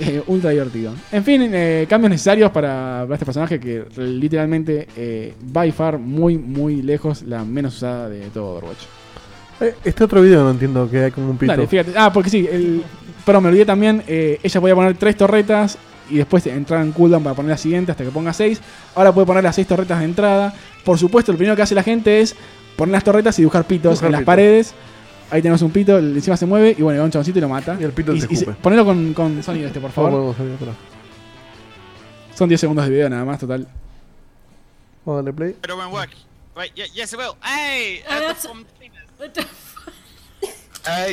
Eh, ultra divertido. En fin, eh, cambios necesarios para, para este personaje que literalmente eh, by far muy, muy lejos la menos usada de todo Overwatch. Eh, Este otro video no entiendo que hay como un pito. Dale, fíjate. Ah, porque sí, el, perdón, me olvidé también. eh, ella podía poner tres torretas y después entrar en cooldown para poner la siguiente hasta que ponga seis. Ahora puede poner las seis torretas de entrada. Por supuesto, lo primero que hace la gente es poner las torretas y dibujar pitos Dibujar en las pitos. paredes. Ahí tenemos un pito, el de encima se mueve y bueno, va un chaboncito y lo mata. Y el pito te se- escupe. Ponelo con, con sonido este, por favor. Vamos a ver atrás. Son 10 segundos de video nada más, total. Vamos a darle play. It won't work. Wait, y- yes, it will. Hey, Oh, uh, that's- from- What the Hey,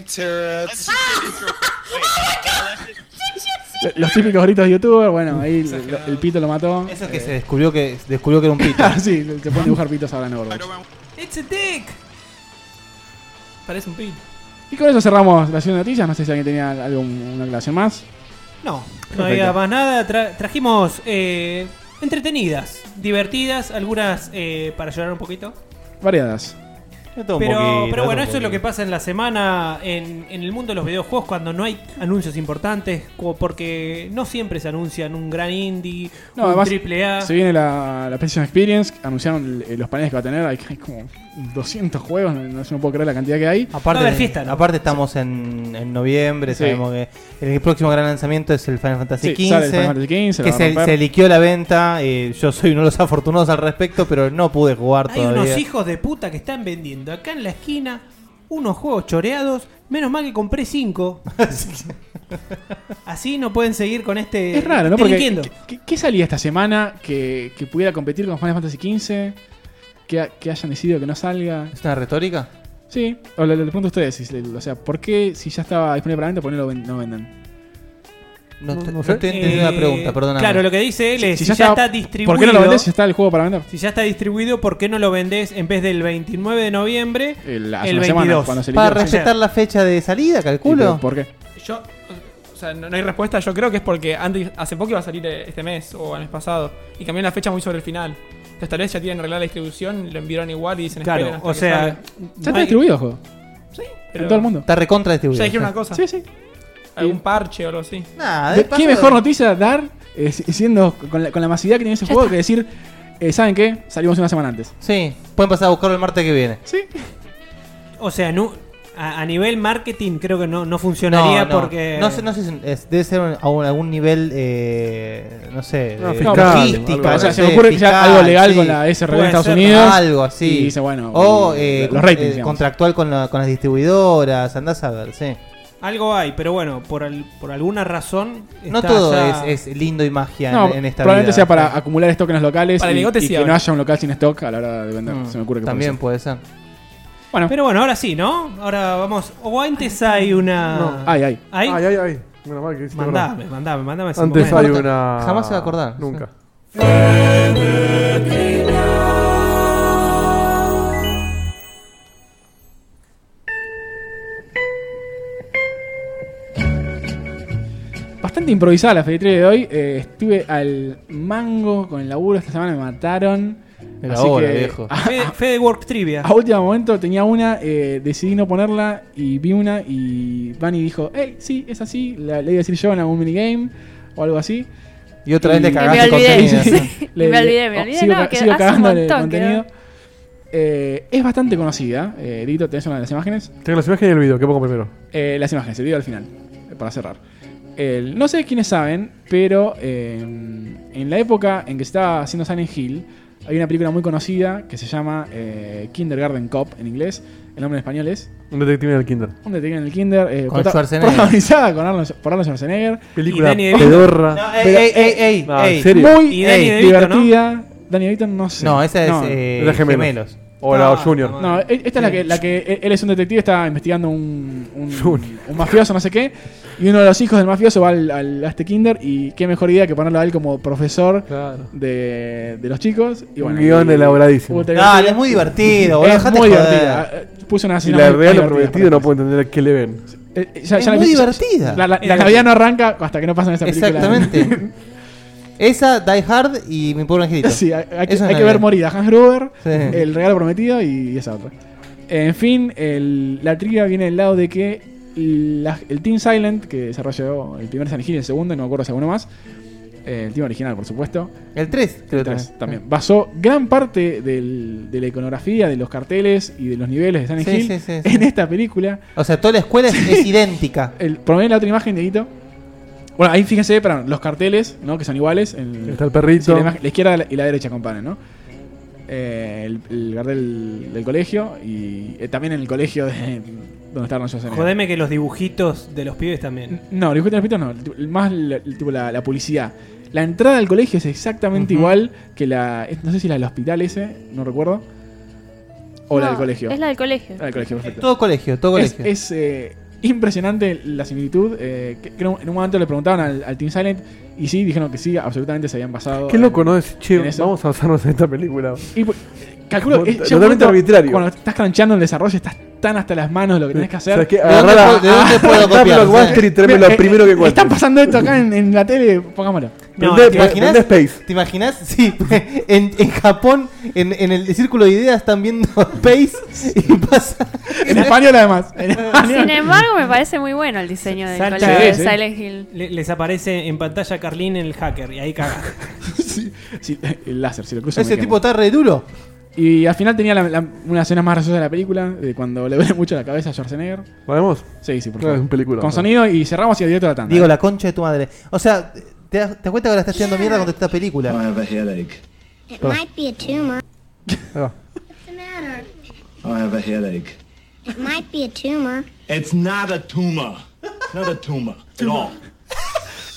let's just turrets. do the intro. Wait, let's just- Eh, Los típicos gritos de youtuber, bueno, ahí lo- el pito lo mató. Eso que Eh, se descubrió que se descubrió que era un pito. Claro, sí, se pueden dibujar pitos ahora en Overwatch. it won't- It's a dick. Parece un pit. Y con eso cerramos la segunda noticia. No sé si alguien tenía algo, una aclaración más. No, no había más nada. Tra- trajimos eh, entretenidas, divertidas, algunas eh, para llorar un poquito. Variadas. Esto un Pero, poquito, pero bueno, esto eso un es lo que poquito. pasa en la semana en, en el mundo de los videojuegos cuando no hay anuncios importantes, como porque no siempre se anuncian un gran indie, No, un además, triple A. Se viene la, la PlayStation Experience. Anunciaron el- los paneles que va a tener. Hay, hay como 200 juegos. No, no- yo no puedo creer la cantidad que hay. Aparte, Va a haber fiesta, ¿no? aparte estamos en, en noviembre, Sí. sabemos que el próximo gran lanzamiento es el Final Fantasy Sí, XV, sale el Final Fantasy que XV, la va a se, romper. se liqueó la venta, eh, yo soy uno de los afortunados al respecto, pero no pude jugar Hay todavía. unos hijos de puta que están vendiendo acá en la esquina unos juegos choreados. Menos mal que compré cinco. Así no pueden seguir con este. Es raro, ¿no? Porque, delinquiendo. ¿qué, qué- qué salía esta semana que, que pudiera competir con Final Fantasy XV? Que, ha- que hayan decidido que no salga. ¿Es una retórica? Sí, o le, le pregunto a ustedes. si le- o sea, ¿por qué si ya estaba disponible para venta, por qué no lo ven- no venden? Eh, No, No- estoy- no no sé. estoy entendiendo la pregunta, perdóname. Claro, lo que dice él es: si, ya, está distribuido. ¿Por qué no lo vendés si está el juego para vender? Si ya está distribuido, ¿por qué no lo vendés en vez del 29 de noviembre? El, hace el una semana, 22. cuando se Para liquidó. re- respetar la fecha de salida, Sí, pero calculo. ¿Por qué? Yo. O sea, no, no hay respuesta. Yo creo que es porque antes, hace poco iba a salir eh, este mes o el mes pasado. Y cambiaron la fecha muy sobre el final. Entonces tal vez ya tienen arreglada la distribución, lo enviaron igual y dicen Claro, esperen hasta o que sea, salga. Ya está distribuido el juego. Sí, En todo el mundo. Está recontra Ya distribuido. dijeron una cosa. Sí, sí. Algún parche o algo así. Nah, De- ¿Qué mejor noticia dar eh, si- siendo con la, con la masividad que tiene ese juego que decir, eh, ¿saben qué? Salimos una semana antes. Sí, pueden pasar a buscarlo el martes que viene. O sea, no, a, a nivel marketing creo que no, no funcionaría no, porque. No sé, no sé si es- debe ser un- a un- algún nivel, eh, no sé, No, de fiscal, algo logística. O sea, no se me sé, ocurre que ya fiscal, algo legal sí. con la SRB de Puede Estados ser, Unidos. Algo así. Y dice, bueno, o mm, eh, los ratings, eh, digamos. contractual con, la- con las distribuidoras, andás a ver, sí. Algo hay, pero bueno, por, al- por alguna razón. No está todo ya- es, es lindo y magia en- No, en, esta probablemente vida. sea para acumular stock en los locales Para el y, bigote y sí que ahora. no haya un local sin stock a la hora de vender. Mm, Se me ocurre que puede También ser. puede ser. Bueno, Pero bueno, ahora sí, ¿no? Ahora vamos. O antes hay una. No. ay, ay. ¿Hay? Ay, ay, ay. Menos mal que hiciste acordar. Mandame, mandame, mandame ese Antes momento. hay Corta. una. Jamás se va a acordar. Nunca. Bastante improvisada la Feria de hoy. eh, estuve al mango con el laburo. Esta semana me mataron. El Así ahora, que viejo. A, Fede, Fede Work Trivia. a último momento tenía una, eh, decidí no ponerla y vi una y Vani dijo, hey, sí, es así. La, le iba a decir yo en algún minigame o algo así. Y otra vez Y- le que me cagaste olvidé. contenido. Sí. Y me olvidé, me oh, olvidé, Sigo, no, ca- que sigo hace un cagándole el montón que no. contenido. Eh, es bastante conocida. Eh, Dito, ¿tenés una de las imágenes? Tengo las imágenes y el video, que pongo primero. Eh, las imágenes, el video al final, eh, para cerrar. El- no sé quiénes saben, pero eh, en la época en que se estaba haciendo Silent Hill, hay una película muy conocida que se llama eh, Kindergarten Cop en inglés. El nombre en español es Un detective en el Kinder. Un detective en el Kinder. eh, Con prota- Schwarzenegger. Protagonizada con Arnold, por Arnold Schwarzenegger. Película Danny DeVito. pedorra. No, ey, Pero- ey, ey, ey, No, ey. en serio. Muy Y Danny eh, DeVito, divertida. Danny DeVito, no sé. No, esa es No, eh, es de gemelos. gemelos. Hola, No, Junior. no, No, e- esta es la que, la que e- él es un detective, está investigando un, un- Junior. un mafioso, no sé qué. Y uno de los hijos del mafioso va al, al- a este kinder y qué mejor idea que ponerlo a él como profesor Claro. de, de los chicos. Y bueno, Un guión y- elaboradísimo. Puta, Dale, divertida. es muy divertido, boludo. Es dejate muy joder. divertida. Eh, Puse una Si escena la muy- realidad muy lo divertida. prometido no puede entender qué le ven. Eh, eh, ya- Es ya la muy vi- ya- divertida. La, la- la Navidad no arranca hasta que no pasan esa película. Exactamente. Esa, Die Hard y Mi Pobre Angelito. Sí, hay, hay que, Eso es hay que Navidad. ver morir a Hans Gruber, Sí. el regalo prometido y esa otra. En fin, el- la trivia viene del lado de que la- el Team Silent, que desarrolló el primer San Hill y el segundo, no me acuerdo si alguno más, eh, el team original, por supuesto, El 3, creo que tres también, basó gran parte del- de la iconografía, de los carteles y de los niveles de San Sí, Hill sí, sí, sí. en esta película. O sea, toda la escuela es, es idéntica. El, poneme la otra imagen, Dieguito. Bueno, ahí fíjense, perdón, los carteles, ¿no? Que son iguales. en- Está el perrito. Sí, la, imagen- la izquierda y la derecha comparan, ¿no? Eh, el, el cartel del colegio y eh, también en el colegio de, donde está Arnold Schwarzenegger. Jodeme que los dibujitos de los pibes también. No, los de los pitos no, el tipo- el más la, el tipo la, la publicidad. La entrada al colegio es exactamente igual que la. es- No sé si la del hospital ese, no recuerdo. O la No, del colegio. Es la del colegio. La del colegio, perfecto. Todo colegio, todo Es, colegio. es, eh, impresionante la similitud. eh, que- que en un- en un momento le preguntaban al, al Team Silent y sí, dijeron que sí, absolutamente se habían basado. Qué en- loco, ¿no? Decir, che, en eso. vamos a basarnos en esta película. Y, pues, calculo que Como ya totalmente un momento, arbitrario. Cuando estás crancheando el desarrollo, estás tan hasta las manos de lo que tenés que hacer. ¿Sabes qué? Ah, dónde Agarrar puedo- a. de dónde puedo agarrar a copiar? Blockbuster y Mira, tráemelo eh, primero eh, que encuentres. Están pasando esto acá en, en la tele, pongámoslo. No, Prende- es que- ¿Te imaginas? Space. ¿Te imaginas? Sí, en, en Japón, en, en el círculo de ideas están viendo Space y pasa. En español, además. En Sin español. embargo, me parece muy bueno el diseño del Salta colegio de ese. Silent Hill. le- les aparece en pantalla Carlín el hacker y ahí caga. Sí, sí, el láser, si lo cruzo. Ese me tipo quemo. está re duro. Y al final tenía la, la- una escena más graciosa de la película, de cuando le duele mucho la cabeza a Schwarzenegger. ¿Vamos? Sí, sí, por favor. Claro, es un película. Con sonido y cerramos y directo a la tanda. Digo, la concha de tu madre. O sea, te das, te das cuenta que la estás tirando mierda con esta película. have a headache. It might be a tumor. Ahí Ah. va. What's the matter? I have a headache. It might be a tumor. It's not a tumor. It's not a tumor at all.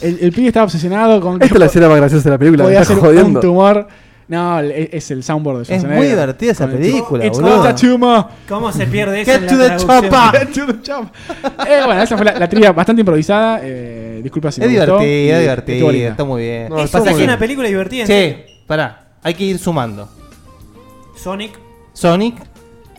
el, el pibe estaba obsesionado con que Esta es la escena más graciosa de la película. me podía está ser un jodiendo. tumor. No, es, es el soundboard de Es Schwarzenegger. muy divertida esa Con el- película, It's not a boludo. tumor. ¿Cómo se pierde eso? en Get la to the traducción? chopper. To the shop. Eh, bueno, esa fue la, la trivia bastante improvisada. Eh, disculpa si Es me gustó. divertida, Y- es estuvo divertida. linda. Está muy bien. No, Pasa está Pasa muy que es bien. una película divertida. ¿eh? en serio. Che, pará. Hay que ir sumando. Sonic. Sonic,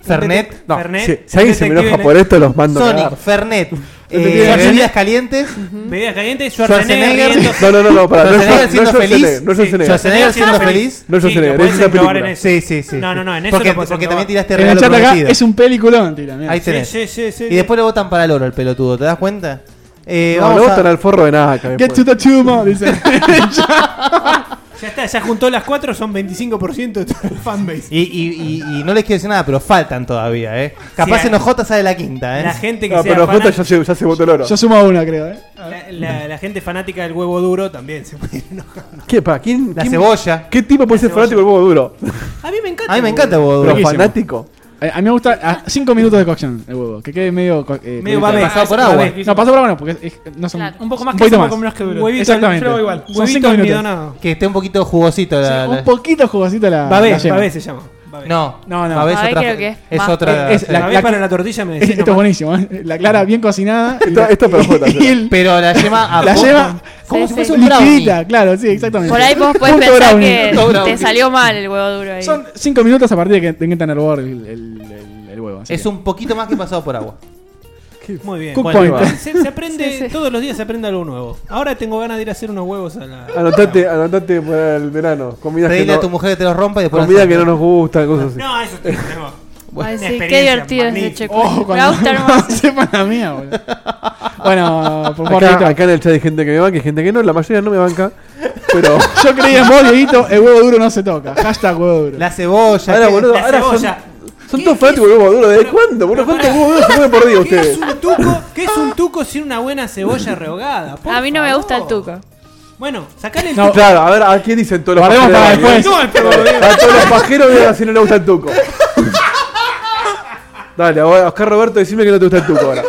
Fernet. No, Fernet, si, si alguien se me detective enoja en- por esto, los mando a Sonic, cagar. Fernet, Eh, bebidas calientes. Bebidas calientes, Schwarzenegger. riendo- No, no, no, no, para. No es Schwarzenegger Schwar- no siendo es feliz. Schwarzenegger. No es Schwarzenegger. Schwarzenegger siendo feliz. No es Schwarzenegger. puedes Esa es la englobar película. en eso. Sí, sí, sí. No, no, no, en eso Porque, lo podés porque englobar. también tiraste En el regalo chat acá prometido. es un peliculón, tira. mirá. Ahí tenés. Sí, sí, sí, sí. y después lo botan para el oro el pelotudo, ¿te das cuenta? Eh, No, le botan al forro de nada. acá Get después. to the tumor, dice. Ya está, ya juntó las cuatro, son 25% de todo el fanbase. Y, y- y- y no les quiero decir nada, pero faltan todavía, ¿eh? Capaz Sí, en OJ sale la quinta, ¿eh? La gente que No, sea pero fanática- Jota ya se, ya se botó el oro. Yo sumo una, creo, eh. la, la- la gente fanática del huevo duro también se puede enojar. ¿Qué, pa? ¿Quién, La quién- cebolla. ¿Qué tipo puede ser fanático del huevo duro? A mí me encanta. A mí me el encanta el huevo huevo Pero duro. Buenísimo. fanático. Eh, A, a mí me gusta 5 minutos de cocción el huevo. Que quede medio. co- eh, Medio cubierto. babé. Ah, Pasado por babé. agua. No, pasó por bueno, porque es- es- no son. Claro. Un poco más Un que poquito eso, más. poco menos que duro. Huevito Exactamente. al- pero igual. Son Huevito cinco minutos. almidonado. Que esté un poquito jugosito la. Sí, la- un poquito jugosita la. Babé, la yema. babé se llama. Babé. No, eh, No, no. Babé es Babé otra. creo que es es más- otra. Es- es la- Babé para la tortilla me Es- decís esto es nomás. buenísimo, ¿eh? La clara bien cocinada. y Esto- la- esto es para Jota, y el- Pero la lleva a La punto- yema- Como Sí, si fuese sí. un brownie. Liquidita, claro, sí, exactamente. Por ahí vos podés Punto pensar brownie. Punto que brownie. te salió mal el huevo duro ahí. Son 5 minutos a partir de que te intentan hervor el, el, el- el huevo. así Es que- un poquito más que pasado por agua. Muy bien. Cook Bueno, point. va. se, se aprende, Sí, sí. todos los días se aprende algo nuevo. Ahora tengo ganas de ir a hacer unos huevos a la. Anotate, anotate para el verano. Comidas que Pedile a no, tu mujer que te lo rompa y después. comida que lo no nos gusta, cosas así. No, eso te tengo. Ay, sí, qué experiencia divertido ese magnífica. chico. Oh, Me va a cuando gustar más. sepan la mía, boludo. Bueno, por favor, Acá, Dieguito. acá en el chat hay gente que me banca y gente que no. La mayoría no me banca. Pero. Yo creí en vos, Dieguito, el huevo duro no se toca. Hashtag huevo duro. La cebolla. Ahora, que- boludo, la ahora son, cebolla. son todos fanáticos del huevo duro. ¿Desde cuándo? boludo? ¿Cuántos huevos duros se comen por día ¿Qué es ustedes? un tuco? ¿Qué es un tuco sin una buena cebolla rehogada? Por A mí no me gusta el favor. tuco. Bueno, sacale el No. tuco. Claro, ah, a ver, ¿a qué dicen todos los Guardemos pajeros? para de la vida? después. A todos los pajeros de la si no le gusta el tuco. Dale, ahora, Oscar Roberto, decime que no te gusta el tuco ahora.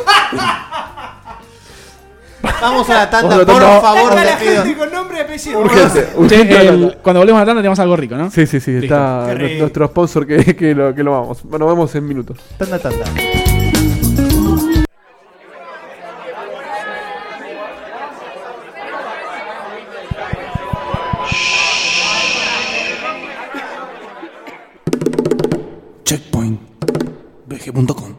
Vamos a la tanda, Vamos a la por tanda. favor, Está te la pido. gente con nombre y apellido. Urgente, Che, urgente. el- hablar. cuando volvemos a la tanda tenemos algo rico, ¿no? Sí, sí, sí, está Qué nu- rico. nuestro sponsor que, que lo, que lo vamos. Bueno, vamos en minutos. Tanda, tanda. Checkpoint. VG.com.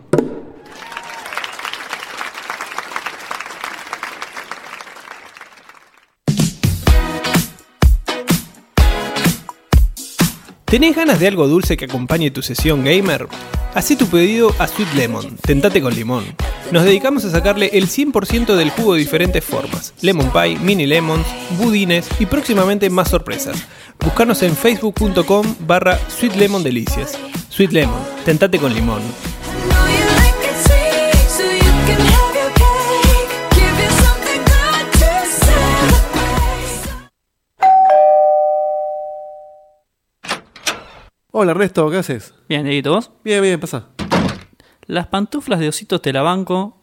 ¿Tenés ganas de algo dulce que acompañe tu sesión gamer? Hacé tu pedido a Sweet Lemon, tentate con limón. Nos dedicamos a sacarle el 100% del jugo de diferentes formas: lemon pie, mini lemons, budines y próximamente más sorpresas. Buscanos en facebook.com barra Sweet Lemon Delicias. Sweet Lemon, tentate con limón. Hola Ernesto, ¿qué haces? Bien, Dieguito, vos. Bien, bien, pasa. Las pantuflas de ositos te la banco.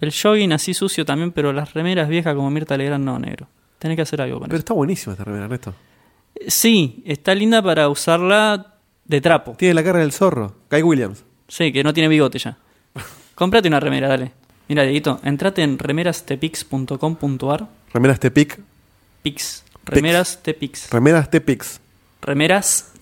El jogging así sucio también, pero las remeras viejas como Mirta Legrand no, negro. Tenés que hacer algo con Pero eso. está buenísima esta remera, Ernesto. Sí, está linda para usarla de trapo. Tiene la cara del zorro. Kai Williams. Sí, que no tiene bigote ya. Cómprate una remera, dale. Mira, Dieguito, entrate en remerastepix.com.ar. Remeras Tepix. Pix. Remeras Tepix. Remeras Tepix. Remeras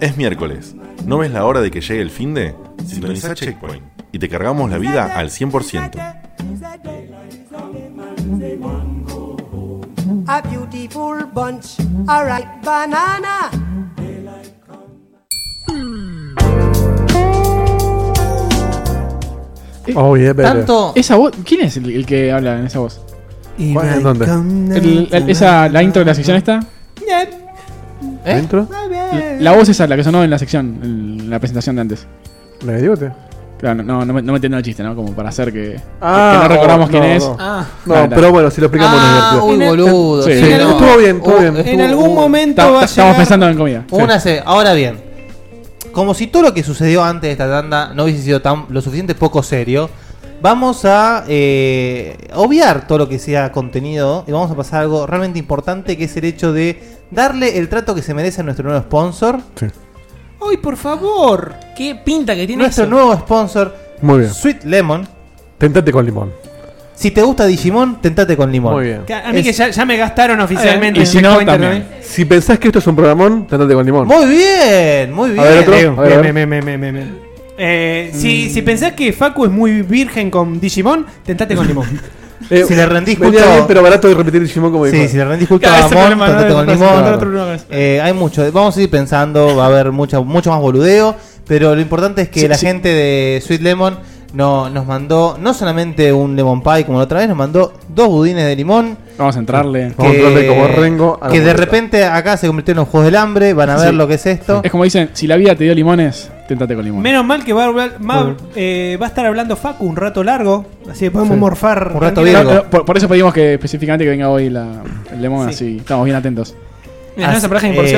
Es miércoles. ¿No ves la hora de que llegue el fin de? Sintoniza Checkpoint y te cargamos la vida al 100%. A beautiful bunch, a ripe banana. Oh, yeah, baby. Esa voz. ¿Quién es el, el que habla en esa voz? ¿Cuál? ¿En dónde? El- el- esa, la intro de la sección esta. ¿La intro? La voz esa, la que sonó en la sección, en la presentación de antes. ¿La de Diegote? Claro, no, no, me- no me entiendo el chiste, ¿no? Como para hacer que, Ah, que no recordamos no, quién no. es. Ah. No, pero bueno, si lo explicamos Ah, no es divertido. uy, boludo, sí. En algún- estuvo bien, estuvo uh, bien. en Estuvo- algún uh, momento va a estamos llegar- pensando en comida. Una Sí. se- Ahora bien, como si todo lo que sucedió antes de esta tanda no hubiese sido tan lo suficiente poco serio, vamos a eh, obviar todo lo que sea contenido y vamos a pasar a algo realmente importante que es el hecho de darle el trato que se merece a nuestro nuevo sponsor. ¡Ay, por favor! ¿Qué pinta que tiene Nuestro eso? nuevo sponsor, Muy bien. Sweet Lemon. Tentate con limón. Si te gusta Digimon, tentate con limón. Muy bien. Que A mí que ya, ya me gastaron oficialmente. Eh, Y en si este no, Checkpoint también. Si pensás que esto es un programón, tentate con limón. Muy bien, muy A ver, otro. Leo, A ver, a ver. bien, bien, bien, bien, bien, bien. Eh, Mm. si, si pensás que Facu es muy virgen con Digimon, tentate con limón. Eh, venía bien, pero barato de repetir Digimon como Sí, dijo. si le rendís culto a Amon, tanto con limón. Eh, hay mucho, vamos a ir pensando, va a haber mucha, mucho más boludeo, pero lo importante es que Sí, la sí. gente de Sweet Lemon no, nos mandó no solamente un lemon pie como la otra vez, nos mandó dos budines de limón. Vamos a entrarle. que- Vamos a entrarle como rengo a la Que de boleta. repente acá se convirtió en los Juegos del Hambre, van a ver Sí. lo que es esto. Es como dicen, si la vida te dio limones, tentate con limón. Menos mal que va, a hablar- ma- eh, va a estar hablando Facu un rato largo, así que podemos Sí. morfar. No, tranquilo. no, por, por eso pedimos que específicamente que venga hoy la, el lemon, así estamos bien atentos. Así-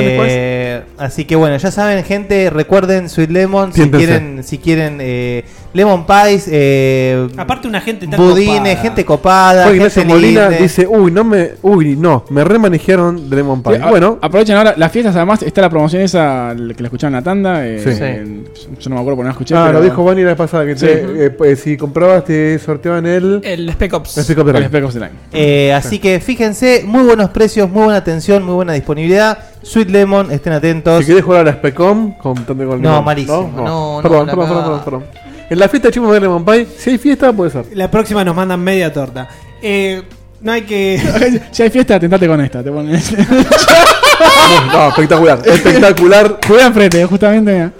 eh, Así que bueno, ya saben, gente, recuerden Sweet Lemon si Siéntense. quieren, si quieren eh, Lemon Pies, eh, Aparte una gente tan budines, copada. gente copada, Juan Ah, gente Ignacio Molina linda. dice, uy, no me, uy, no, me remanejaron de Lemon Pie. Sí, ah, a- bueno, aprovechen ahora las fiestas. Además, está la promoción esa l- que la escucharon en la tanda. eh, Sí. en- yo no me acuerdo porque no la escuché. ah, pero- lo dijo Vani la vez pasada, que Sí. te- eh, pues, si comprabas te sorteaban el... El Spec Ops. El Spec Ops de El Line. Spec Ops de Line. Eh, así que fíjense, muy buenos precios, muy buena atención, muy buena disponibilidad. Sweet Lemon, estén atentos. Si querés jugar a la Specom, contante con No, limón. malísimo. No, no, perdón, la perdón, verdad. perdón, perdón, En la fiesta de chicos de Lemon Pie, si hay fiesta, puede ser. La próxima nos mandan media torta. Eh, no hay que. si hay fiesta, tentate con esta. Te ponen no, espectacular, espectacular. Juega enfrente, justamente. mira.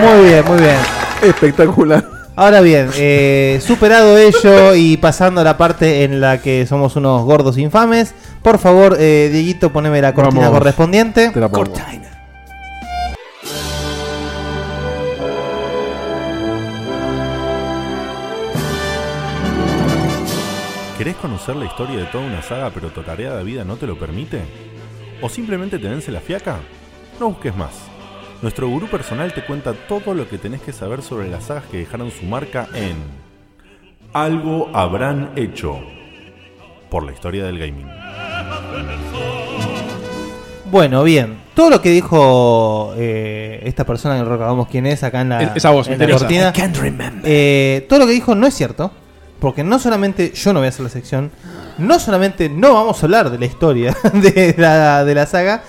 Muy bien, muy bien. Espectacular. Ahora bien, eh, superado ello y pasando a la parte en la que somos unos gordos infames, por favor, eh, Dieguito, poneme la cortina Vamos. correspondiente. Te la pongo. ¿Querés conocer la historia de toda una saga pero tu de vida no te lo permite? ¿O simplemente te vence la fiaca? No busques más. Nuestro gurú personal te cuenta todo lo que tenés que saber sobre las sagas que dejaron su marca en Algo habrán hecho por la historia del gaming. Bueno, bien. Todo lo que dijo eh, esta persona, que no recordamos quién es, acá en la, Esa voz en la misteriosa. cortina, I can't remember. eh, todo lo que dijo no es cierto. Porque no solamente yo no voy a hacer la sección, no solamente no vamos a hablar de la historia de la, de la saga.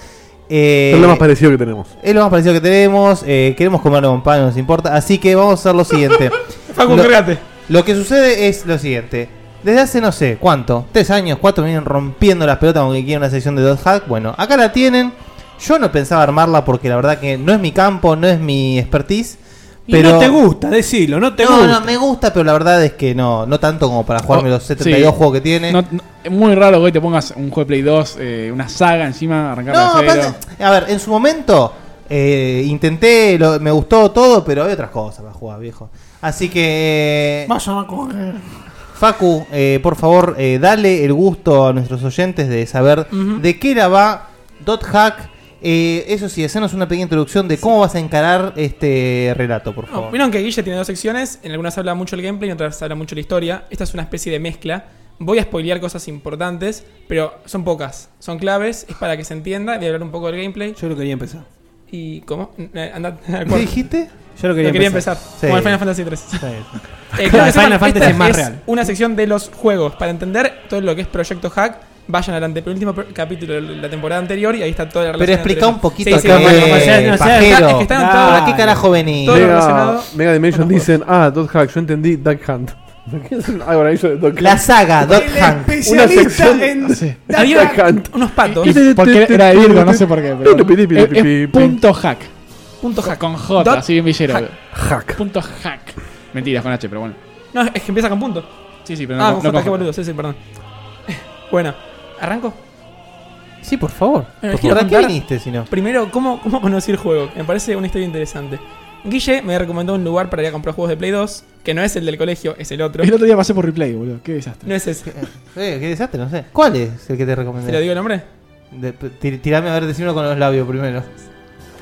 eh, es lo más parecido que tenemos. es lo más parecido que tenemos. eh, queremos comer un pan, no nos importa. Así que vamos a hacer lo siguiente. Facu, lo, cargate. lo que sucede es lo siguiente. Desde hace no sé cuánto, tres años, cuatro, vienen rompiendo las pelotas con que quieren una sección de dos hack. Bueno, acá la tienen. Yo no pensaba armarla porque la verdad que no es mi campo, no es mi expertise. Y Pero no te gusta, decilo, no te no, gusta. Oh, no, me gusta, pero la verdad es que no, no tanto como para jugarme los 72 Sí. juegos que tiene. No- no- es muy raro que hoy te pongas un juego de Play 2, eh, una saga encima, arrancar No, de cero. aparte, a ver, en su momento eh, intenté, lo- me gustó todo, pero hay otras cosas para jugar, viejo. Así que, eh, Facu, eh, por favor, eh, dale el gusto a nuestros oyentes de saber de qué era va Dot Hack. Eh, eso sí, hacernos una pequeña introducción de cómo vas a encarar este relato, por favor. Vieron que Guille tiene dos secciones. En algunas habla mucho el gameplay, en otras habla mucho la historia. Esta es una especie de mezcla. Voy a spoilear cosas importantes, pero son pocas. Son claves, es para que se entienda. Voy a hablar un poco del gameplay. Yo lo quería empezar. ¿Y cómo? Eh, andá- ¿Qué dijiste? Yo lo quería empezar. empezar. Sí. Como el Final Fantasy Eh, 3. Claro, Final Fantasy es más real. Una sección de los juegos para entender todo lo que es Proyecto Hack Vayan al antepenúltimo per- capítulo de la temporada anterior y ahí está toda la Pero relación. explica anterior. un poquito Sí, sí, acá, bueno, eh, o sea, no, o sea, pajero. está- es que están Dale. todos- ¿Para qué carajo venís? todo Mega, relacionado. Mega Dimension dicen, ah, Dot Hack, yo entendí Duck Hunt. ¿Qué es un algoritmo de Duck La Hunt? saga Dot El Hunt. especialista Una sección- en Sí. Duck Había Hunt. unos patos. Porque era de Virgo, no sé por qué. pero bueno. Es- es punto hack. Punto hack. Con J, Dot así bien villero. hack. Hack. Punto hack. Mentiras, con H, pero bueno. No, es que empieza con punto. Sí, sí, pero no Ah, con- con no J, con qué J. boludo, sí, sí, perdón. Bueno, ¿arranco? Sí, por favor. Bueno, les quiero ¿Para qué contar viniste si no? Primero, ¿cómo, ¿cómo conocí el juego? Me parece una historia interesante. Guille me recomendó un lugar para ir a comprar juegos de Play 2, que no es el del colegio, es el otro. El otro día pasé por replay, boludo. Qué desastre. No es ese. Eh, qué desastre, no sé. ¿Cuál es el que te recomendé? ¿Te lo digo el nombre? De- tir- tirame a ver, decímelo con los labios primero.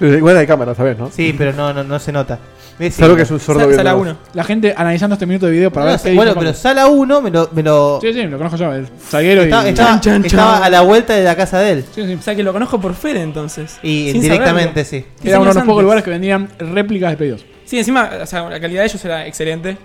Eh, Igual hay cámara, ¿sabes, no? Sí, pero no, no, no se nota. Decime. Salvo que es un sordo viendo. La gente analizando este minuto de video para No, ver sí, qué bueno, hizo pero con- sala 1 me lo, me lo- Sí, sí, lo conozco yo. El zaguero estaba, y. estaba- estaba a la vuelta de la casa de él. O sea que lo conozco por Fer entonces. Y Sin directamente, saberlo. sí. Quince Era uno de años los pocos antes. lugares que vendían réplicas de Play 2. Sí, encima, o sea, la calidad de ellos era excelente.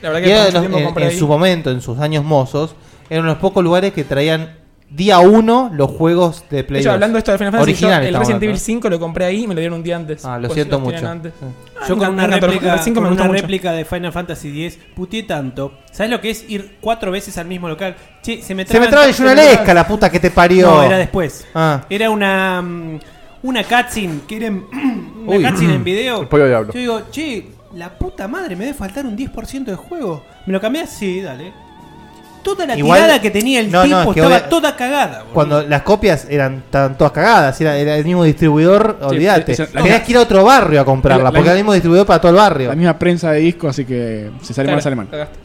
La verdad Y que era por de los- mucho tiempo en, compré en ahí. su momento, en sus años mozos, eran los pocos lugares que traían día 1 los juegos de De Play hecho, 2. hablando de esto de Final Fantasy, yo Original el estamos Resident Evil hablando, 5 lo compré ahí y me lo dieron un día antes. pues, Ah, lo Por si siento los tenían mucho. antes. Sí. Ah, Yo nunca- con una nunca- réplica, el 5 me con gustó una mucho. réplica de Final Fantasy X puteé tanto. ¿Sabes lo que es ir cuatro veces al mismo local? Che, se me ¿no? Se me traban- trae se una me traban- lesca, la puta que te parió. No, era después. Ah. Era una mm, una cutscene que era en- Uy. una cutscene en video. El pollo diablo. Yo digo, che, la puta madre, me debe faltar un 10% de juego. ¿Me lo cambié? Sí, dale. Toda la Igual- tirada que tenía el No, no, tipo es que estaba obvia- toda cagada. boludo. Cuando las copias eran estaban todas cagadas, era, era el mismo distribuidor, olvídate. esa- la- Tenías que ir a otro barrio a comprarla, La- la- porque era el mismo distribuidor para todo el barrio. La misma prensa de disco, así que se sale mal, sale mal. Cagaste.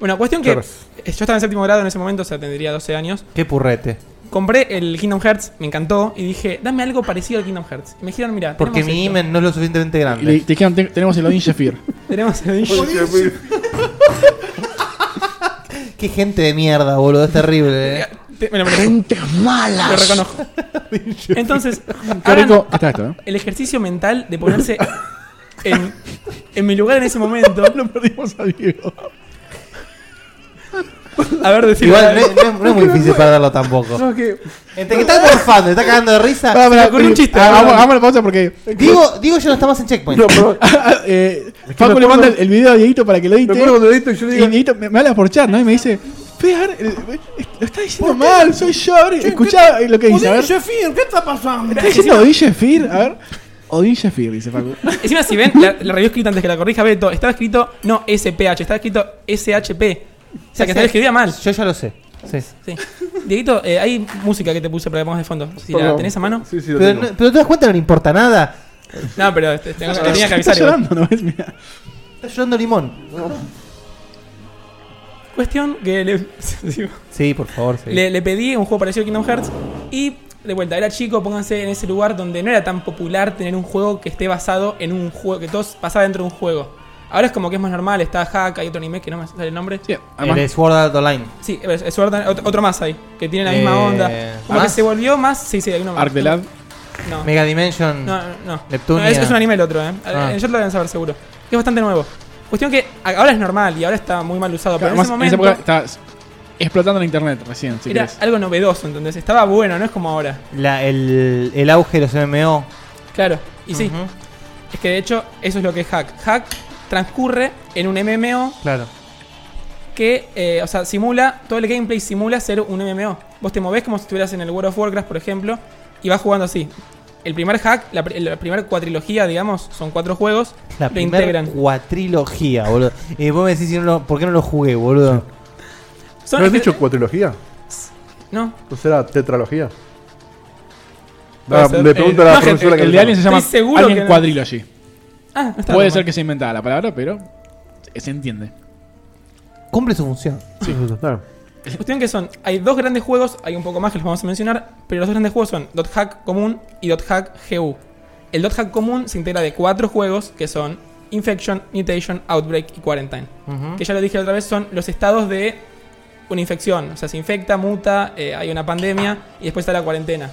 Bueno, cuestión que Claro. eh, yo estaba en séptimo grado en ese momento, o sea, tendría 12 años. Qué purrete. Compré el Kingdom Hearts, me encantó, y dije, dame algo parecido al Kingdom Hearts. Y me dijeron, mira, Porque mi tenemos imen no es lo suficientemente Y le grande. te dijeron, "Ten- tenemos el Odin Shafir. Tenemos el Qué gente de mierda, boludo, es terrible. eh. Gente mala. Lo reconozco. Entonces, Qué hagan rico está esto, ¿eh? el ejercicio mental de ponerse en, en mi lugar en ese momento. Lo perdimos a Diego. A ver, decime. Igual no, es- no es- no es muy difícil perderlo tampoco. No, que. Entre que estás morfando y está cagando de risa. Pará, pará, se me ocurrió un eh, chiste. ah, Vamos vamos a la pausa porque. Digo, digo yo no está más en checkpoint. No, perdón. eh, Facu le manda el, el video a Dieguito para que lo edite. Me acuerdo cuando lo edito y yo le digo- Dieguito me, me habla por chat, ¿no? Y me dice. Fer, el- el- lo está diciendo mal, soy yo. abre- Escuchá lo que dice, a ver. Odin Shafir, ¿qué está pasando? ¿Está diciendo Odin Shafir? A ver. Odin Shafir, dice Facu. Encima, si ven la, la review escrita antes que la corrija Beto, estaba escrito no SPH, estaba escrito SHP. O sea, que hasta lo escribía mal. Yo ya lo sé. Sí. Sí. Dieguito, eh, hay música que te puse para que pongas de fondo. Si la Perdón. tenés a mano. Sí, sí, Pero, no- pero te das cuenta, no le importa nada. No, pero te, tengo- te tenía que Está avisar. igual. llorando, ¿no ves? Mira. Está llorando limón. Cuestión que le, digo, Sí, por favor, sí. le, le pedí un juego parecido a Kingdom Hearts y de vuelta, era chico, pónganse en ese lugar donde no era tan popular tener un juego que esté basado en un juego, que todo pasaba dentro de un juego. Ahora es como que es más normal, está Hack, hay otro anime que no me sale el nombre. Sí, El Sword Art Online. Sí, es- es Sword Art- otro, otro más ahí, que tiene la misma Eh, onda. Como que ¿más? se volvió más. Sí, sí, hay uno más. Arc the Lab. No. Mega Dimension. No, no, no. Neptunia. No, es, es un anime el otro, ¿eh? Ah. Yo lo deben saber seguro. Es bastante nuevo. Cuestión que a- ahora es normal y ahora está muy mal usado. Pero en Además, ese momento época estabas explotando la internet recién, si era querés. algo novedoso, ¿entendés? Estaba bueno, no es como ahora. La- el, el auge de los MMO. Claro, y sí. Es que de hecho, eso es lo que es Hack. Hack transcurre en un MMO Claro. que, eh, o sea, simula, todo el gameplay simula ser un MMO. Vos te movés como si estuvieras en el World of Warcraft, por ejemplo, y vas jugando así. El primer hack, la, pr- la primera cuatrilogía, digamos, son cuatro juegos, La lo primera integran. cuatrilogía, boludo. Y vos me decís, si no lo- ¿por qué no lo jugué, boludo? Son- este- ¿No has dicho cuatrilogía? No. ¿No será tetralogía? Puede Ah, ser. le pregunto a la No, gente, profesora que el me de Alien se llama. llama Estoy seguro que Alien no. Quadrilogy. Ah, no está Puede mal. ser que se inventara la palabra, pero se entiende. Cumple su función. Sí. Cuestión que son, hay dos grandes juegos, hay un poco más que los vamos a mencionar, pero los dos grandes juegos son Dot Hack común y Dot Hack GU. El Dot Hack común se integra de cuatro juegos que son Infection, Mutation, Outbreak y Quarantine. Ujú. Que ya lo dije la otra vez, son los estados de una infección. O sea, se infecta, muta, eh, hay una pandemia y después está la cuarentena.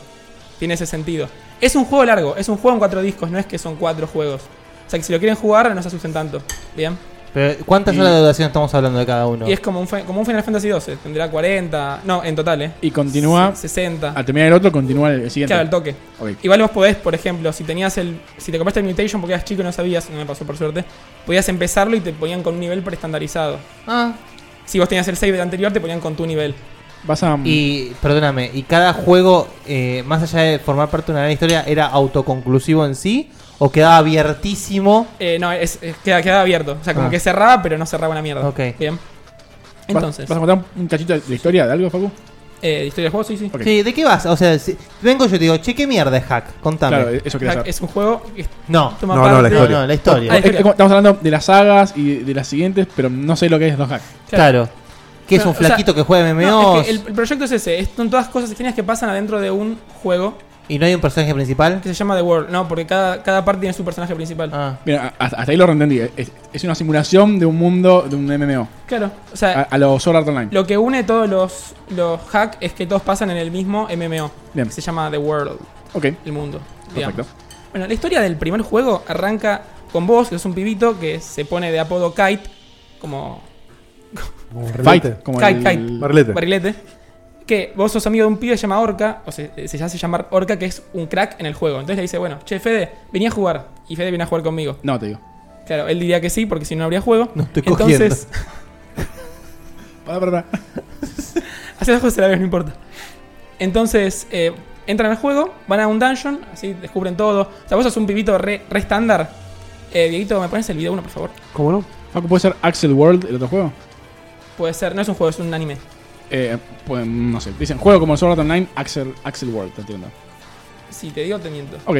Tiene ese sentido. Es un juego largo, es un juego en cuatro discos, no es que son cuatro juegos. O sea, que si lo quieren jugar, no se asusten tanto. Bien. Pero, ¿cuántas Y- horas de duración estamos hablando de cada uno? Y es como un, fi- como un Final Fantasy XII. Tendrá 40. No, en total, ¿eh? Y continúa. 60. Al terminar el otro, continúa el siguiente. Ah. Claro, al toque. Ok. Igual vos podés, por ejemplo, si tenías el. Si te compraste el Mutation porque eras chico y no sabías, no me pasó por suerte, podías empezarlo y te ponían con un nivel preestandarizado. Ah. Si vos tenías el save del anterior, te ponían con tu nivel. Vas a. Y, perdóname, ¿y cada juego, eh, más allá de formar parte de una gran historia, era autoconclusivo en sí? ¿O quedaba abiertísimo? Eh, no, es, es- queda, quedaba abierto. O sea, como Ah. que cerraba, pero no cerraba una mierda. Ok. Bien. Entonces. ¿Vas, vas a contar un cachito de de historia de algo, Facu? Eh, ¿de historia del juego, sí, sí. Sí, ¿de qué vas? O sea, si- vengo yo y te digo, che, ¿qué mierda es hack? Contame. Claro, eso quería Hack es un juego. que No. toma No, parte- no, la historia. No, no, la historia. Ah, Es- es como- estamos hablando de las sagas y de las siguientes, pero no sé lo que es los hacks. Claro. Que es un flaquito que juega MMOs. no, es que el, el proyecto es ese. es- son todas cosas extrañas que pasan adentro de un juego ¿Y no hay un personaje principal? que se llama The World. No, porque cada, cada parte tiene su personaje principal. Mira, hasta, hasta ahí lo entendí. Es, es una simulación de un mundo, de un MMO. Claro. O sea, A, a los Sword Art Online. Lo que une todos los, los hacks es que todos pasan en el mismo MMO. Bien. Que se llama The World. Ok. El mundo. Perfecto. digamos. Bueno, la historia del primer juego arranca con vos, que es un pibito que se pone de apodo Kite, como. barrilete. Fight, como Kite, el- Kite. Barrilete. Que vos sos amigo de un pibe llamado Orca, o se, se hace llamar Orca, que es un crack en el juego. Entonces le dice, bueno, che, Fede, vení a jugar. Y Fede viene a jugar conmigo. No, te digo. Claro, él diría que sí, porque si no, no habría juego. No estoy Entonces, Pará, pará, pará. Hacia las cosas a la vez, no importa. Entonces, eh, entran al juego, van a un dungeon, así descubren todo. O sea, vos sos un pibito re re estándar. eh, Dieguito, ¿me pones el video uno, por favor? ¿Cómo no? Facu, ¿puede ser Axel World el otro juego? Puede ser, no es un juego, es un anime. Eh, pues, no sé. Dicen, juego como el Sword Art Online, Axel, Axel World, te entiendo. Si te digo, te miento. Ok.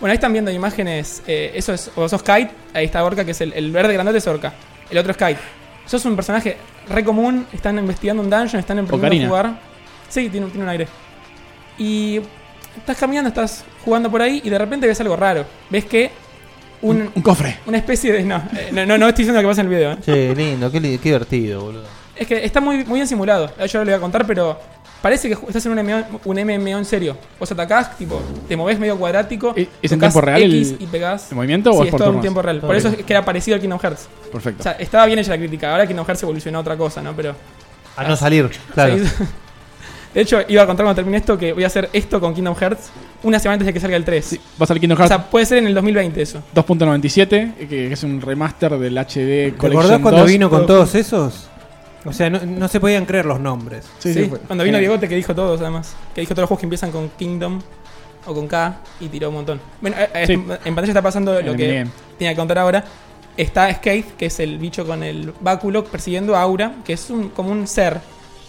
Bueno, ahí están viendo imágenes. eh, eso es, o sos Kite, ahí está Orca, que es el, el verde grandote es Orca. El otro es Kite. Sos un personaje re común, están investigando un dungeon, están empezando Ocarina. a jugar. Sí, tiene, tiene un aire. Y estás caminando, estás jugando por ahí y de repente ves algo raro. Ves que un, Un cofre. Una especie de. No, eh, no, no, no estoy diciendo lo que pasa en el video. ¿eh? Che, lindo, qué, li- qué divertido, boludo. Es que está muy, muy bien simulado. Ahora Yo lo voy a contar, pero parece que ju- estás en un MMO, un MMO en serio. Vos atacás, tipo, te movés medio cuadrático. ¿Es en tocás tiempo real X el, y pegás. el movimiento o sí, es por todo en turnos? tiempo real. Por eso es que era parecido al Kingdom Hearts. Perfecto. O sea, estaba bien hecha la crítica. Ahora Kingdom Hearts evolucionó a otra cosa, ¿no? Pero. A no salir, claro. De hecho, iba a contar cuando termine esto que voy a hacer esto con Kingdom Hearts una semana antes de que salga el 3. Va a ser Kingdom Hearts O sea, puede ser en el 2020 eso. 2.97, eh, que es un remaster del HD Collection ¿Recordás cuando 2? vino con todos esos? O sea, no, no se podían creer los nombres. Sí, cuando vino Diegote que dijo todos, además. Que dijo todos los juegos que empiezan con Kingdom o con K y tiró un montón. Bueno, eh, eh, Sí. en pantalla está pasando lo El que minigame. tenía que contar ahora. Está Skate, que es el bicho con el báculo persiguiendo a Aura, que es un, como un ser.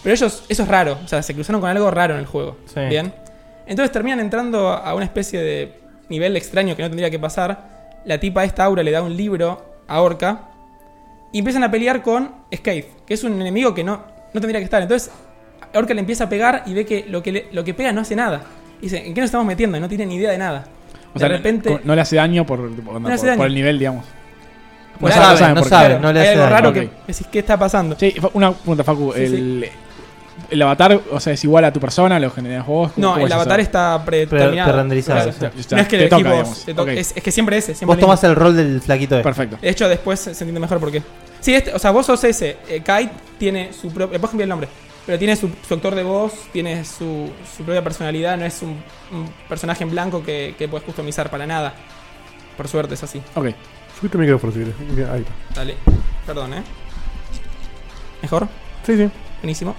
Pero ellos, eso es raro. O sea, se cruzaron con algo raro en el juego. Sí. Bien. Entonces terminan entrando a una especie de nivel extraño que no tendría que pasar. La tipa esta Aura le da un libro a Orca. Y empiezan a pelear con Skate, que es un enemigo que no, no tendría que estar. Entonces, Orca le empieza a pegar y ve que lo que, le- lo que pega no hace nada. Y Dice, ¿en qué nos estamos metiendo? Y No tiene ni idea de nada. O sea, de repente. no, no le hace daño por, por- No le hace por- daño. por el nivel, digamos. Por sabe, ahora- por qué. Claro, hay algo raro que decís, ¿qué está pasando? Sí, fa- una pregunta, Facu. Sí, el, sí. el avatar, o sea, es igual a tu persona, lo generas vos? ¿Cómo- No, cómo el es avatar eso? está pre Pre- terminado. pre-renderizado, Exacto. sí. No es que Te el toca, equipo digamos. te toca. Ok. Es, es que siempre ese. Siempre Vos el mismo. tomás el rol del flaquito este. Perfecto. De hecho, después se entiende mejor por qué. Sí, este, o sea, vos sos ese. Eh, Kite tiene su propio. Después cambié el nombre. Pero tiene su, su actor de voz, tiene su, su propia personalidad. No es un, un personaje en blanco que, que puedes customizar para nada. Por suerte es así. Ok. Subiste el micrófono si querés. Bien, Ahí está. Dale. Perdón, ¿eh? ¿Mejor? Sí, sí. Buenísimo.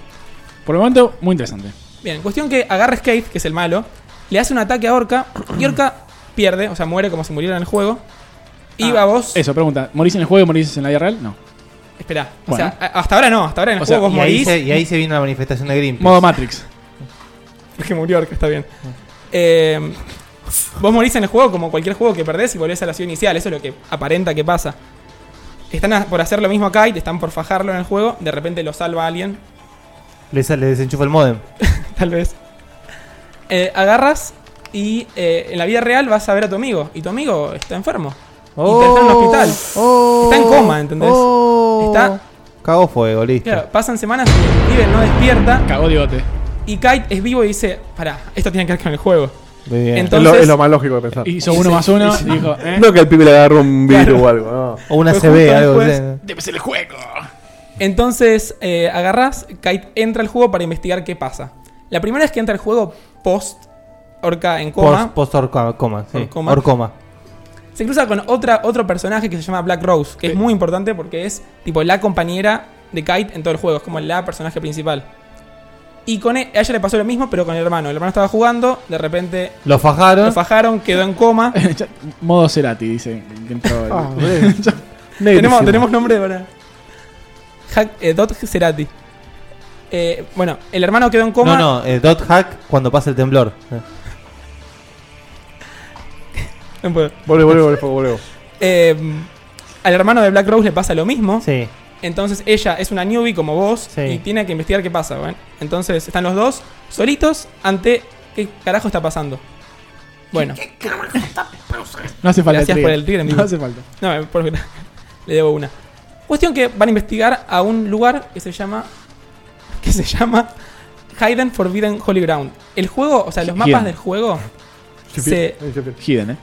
Por el momento, muy interesante. Bien, cuestión que agarra Skate, que es el malo, le hace un ataque a Orca y Orca pierde, o sea, muere como si muriera en el juego. Y va vos. Ah, Eso, pregunta. ¿Morís en el juego y morís en la vida real? No. Esperá. O Bueno. sea, a- hasta ahora no, hasta ahora en el O sea, juego vos y, ahí morís. se, y ahí se vino la manifestación de Greenpeace. Modo Matrix. Es que murió Orca, está bien. Eh, vos morís en el juego como cualquier juego que perdés y volvés a la ciudad inicial. Eso es lo que aparenta que pasa. Están a- por hacer lo mismo acá y te están por fajarlo en el juego. De repente lo salva alguien, Le, sa- le desenchufa el modem. tal vez. Eh, agarras y eh, en la vida real vas a ver a tu amigo. Y tu amigo está enfermo. y está en Oh, un hospital. está en coma, ¿entendés? está Cagó fuego, listo. Claro, pasan semanas y el pibe no despierta. Cagó diote. Y Kite es vivo y dice, pará, esto tiene que ver con el juego. Muy bien. Entonces- es, lo, es lo más lógico de pensar. Hizo uno más uno, dijo, ¿eh? No que el pibe le agarró un virus Claro. o algo. No. O una Fue CB, justo algo. después- sí. Debe ser el juego. Entonces eh, agarras, Kite entra al juego para investigar qué pasa. La primera vez que entra al juego post Orca en coma, Post, post orcoma, coma, sí. Orcoma. Orcoma. se cruza con otra, otro personaje que se llama Black Rose, que es muy importante porque es tipo la compañera de Kite en todo el juego, es como la personaje principal. Y con e- a ella le pasó lo mismo, pero con el hermano. El hermano estaba jugando, de repente Lo fajaron. lo fajaron, quedó en coma. Modo Cerati, dice. que entró el- Ah, bueno. tenemos, tenemos nombre para. Hack, eh, Dot Cerati. Eh, bueno, el hermano quedó en coma. No, no, eh, dot hack cuando pasa el temblor. Eh. No puedo. Volve, volve, volve, volve. Eh, al hermano de Black Rose le pasa lo mismo. Entonces ella es una newbie como vos y tiene que investigar qué pasa. ¿ven? Entonces están los dos solitos ante qué carajo está pasando. Bueno. No hace falta Gracias el trigger. por el trigger, amigo. No hace falta. No, eh, por- le debo una. Cuestión que van a investigar a un lugar que se llama. que se llama Hidden Forbidden Holy Ground. El juego, o sea, los mapas Hidden. del juego. se, Hidden, eh.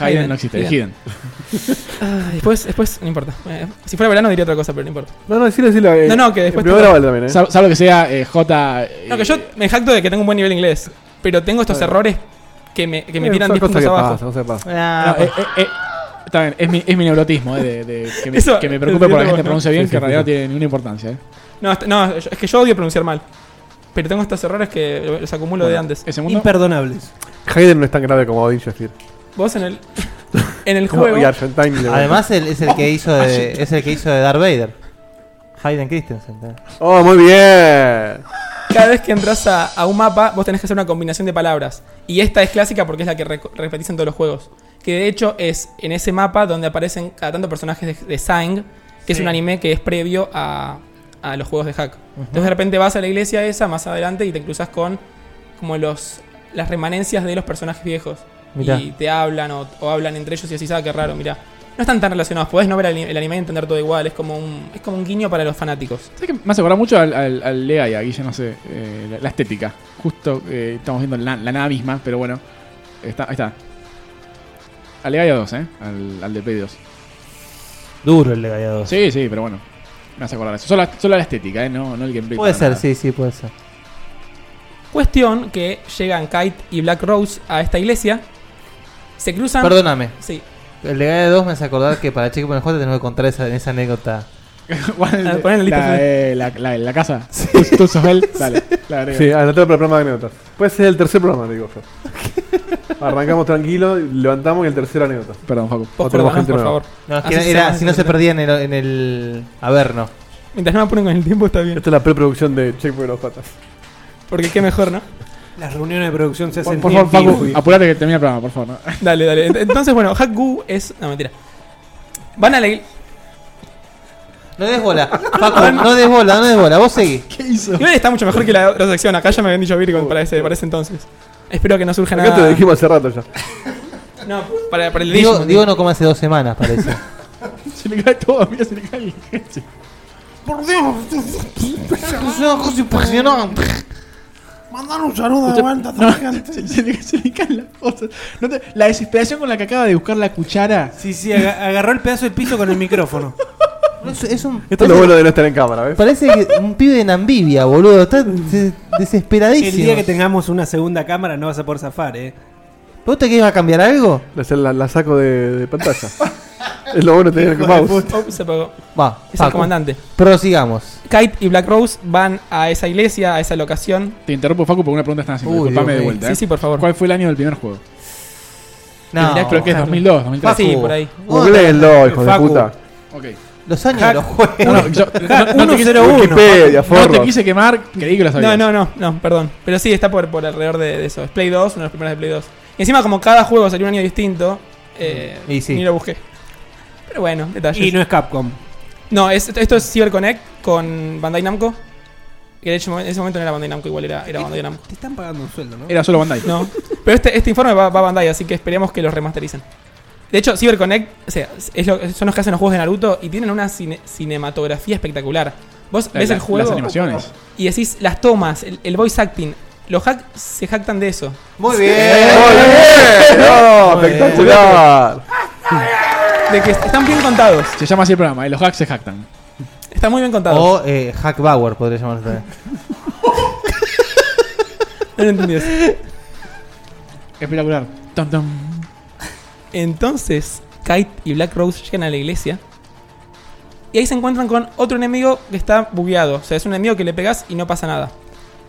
Hidden no existe, Hidden. Ah, después, después, no importa. Eh, si fuera verano diría otra cosa, pero no importa. No, no, decilo, decilo. eh, No, no, que después. Primero te- grabalo también, eh. Sal- Salvo que sea eh, J. eh, No, que yo me jacto de que tengo un buen nivel de inglés, pero tengo estos errores que me, que me Eh, tiran son 10 puntos cosas que abajo. pasan, cosas que pasan. Ah, eh, eh, eh, está bien, es mi, es mi neurotismo, eh, de, de- que, me, Eso- eh, que me preocupe por la gente bueno. pronuncia bien, Sí, sí, que en sí, sí. realidad no tiene ninguna importancia, eh. No, est- no, yo- es que yo odio pronunciar mal. Pero tengo estos errores que los acumulo de Bueno, antes. ese mundo- Imperdonables. Hayden no es tan grave como Odin Shafir. Vos en el, en el No, juego. y Argentine le- Además el- es el que hizo de, es el que hizo de Darth Vader. Hayden Christensen. Oh, muy bien. Cada vez que entras a, a un mapa, vos tenés que hacer una combinación de palabras. Y esta es clásica porque es la que re- repetís en todos los juegos. Que de hecho es en ese mapa donde aparecen cada tanto personajes de, de Sang, que es Sí. un anime que es previo a, a los juegos de hack. Entonces de repente vas a la iglesia esa más adelante y te cruzas con como los las remanencias de los personajes viejos. Mirá. Y te hablan o, o hablan entre ellos y así, ah, qué raro, mirá. No están tan relacionados, podés no ver el, el anime y entender todo igual, es como un, es como un guiño para los fanáticos. Me hace acordar mucho al, al, al Lea y a Guille, no sé, eh, la, la estética. Justo eh, estamos viendo la, la nada misma, pero bueno. Está, ahí está. Al Lea y a 2, ¿eh? Al, al de Play 2. Duro el de Gaia 2. Sí, sí, pero bueno. Me hace acordar eso. Solo, solo la estética, ¿eh? No, no el gameplay. Puede para ser, nada. sí, sí, puede ser. Cuestión que llegan Kite y Black Rose a esta iglesia. Se cruzan. Perdóname. Ah, Sí. El de Gaia 2 me hace acordar que para Checkpoint J tenemos que contar esa, esa anécdota. Ah, poné en la lista. La, eh, la, la, la casa. Tú, tú sos él. Dale, la agrego. Sí, anotado para el programa de anécdotas. Puede ser el tercer programa, digo yo. Arrancamos tranquilo, levantamos y el tercero anécdota. Perdón, Facu. O tenemos gente nueva. No, Ah, Ah, es que era, era- si no se perdían en el, en el Averno. Mientras no me ponen con el tiempo, está bien. Esta es la preproducción de Checkpoint los patas. Porque qué mejor, ¿no? Las reuniones de producción se Por, hacen por bien favor, Facu, pingüi. apurate que termina el programa, por favor. ¿no? Dale, dale. Ent- Entonces, bueno, Haku es. No, mentira. Van a la iglesia. No des bola. Paco, no des bola, no des bola. Vos seguís. ¿Qué hizo? Igual está mucho mejor que la otra sección. Acá ya me habían dicho Virgo para ese, para ese entonces. Espero que no surja Acá te lo nada. dijimos hace rato ya. No, para, para el Digo, Digimon. digo no como hace dos semanas, parece. Se le cae todo, mira, se le cae el jefe. Por Dios, es una cosa impresionante. Mandar un saludo de Escucha- vuelta, no, traficante. se, se le, se le caen las cosas. No te- la desesperación con la que acaba de buscar la cuchara. Sí, sí, aga- agarró el pedazo del piso con el micrófono. Es, es un, Esto es lo bueno de no estar en cámara, ¿ves? Parece que un pibe en Namibia, boludo. Está des- desesperadísimo. El día que tengamos una segunda cámara no vas a poder zafar, eh. ¿Vos te que iba a cambiar algo? La, la- la saco de, de pantalla. es lo bueno de tener el mouse. Oh, se apagó. Va, Es el Paco. comandante. Prosigamos. Kite y Black Rose van a esa iglesia, a esa locación. Te interrumpo, Facu, porque una pregunta están haciendo. Uy, Disculpame Dios de mío. vuelta. Sí, eh. sí, por favor. ¿Cuál fue el año del primer juego? No. Creo que es 2002, 2003. Sí, por ahí. Googleenlo, hijo de Facu. puta. Ok. Los años de los juegos. No, no, yo- no, no te quise- 101. No Wikipedia, te forro. quise quemar, creí que lo sabías. No, no, no, no, perdón. Pero sí, está por, por alrededor de, de eso. Es Play 2, uno de los primeros de Play 2. Y encima, como cada juego salió un año distinto, eh, Y sí. ni lo busqué. Pero bueno, detalles. Y no es Capcom. No, es- esto es CyberConnect con Bandai Namco. Que de hecho en ese momento no era Bandai Namco, igual era, era Bandai Namco. Te están pagando un sueldo, ¿no? Era solo Bandai. No. Pero este, este informe va, va a Bandai, así que esperemos que los remastericen. De hecho, CyberConnect o sea, es lo- son los que hacen los juegos de Naruto y tienen una cine- cinematografía espectacular. Vos La- ves la- el juego las animaciones. y decís las tomas, el, el voice acting. Los hacks se jactan de eso. Muy ¡Eh, bien. Muy bien. No, Muy bien. espectacular. de que están bien contados. Se llama así el programa, eh, los hacks se jactan. Está muy bien contado. O eh, Hack Bauer podría llamarse también. No lo entendí eso. Espectacular. Tom, tom. Entonces, Kite y Black Rose llegan a la iglesia. Y ahí se encuentran con otro enemigo que está bugueado. O sea, es un enemigo que le pegas y no pasa nada.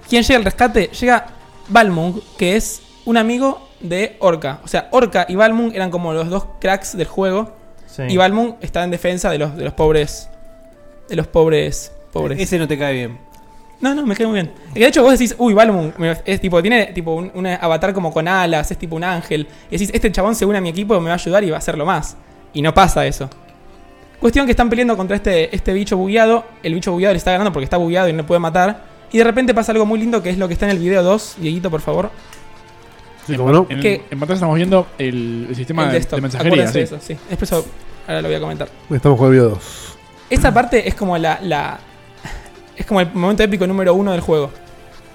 ¿Quién llega al rescate? Llega Balmung, que es un amigo de Orca. O sea, Orca y Balmung eran como los dos cracks del juego. Y Balmung está en defensa de los, de los pobres. De los pobres. pobres. Ese no te cae bien. No, no, me cae muy bien. Y de hecho vos decís, uy, Balmung, me- es tipo, tiene tipo un, un avatar como con alas, es tipo un ángel. Y decís, este chabón se une a mi equipo, me va a ayudar y va a hacerlo más. Y no pasa eso. Cuestión que están peleando contra este, este bicho bugueado. El bicho bugueado le está ganando porque está bugueado y no le puede matar. Y de repente pasa algo muy lindo que es lo que está en el video 2. Dieguito, por favor. Sí, como no. En, Que- en pantalla estamos viendo el, el sistema El de, desktop. de mensajería. Acuérdense de sí. eso, sí. Después lo- ahora lo voy a comentar. Estamos con el video 2. Esta parte es como la, la- Es como el momento épico número uno del juego.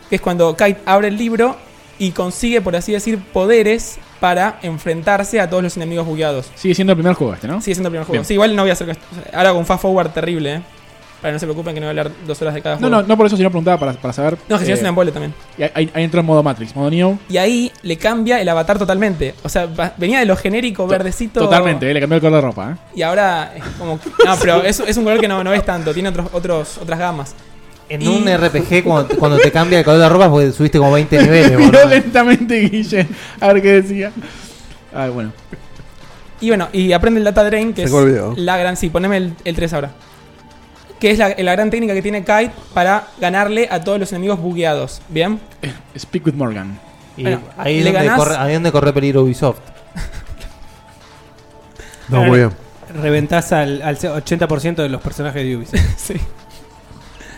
Que es cuando Kite abre el libro y consigue, por así decir, poderes para enfrentarse a todos los enemigos bugueados. Sigue siendo el primer juego este, ¿no? Sigue siendo el primer juego. Bien. Sí, igual no voy a hacer. Ahora con fast forward terrible, ¿eh? Para que no se preocupen que no voy a hablar dos horas de cada No, juego. no, no por eso, sino preguntaba para, para saber. eh, No, que si no es un embole también. y ahí- ahí, ahí entró en modo Matrix, modo Neo. Y ahí le cambia el avatar totalmente. O sea, va- venía de lo genérico, verdecito. Totalmente, eh, le cambió el color de ropa. ¿eh? Y ahora es como. No, pero es, es un color que no, no ves tanto, tiene otros, otros, otras gamas. En un RPG, cuando, cuando te cambia el color de ropa, porque subiste como 20 niveles, Miró boludo. lentamente Guille, a ver qué decía. Ah, bueno. Y bueno, y aprende el Data Drain, que Se es me olvidó. la gran. Sí, poneme el, 3 ahora. Que es la, la gran técnica que tiene Kite para ganarle a todos los enemigos bugueados. ¿Bien? Speak with Morgan. Y Bueno, ahí, es le donde ganás- corre, ahí es donde corre peligro Ubisoft. No, muy bien. Reventás al, al 80% de los personajes de Ubisoft. sí.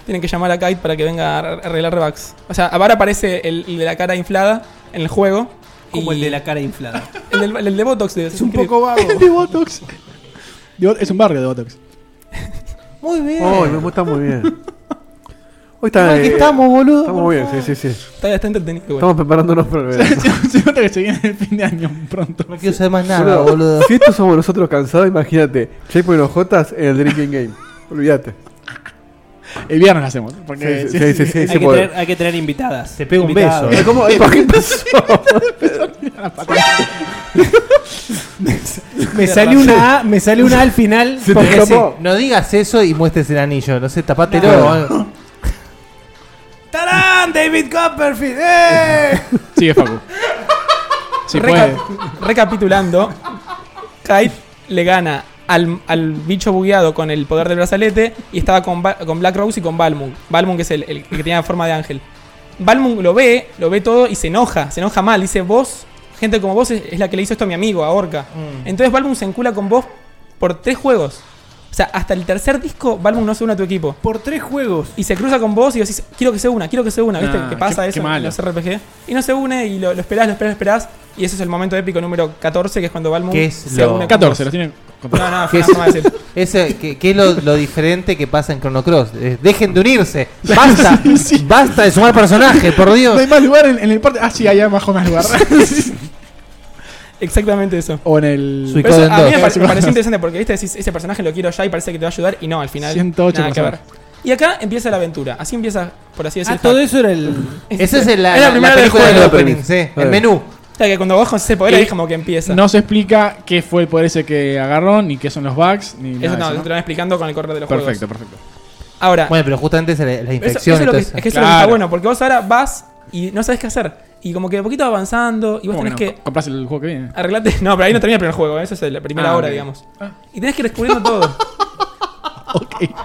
Tienen que llamar a Kite para que venga a ar- arreglar rebugs. O sea, ahora aparece el, el de la cara inflada en el juego. Como el de la cara inflada. El, del- el de Botox. De, es un poco vago. de Botox. De Bot- es un barrio de Botox. Muy bien. Hoy me está muy bien. Hoy Igual está eh, que estamos, boludo, Estamos por muy bien, favor. sí, sí, sí. Está, está entretenido. igual. Estamos preparándonos para el verano. Se nota que se viene el fin de año pronto. No quiero saber más nada, boludo. Si estos somos nosotros cansados, imagínate. Checkpoint y Ojotas en el Drinking Game. Olvídate. El viernes lo hacemos. Porque- Sí, sí, sí, sí, sí, sí, puede. hay que tener invitadas. Te pego un Invitados. beso, ¿eh? ¿Cómo? ¿Por qué me salió una A, me salió una A al final. porque sí. No digas eso y muestres el anillo. No sé, ¿eh? tapátelo. No. o algo. ¡Tarán! David Copperfield. ¡Eh! Sigue Facu. Sí, Reca- Recapitulando, Kite le gana al, al bicho bugueado con el poder del brazalete y estaba con, Ba- con Black Rose y con Balmung. Balmung que es el, el que tenía forma de ángel. Balmung lo ve, lo ve todo y se enoja, se enoja mal. Dice, vos, gente como vos es, es la que le hizo esto a mi amigo, a Orca. Mm. Entonces Balmung se encula con vos por tres juegos. O sea, hasta el tercer disco Balmung no se une a tu equipo. Por tres juegos. Y se cruza con vos y decís, quiero que se una, quiero que se una. ¿Viste Nah, que pasa qué- eso qué en malo. los RPG? Y no se une y lo, lo esperás, lo esperás, lo esperás. Y ese es el momento épico número 14, que es cuando Balmung ¿Qué es se lo- une con 14, vos. los tienen. No, ¿Qué no, fue es, una forma de decir. ese- qué- qué es lo, lo diferente que pasa en Chrono Cross? Eh, dejen de unirse. Basta. Basta de sumar personajes, por Dios. No hay más lugar en, en el parque. Ah, sí, allá abajo más lugar. Exactamente eso. o en el. Pero eso a mí me, pare- me pareció interesante porque viste decís, ese personaje lo quiero ya y parece que te va a ayudar y no, al final 108 nada que ver. personas. Y acá empieza la aventura. Así empieza, por así decirlo. Ah, todo eso era el... Ese es el- la- la primera del película juego. del opening, sí, el menú. O sea, que cuando vos con ese poder Y- ahí es como que empieza. Eh, No se explica qué fue el poder ese que agarró, ni qué son los bugs, ni Eso nada. no, de eso, te lo van explicando con el correr de los juegos. Perfecto, perfecto. Ahora. Bueno, pero justamente es la, la Eso- infección. eso es lo que- entonces. es que eso es lo que está bueno, porque vos ahora vas y no sabes qué hacer. Y como que de poquito avanzando, y vos ¿Cómo tenés que que, no? Co- Comprás el juego que viene. arreglarte. No, pero ahí no termina el primer juego, ¿eh? eso es la primera Ah, hora, ok. digamos. Y tenés que ir descubriendo todo.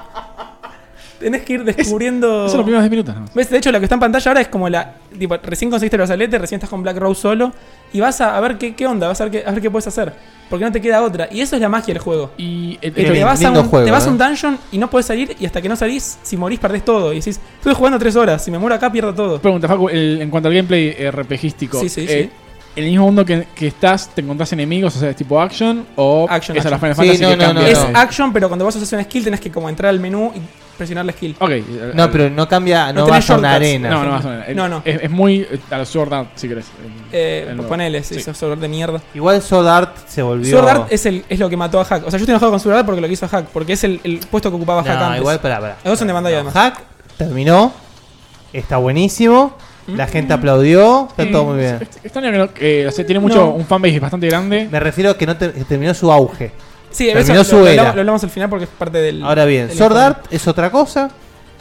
Tenés que ir descubriendo. Son los primeros 10 minutos, ¿no? ¿Ves? De hecho, lo que está en pantalla ahora es como la. Tipo, recién conseguiste el brazalete, recién estás con Black Rose solo. Y vas a, a ver qué, qué onda, vas a ver qué, a ver qué puedes hacer. Porque no te queda otra. Y eso es la magia del juego. Y eh, te, lindo vas a un, juego, te vas a ¿eh? un dungeon y no puedes salir. Y hasta que no salís, si morís, perdés todo. Y decís, estuve jugando tres horas. Si me muero acá, pierdo todo. Pregunta, Facu, el- en cuanto al gameplay RPGístico. Sí, sí, eh, En el mismo mundo que, que estás, te encontrás enemigos, o sea, es tipo action o Action, es a la action. Final Fantasy que cambia Es de- action, pero cuando vas a hacer un skill tenés que como entrar al menú y presionar la skill. Ok. eh, No, pero no cambia, no, tenés vas a una shortcuts. arena. No, no vas a una- No, no. Es, es muy eh, a los Sword Art, si querés. Eh, El pues nuevo. ponele, Sí. sí, esos Sword Art de mierda. Igual Sword Art se volvió. Sword Art eh. es, el, es lo que mató a Hack. O sea, yo estoy enojado con Sword Art porque lo que hizo Hack, porque es el, el puesto que ocupaba Hack No, antes. igual, pará, pará. Los dos son de Bandai además. Hack terminó. Está buenísimo. Mm. La gente aplaudió. Está todo muy bien. Extraño que no- que, o sea, tiene mucho, No. un fanbase bastante grande. Me refiero a que no te- que terminó su auge. Sí, eso terminó lo, su lo era. hablamos, lo hablamos al final porque es parte del. Ahora bien, del Sword juego. Art es otra cosa.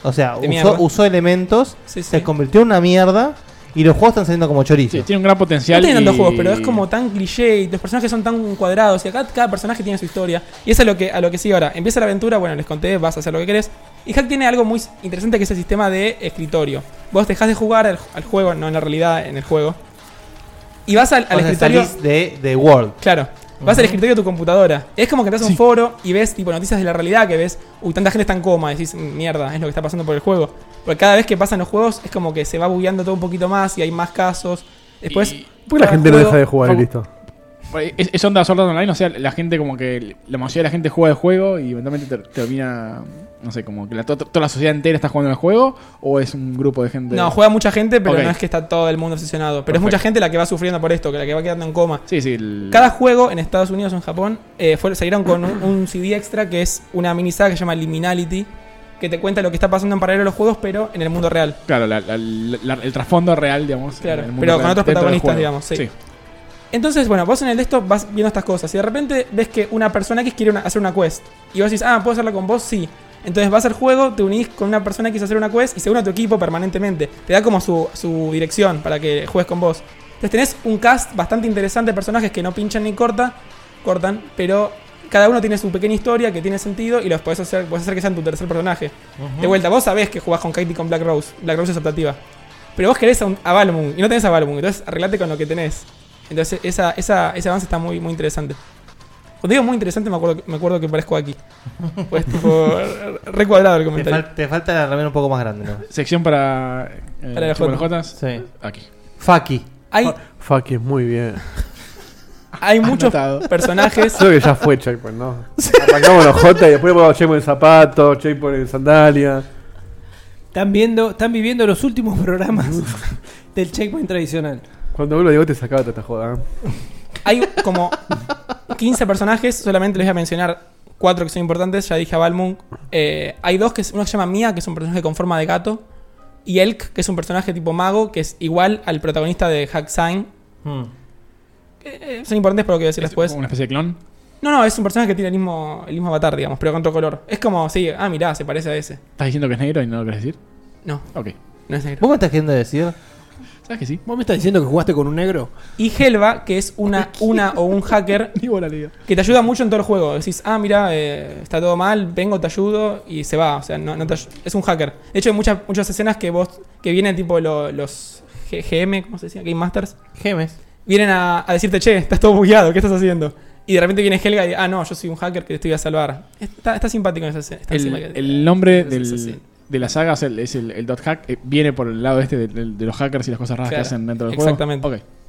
O sea, De usó, mierda. usó elementos, se convirtió en una mierda y los juegos están saliendo como chorizo. tiene un gran No potencial. tiene tantos juegos, pero es como tan cliché y los personajes son tan cuadrados y acá cada personaje tiene su historia. Y eso es lo que, a lo que sigue ahora. Empieza la aventura, bueno, les conté, vas a hacer lo que querés. Y Hack tiene algo muy interesante que es el sistema de escritorio. Vos dejás de jugar al, al juego, no en la realidad, en el juego. Y vas al, al O sea, escritorio... salís de, de World. Claro. Vas Ujú. al escritorio de tu computadora. Es como que entras a un foro y ves tipo noticias de la realidad que ves, uy, tanta gente está en coma, decís, mierda, es lo que está pasando por el juego. Porque cada vez que pasan los juegos es como que se va bugueando todo un poquito más y hay más casos. Después. ¿Por qué la cada gente no juego- deja de jugar y listo? Es, es onda Sword Art Online, o sea, la gente como que. La mayoría de la gente juega el juego y eventualmente ter- termina. No sé, como que la- to- toda la sociedad entera está jugando el juego o es un grupo de gente. No, juega mucha gente, pero Ok. no es que está todo el mundo obsesionado. Pero es Perfecto. mucha gente la que va sufriendo por esto, que la que va quedando en coma. Sí, sí. Cada juego en Estados Unidos o en Japón eh, fue- salieron con un, un CD extra que es una mini saga que se llama Liminality, que te cuenta lo que está pasando en paralelo a los juegos, pero en el mundo real. Claro, la- la- la- el trasfondo real, digamos. Claro, en el mundo pero con real otros dentro del protagonistas, juego. digamos, sí. Entonces, bueno, vos en el desktop vas viendo estas cosas y de repente ves que una persona X quiere una- hacer una quest. Y vos decís, ah, ¿puedo hacerla con vos? Sí. Entonces vas al juego, te unís con una persona que quiso hacer una quest y se une a tu equipo permanentemente. Te da como su, su dirección para que juegues con vos. Entonces tenés un cast bastante interesante de personajes que no pinchan ni corta, cortan, pero cada uno tiene su pequeña historia que tiene sentido y los podés hacer, podés hacer que sean tu tercer personaje. Ujú. De vuelta, vos sabés que jugás con Katie y con Black Rose. Black Rose es optativa. Pero vos querés a, un, a Balmung y no tenés a Balmung, entonces arreglate con lo que tenés. Entonces esa, esa, ese avance está muy, muy interesante. Cuando digo muy interesante, me acuerdo, me acuerdo que parezco aquí. Pues tipo, recuadrado el Te, comentario. fal- te falta la remera un poco más grande, ¿no? Sección para. eh, Para las Chupa Jotas. las Jotas. Sí. Aquí. Faki. Hay, Fuck, es muy bien. hay muchos personajes. Creo que ya fue Checkpoint, ¿no? Arrancamos los J y después ponemos Checkpoint en zapato, Checkpoint en sandalia. Están viendo, están viviendo los últimos programas del checkpoint tradicional. Cuando vuelvo, digo, te sacaba toda esta joda. ¿eh? Hay como 15 personajes, solamente les voy a mencionar cuatro que son importantes, ya dije a Balmung. Eh, hay dos que es- uno que se llama Mia, que es un personaje con forma de gato, y Elk, que es un personaje tipo mago, que es igual al protagonista de Hack Sign. Hmm. Eh, eh, son importantes, pero lo que voy a decir después. Una especie de clon. No, no, es un personaje que tiene el mismo, el mismo avatar, digamos, pero con otro color. Es como, sí, ah, mirá, se parece a ese. ¿Estás diciendo que es negro y no lo querés decir? No. Ok. No es negro. ¿Vos me estás queriendo decir? ¿Sabes que sí? ¿Vos me estás diciendo que jugaste con un negro? Y Helva, que es una, una o un hacker que te ayuda mucho en todo el juego. Decís, ah, mira, eh, está todo mal, vengo, te ayudo y se va. O sea, no, no te ayu- es un hacker. De hecho, hay muchas, muchas escenas que vos que vienen tipo lo- los G- GM, ¿cómo se decía? Game Masters. GMs. Vienen a, a decirte, che, estás todo bugueado, ¿qué estás haciendo? Y de repente viene Helga y, ah, no, yo soy un hacker que te estoy a salvar. Está, está simpático en esa escena. está el, simpático. el nombre eh, Sí, del- sí, sí. de la saga es el, es el- el dot hack. eh, viene por el lado este de, de- de los hackers y las cosas raras Claro, que hacen dentro del exactamente. juego. Exactamente.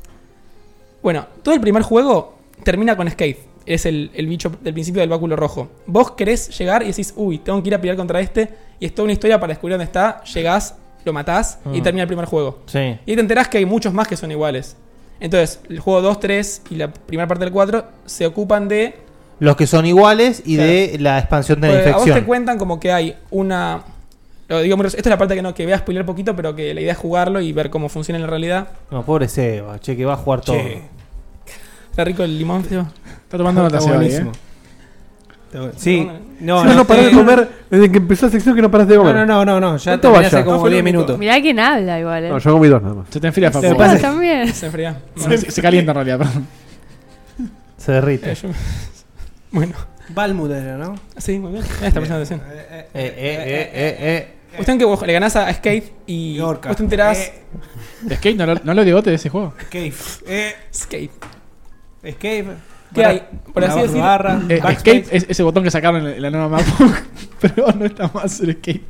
Bueno, todo el primer juego termina con Skate. Es el, el bicho del principio del báculo rojo. Vos querés llegar y decís, uy, tengo que ir a pelear contra este. Y es toda una historia para descubrir dónde está. Llegás, lo matás y Mm. termina el primer juego. Sí. Y ahí te enterás que hay muchos más que son iguales. Entonces, el juego 2, 3 y la primera parte del 4 se ocupan de Los que son iguales y de la expansión de la pues, A vos te infección. cuentan como que hay una. Lo digo, muy res- esta es la parte que no, que voy a spoiler poquito, pero que la idea es jugarlo y ver cómo funciona en la realidad. No, pobre Seba, che, que va a jugar todo. Che. Está rico el limón, Seba? Está tomando nota, Seba, ahí, ¿eh? ¿eh? Sí. No, Si no, no parás de eh, comer. Desde que empezó la sección que no parás de comer. No, no, no, no, no, ya ¿Cuánto terminé va hace ya? como No, fue lo 10 único. minutos. Mirá quién habla igual, eh. No, yo comí dos nada más. Se te enfría, Facu. Yo también. Se enfría. Se, se calienta en realidad, perdón. Se derrite. Eh, yo- Bueno. Balmud era, ¿no? Ah, Sí, muy bien. Ahí está prestando atención. Eh, eh, eh, eh, eh. Cuestión que vos le ganás a Skate y vos te enterás. Skate no, lo- no lo digote de ese juego. Escape. escape. Escape. ¿Qué hay? Por así decir- Barra, Eh, backspace. escape es ese botón que sacaron en la nueva mapa. pero no está más el escape.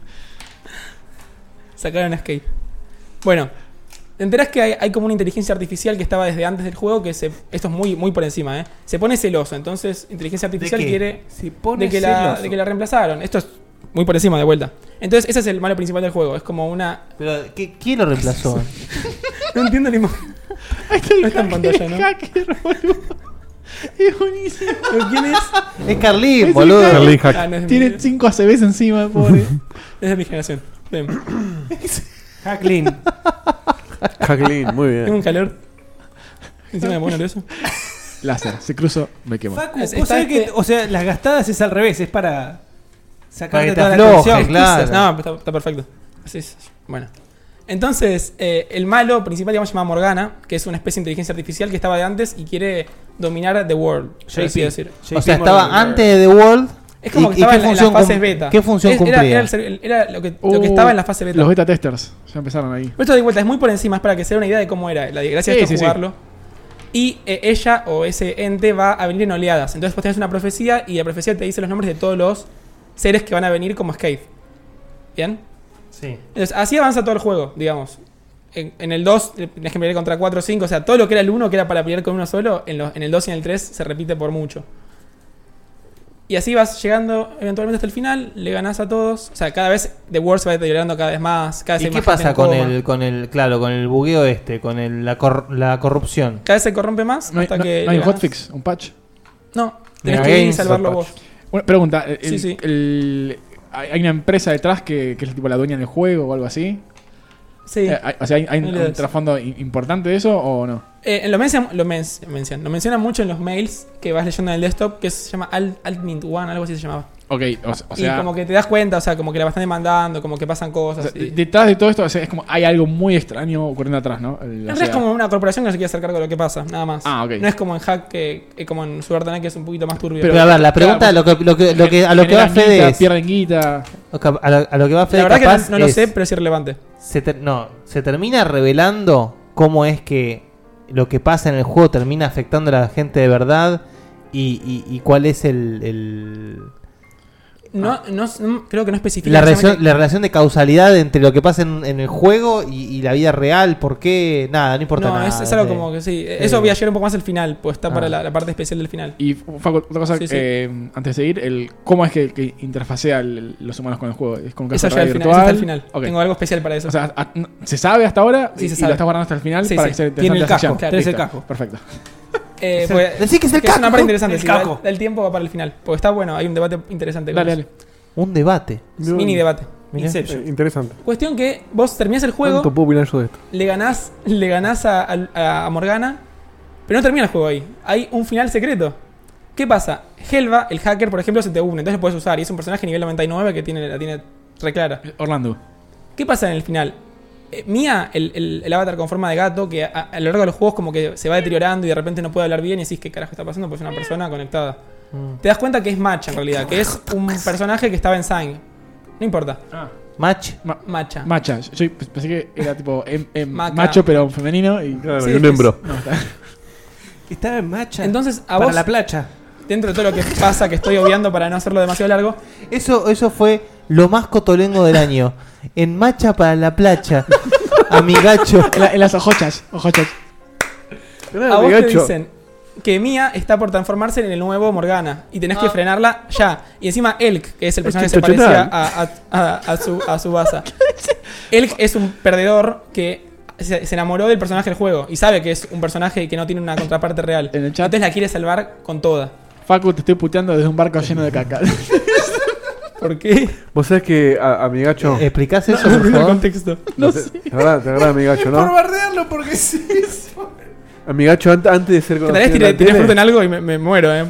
Sacaron a Skate. Bueno, te enterás que hay, hay como una inteligencia artificial que estaba desde antes del juego que se. Esto es muy, muy por encima, ¿eh? Se pone celoso. Entonces, inteligencia artificial qué? quiere. Se pone de que, la, celoso. de que la reemplazaron. Esto es muy por encima, de vuelta. Entonces, ese es el malo principal del juego. Es como una. Pero, ¿quién lo reemplazó? no entiendo ni. mo- no está en pantalla, ¿no? Es buenísimo. quién es? Es Carlín, el boludo. Carlín. Carlín Hack. Ah, no es mi- Tiene 5 ACBs encima, pobre. Es de mi generación. Bien. Hacklin. Jacqueline, muy bien. Tengo un calor. Encima me pongo nervioso. Láser, se cruzó, me quemó. Facu, Es- vos está sabés que, este- o sea, las gastadas es al revés, es para Para sacarte que te toda la afloje, atención. claro. No, está, está perfecto. Así es. Bueno. Entonces, eh, el malo principal, digamos, se llama Morgana, que es una especie de inteligencia artificial que estaba de antes y quiere dominar The World. Yo JP. decir. O sea, estaba antes de The World. Es como ¿Y- que y estaba qué en, la- en función las fases cum- beta. qué función Es- era- cumplía? Era, el ser- era lo, que, lo que estaba en la fase beta. Los beta testers ya empezaron ahí. Pero esto de vuelta es muy por encima, es para que se dé una idea de cómo era. La desgracia Sí, de esto es sí, sí. jugarlo. Y eh, ella o ese ente va a venir en oleadas. Entonces vos tenés una profecía y la profecía te dice los nombres de todos los seres que van a venir como Skate. ¿Bien? Sí. Entonces así avanza todo el juego, digamos. En, en el 2 eh, tenés que pelear contra 4 o 5. O sea, todo lo que era el 1 que era para pelear con uno solo, en, los- en el 2 y en el 3 se repite por mucho. Y así vas llegando eventualmente hasta el final, le ganás a todos. O sea, cada vez The World se va deteriorando cada vez más. Cada vez ¿Y hay qué más gente pasa en con coma. el, con el, claro, con el bugueo este, con el- la, cor- la corrupción? Cada vez se corrompe más No hay, hasta no- que. no hay le un ganas. hotfix, un patch. No, tenés Mega que ir y Games, salvarlo un vos. patch. Bueno, pregunta, el- Sí, sí. el- hay hay una empresa detrás que, que es tipo la dueña del juego o algo así. Sí. Eh, hay- o sea, ¿hay, hay No un, le das. trasfondo i- importante de eso o no? Eh, en lo mencionan, lo, men- mencionan- lo mencionan mucho en los mails que vas leyendo en el desktop, que se llama Alt, Altmint One, algo así se llamaba. Ok, o, se- o y sea, como que te das cuenta, o sea, como que la están demandando, como que pasan o cosas. sea, de- y- detrás de todo esto o sea, es como hay algo muy extraño ocurriendo atrás, ¿no? El- o en realidad sea, es como una corporación que no se quiere hacer cargo de lo que pasa, nada más. Ah, ok. No es como en Hack, que, eh, como en Subertanac, que es un poquito más turbio. Pero, a ver, la pregunta, Claro, pues, lo que, lo que, lo que- a lo que va generan guita, Fede es. pierden guita. o que- A lo, a lo que va Fede la verdad que capaz no, no lo es- sé, pero es irrelevante. se ter- no, se termina revelando cómo es que lo que pasa en el juego termina afectando a la gente de verdad y, y- y cuál es el, el- No, no, no- creo que no especifica. la, relación, exactamente- la relación de causalidad entre lo que pasa en, en el juego y, y la vida real, por qué, nada, no importa No, nada. es, es algo sí. como que sí. Sí. Eso voy a llegar un poco más al final, pues está para Ah. la, la parte especial del final. Y Facu, otra cosa, Sí, sí. eh, antes de seguir, el, ¿cómo es que, que interfacea el- los humanos con el juego? ¿Es con un Eso caso llega al virtual? final, eso está al final. Ok. Tengo algo especial para eso. O sea, a- no- ¿se sabe hasta ahora? Sí, se y- sabe. Y lo estás guardando hasta el final Sí, para sí. que sea interesante Tiene el la casco, sección. claro. Tenés el Listo. casco. Perfecto. Eh, Sí. pues, Decí que es el es una caco. parte interesante. El sí, da- caco. da el tiempo para el final. Porque está bueno, hay un debate interesante. con Dale, eso. dale. Un debate. Mini debate. Mirá. Eh, interesante. Cuestión que vos terminás el ¿Cuánto juego, puedo opinar yo de esto? le ganás, le ganás a, a- a Morgana, pero no termina el juego ahí. Hay un final secreto. ¿Qué pasa? Helva, el hacker, por ejemplo, se te une, entonces lo puedes usar. Y es un personaje nivel 99 que tiene, la tiene reclara. Orlando. ¿Qué pasa en el final? Eh, Mia, el, el- el avatar con forma de gato, que a, a lo largo de los juegos como que se va deteriorando y de repente no puede hablar bien y decís, ¿qué carajo está pasando? Pues es una persona conectada. Mm. Te das cuenta que es Macha en realidad, que es un personaje que estaba en Sign. No importa. Match. Ah. Ma- Macha. macha. Yo yo pensé que era tipo em- em- Maca. macho, pero femenino. Y... Sí, un es- hembro. No, está- Estaba en macha. Entonces, a para vos- la playa. Dentro de todo lo que pasa, que estoy obviando para no hacerlo demasiado largo, Eso, eso fue lo más cotolengo del año. En Macha para la Playa, amigacho. en, la- en las ojochas. ojochas. a vos te dicen que Mia está por transformarse en el nuevo Morgana y tenés que frenarla ya. Y encima Elk, que es el personaje que se parece a, Chochotán. a, a, a su, a su baza. Elk es un perdedor que se, se enamoró del personaje del juego y sabe que es un personaje que no tiene una contraparte real. En el chat. Entonces la quiere salvar con toda. Facu, te estoy puteando desde un barco lleno de caca. ¿Por qué? Vos sabés que, a, a mi gacho. Eh, ¿Explicás eso, No entiendo el contexto. No sé. Te agrada, te agrada mi gacho, Por ¿no? bardearlo, porque sí. A mi gacho, an- antes de ser Que tal conocido. vez en la tiré, tiré tele- fruta en algo y me, me muero, eh.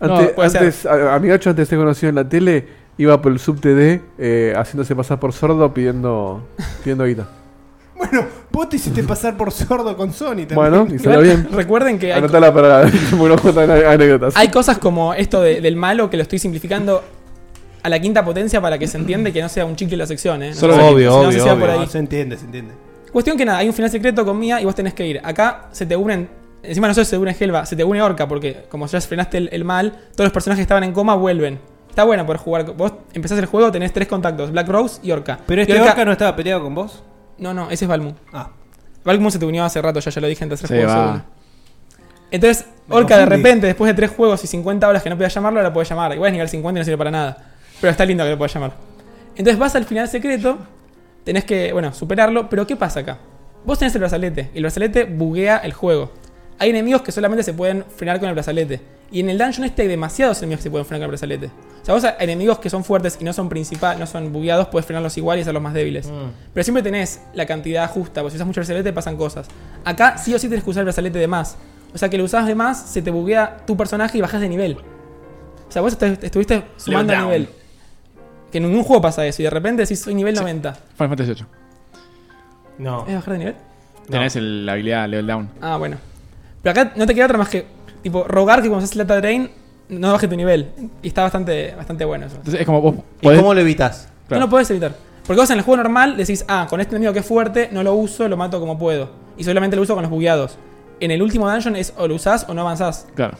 Ante- puede ser. antes, a- Amigacho, antes de ser conocido en la tele, iba por el subte de eh, haciéndose pasar por sordo pidiendo, pidiendo guita. Bueno, vos te hiciste pasar por sordo con Sony también. Bueno, y salió bien. Recuerden que hay- Anotala para porque no cuentan anécdotas. Hay cosas como esto de- del malo que lo estoy simplificando a la quinta potencia para que se entiende que no sea un chicle la sección, ¿eh? No Solo sé, obvio, sino que obvio, sea obvio. por ahí. No, se entiende, se entiende. Cuestión que nada, hay un final secreto con Mía y vos tenés que ir. Acá se te unen. Encima no solo se te une Helva, se te une Orca, porque como ya frenaste el, el mal, todos los personajes que estaban en coma vuelven. Está bueno por jugar. Vos empezás el juego, tenés tres contactos: Black Rose y Orca. Pero Y este orca no estaba peleado con vos. No, no, ese es Balmu. Ah. Balmu se te unió hace rato, ya, ya lo dije en tercer Se juego. va. seguro. Entonces, Me Orca de confundí. repente, después de tres juegos y 50 horas que no podía llamarlo, ahora puede llamar. Igual es nivel 50 y no sirve para nada. Pero está lindo que lo pueda llamar. Entonces vas al final secreto, tenés que, bueno, superarlo, pero ¿qué pasa acá? Vos tenés el brazalete, y el brazalete buguea el juego. Hay enemigos que solamente se pueden frenar con el brazalete. Y en el dungeon este hay demasiados enemigos que se pueden frenar con el brazalete. O sea, vos a enemigos que son fuertes y no son principales, no son bugueados, puedes frenarlos igual y hacerlos más débiles. Pero siempre tenés la cantidad justa, porque si usas mucho brazalete pasan cosas. Acá sí o sí tenés que usar el brazalete de más. O sea, que lo usás de más, se te buguea tu personaje y bajas de nivel. O sea, vos est- estuviste sumando down. nivel. Que en ningún juego pasa eso y de repente decís soy nivel 90. Final Fantasy VIII. No. ¿Es bajar de nivel? Tenés el- la habilidad level down. Ah, bueno. Pero acá no te queda otra más que tipo rogar que cuando haces Lata Drain no baje tu nivel. Y está bastante, bastante bueno eso. Entonces es como vos. ¿Y cómo lo evitas? No lo podés evitar. Porque vos en el juego normal decís, ah, con este enemigo que es fuerte, no lo uso, lo mato como puedo. Y solamente lo uso con los bugueados. En el último dungeon es o lo usás o no avanzás. Claro.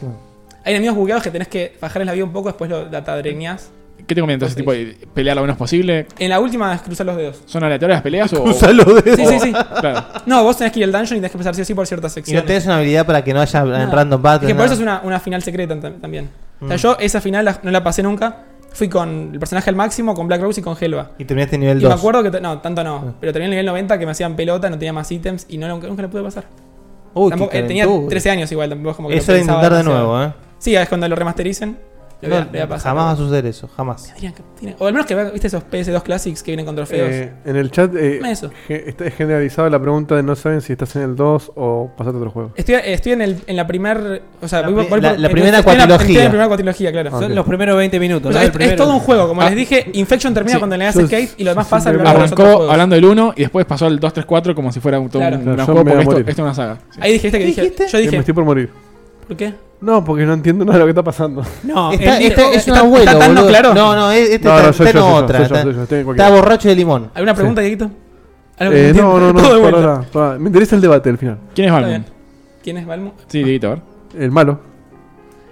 Hay enemigos bugueados que tenés que bajarles la vida un poco, después lo datadreñas. ¿Qué te conviene entonces? Tipo, eh, pelear lo menos posible. En la última es cruzar los dedos. ¿Son aleatorias las peleas o.? Cruzar los dedos. Sí, sí, sí. Claro. No, vos tenés que ir al dungeon y tenés que pasar sí o sí por ciertas Y secciones. no tenés una habilidad para que no haya en Nada. random battle. Es que por nada. eso es una, una final secreta tam- también. O sea, Mm. yo esa final la- no la pasé nunca. Fui con el personaje al máximo, con Black Rose y con Helva. Y terminaste nivel Y me 2. acuerdo que. t- No, tanto Ah. no. Pero terminé en nivel 90 que me hacían pelota, no tenía más ítems y no, lo- nunca lo pude pasar. Uy, qué Tampoco- eh, tenía calentura. 13 años igual, tampoco es como que. lo Eso de pensaba intentar de demasiado. nuevo, ¿eh? Sí, es cuando lo remastericen. Lo voy a- No, lo voy a pasar. jamás va a suceder eso, jamás. Tendrían que- tienen- O al menos que vea- viste esos PS2 Classics que vienen con trofeos. Eh, en el chat eh, Eso. ge- está es generalizado la pregunta de no saben si estás en el 2 o pasaste a otro juego. Estoy, estoy en, el, en la primera. O sea, La voy- pri- voy la- por- la estoy- primera estoy en la- cuatrilogía. estoy en la primera cuatilogía, claro. Son Ok. los primeros 20 minutos, O ¿no? sea, El es, es primero. todo un juego, como Ah. les dije, Infection termina Sí. cuando le das Yo- escape y lo demás yo pasa. siempre hablando de los otros Arrancó juegos. hablando del 1 y después pasó al 2, 3, 4 como si fuera un, todo Claro. un, Claro, un yo juego me porque voy a esto, morir. esto es una saga. Sí. Ahí dijiste que ¿Qué dije. dijiste? Yo Que dije. me estoy por morir. ¿Por qué? No, porque no entiendo nada de lo que está pasando. No, Está- el- está- este- es un está- abuelo, está tan no boludo. claro. No, no, es- este No, está, no, soy está yo, en soy yo, otra. soy yo, está, soy yo, estoy en está cualquiera. borracho de limón. ¿Alguna pregunta, Sí. Dieguito? ¿Algo que Eh, no, no, entiendas? no, Todo de vuelta. pará, pará. Me interesa el debate al final. ¿Quién es Está Valmont? bien. ¿Quién es Balmo? Sí, Dieguito, a ver. El malo.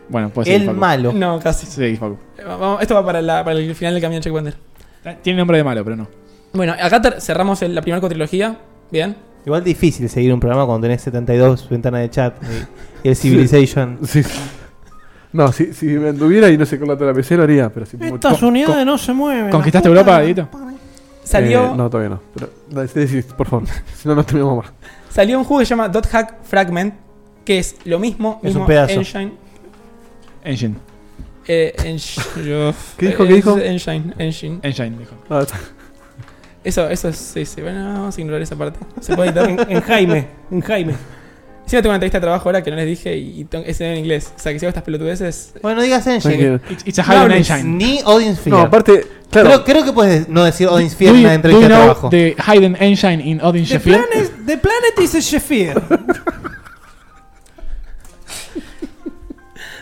Bueno, puede ser. El malo. No, casi. Sí, Facu. Eh, vamos- Esto va para, la- para el final del camino de Checkpointer. Tiene nombre de malo, pero no. Bueno, acá ter- cerramos el- la primera cuatrilogía. Bien. Igual difícil seguir un programa cuando tenés 72 ventanas de chat y, y el Civilization. Sí. No, si, si me anduviera y no sé con la otra PC lo haría, pero si Estas con- unidades con- no se mueven. ¿Conquistaste la puta Europa, que Dieguito? parió. Salió- Eh, no, todavía no. Pero, dale, decí, por favor. si no, no terminamos más. Salió un juego que se llama Dot Hack Fragment, que es lo mismo, Es mismo un pedazo. engine. Engine. eh, ensh- yo- ¿Qué dijo, qué es dijo? Engine, engine. Engine, dijo. Ah, Eso, eso es, sí, sí. Bueno, vamos a ignorar esa parte. Se puede editar. En- en Jaime, en Jaime. Sí, tengo una entrevista de trabajo ahora que no les dije y, y tengo- es en inglés. O sea, que si hago estas pelotudeces. Bueno, digas Tranquilo. Engine. It's- it's a Highland Engine. Ni Odin Sphere. No, aparte, claro. Creo, creo que puedes no decir Odin Sphere Do en you- la entrevista do you de trabajo. know The Hidden Engine in Odin The Sheffield. planet, the planet is a Sheffield.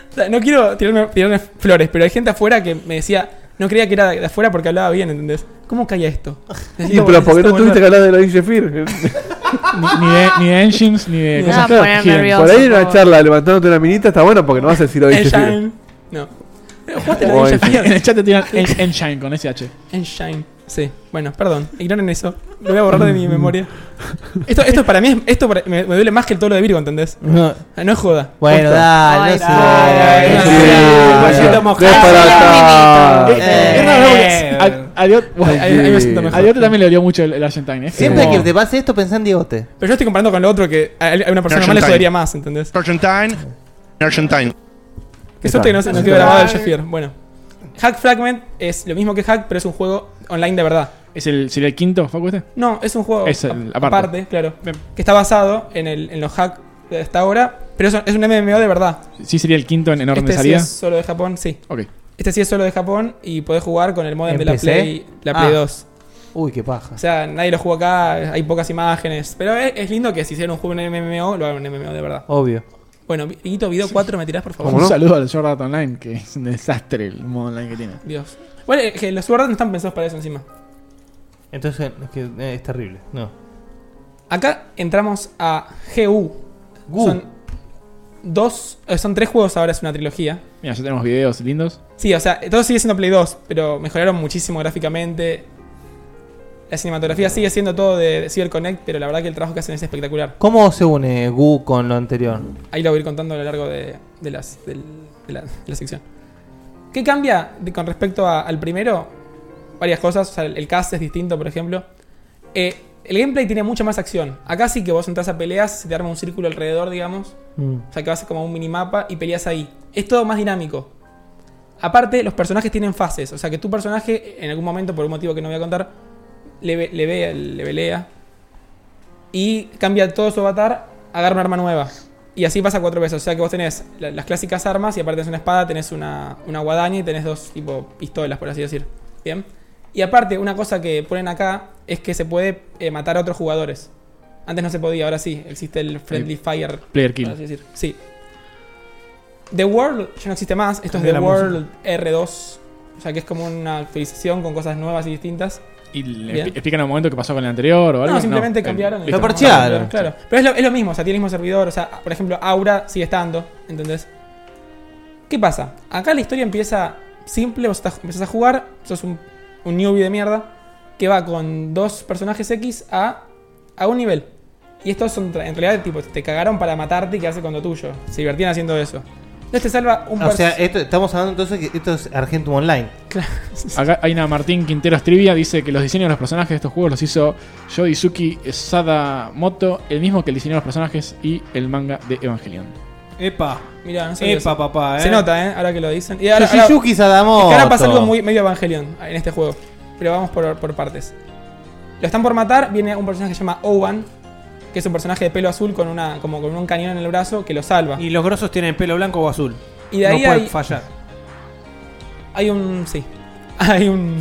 O sea, no quiero tirarme, tirarme flores, pero hay gente afuera que me decía. No creía que era de afuera porque hablaba bien, ¿entendés? ¿Cómo calla esto? Y, pero porque no tuviste que hablar de la Sheffield. ni, ni de, ni de engines, ni de Claro, cosas claro, que bien. giren. Por ahí en una charla levantándote una minita está bueno porque no vas a decir hoy Sheffield. Engine. No. ¿Jugaste la Oy. Ninja Theory? En el chat te tiran en- Engine con SH. Engine. Sí. Bueno, perdón. Ignoren eso. Lo voy a borrar de Mm. mi memoria. Esto, esto para mí es- esto para- me, me duele más que el tolo de Virgo, ¿entendés? No. Ah, No es joda. Bueno, Posta. dale, no sé. Ay, no sí, sé. dale. Vasito mojado. Desparata. Eh, eh, Es raro porque a- a Diot- Ahí- ahí me siento A mejor. a Diot también le olió mucho el, el Argentine. ¿eh? Siempre Como- que te pase esto, pensá en Diegote. Pero yo estoy comparando con lo otro que a a una persona normal le jodería más, ¿entendés? Argentine. Argentine. Que suerte que no se nos quedó grabado el Sheffier. Bueno. Hack Fragment es lo mismo que Hack, pero es un juego online de verdad. ¿Es el, ¿Sería el quinto, Facu, este? No, es un juego Es el- a- aparte. aparte. claro. Que está basado en, el, en los hacks de hasta ahora, pero es un- es un MMO de verdad. Sí, sería el quinto en, en orden Este de sí salida. es solo de Japón, sí. Ok. Este sí es solo de Japón y podés jugar con el modem de la ¿Empecé? Play, la Play Ah. 2. Uy, qué paja. O sea, nadie lo juega acá, hay pocas imágenes. Pero es, es lindo que si hicieron un juego en MMO, lo hagan un MMO de verdad. Obvio. Bueno, Guito, video 4, ¿me tirás, por favor? Un saludo al Sword Art Online, que es un desastre el modo online que tiene. Dios. Bueno, eh, que los Sword Art no están pensados para eso encima. Entonces, es, que, eh, es terrible. No. Acá entramos a GU. Son dos, eh, son tres juegos ahora, es una trilogía. Mira, ya tenemos videos lindos. Sí, o sea, todo sigue siendo Play 2, pero mejoraron muchísimo gráficamente. La cinematografía sigue siendo todo de, de CyberConnect, pero la verdad que el trabajo que hacen es espectacular. ¿Cómo se une Gu con lo anterior? Ahí lo voy a ir contando a lo largo de, de las, del- de la, de la sección. ¿Qué cambia de- con respecto a- al primero? varias cosas. O sea, el cast es distinto, por ejemplo. Eh, el gameplay tiene mucha más acción. Acá sí que vos entras a peleas, se te arma un círculo alrededor, digamos. Mm. O sea, que vas como a un minimapa y peleas ahí. Es todo más dinámico. Aparte, los personajes tienen fases. O sea, que tu personaje, en algún momento, por un motivo que no voy a contar, le, ve- le, ve- le velea. Y cambia todo su avatar, agarra una arma nueva. Y así pasa cuatro veces. O sea, que vos tenés la- las clásicas armas y aparte tenés una espada, tenés una, una guadaña y tenés dos, tipo, pistolas, por así decir. Bien. Y aparte, una cosa que ponen acá es que se puede eh, matar a otros jugadores. Antes no se podía, ahora sí. Existe el Friendly Fire. Eh, player kill. por así decir. Sí. The World ya no existe más. Esto es Cambia The la World R2. O sea que es como una actualización con cosas nuevas y distintas. ¿Y le Bien. expli- explican un momento qué pasó con el anterior o algo? Eh, No, simplemente el- cambiaron. y- listo. Claro. Pero es lo, es lo mismo, o sea, tiene el mismo servidor. O sea, por ejemplo, Aura sigue estando, ¿entendés? ¿Qué pasa? Acá la historia empieza simple, vos estás- empezás a jugar, sos un, un newbie de mierda, que va con dos personajes X a, a un nivel. Y estos son, tra- en realidad, tipo, te cagaron para matarte y quedarse con lo tuyo. Se divertían haciendo eso. Entonces te salva un O pers- sea, esto- estamos hablando entonces que esto es Argentum Online. Acá hay una Martín Quinteros Trivia, dice que los diseños de los personajes de estos juegos los hizo Yoizuki Sada Moto, el mismo que el diseño de los personajes y el manga de Evangelion. Epa. Mirá, no Epa, sabía eso. papá, eh. Se nota, ¿eh? Ahora que lo dicen. Y ahora, Yoshiyuki ahora- Sadamoto. es que ahora pasa algo muy medio Evangelion en este juego. Pero vamos por, por partes. Lo están por matar, viene un personaje que se llama Owen, que es un personaje de pelo azul con una como con un cañón en el brazo que lo salva. Y los grosos tienen pelo blanco o azul. Y de ahí no puede hay- fallar. Hay un. Sí. Hay un.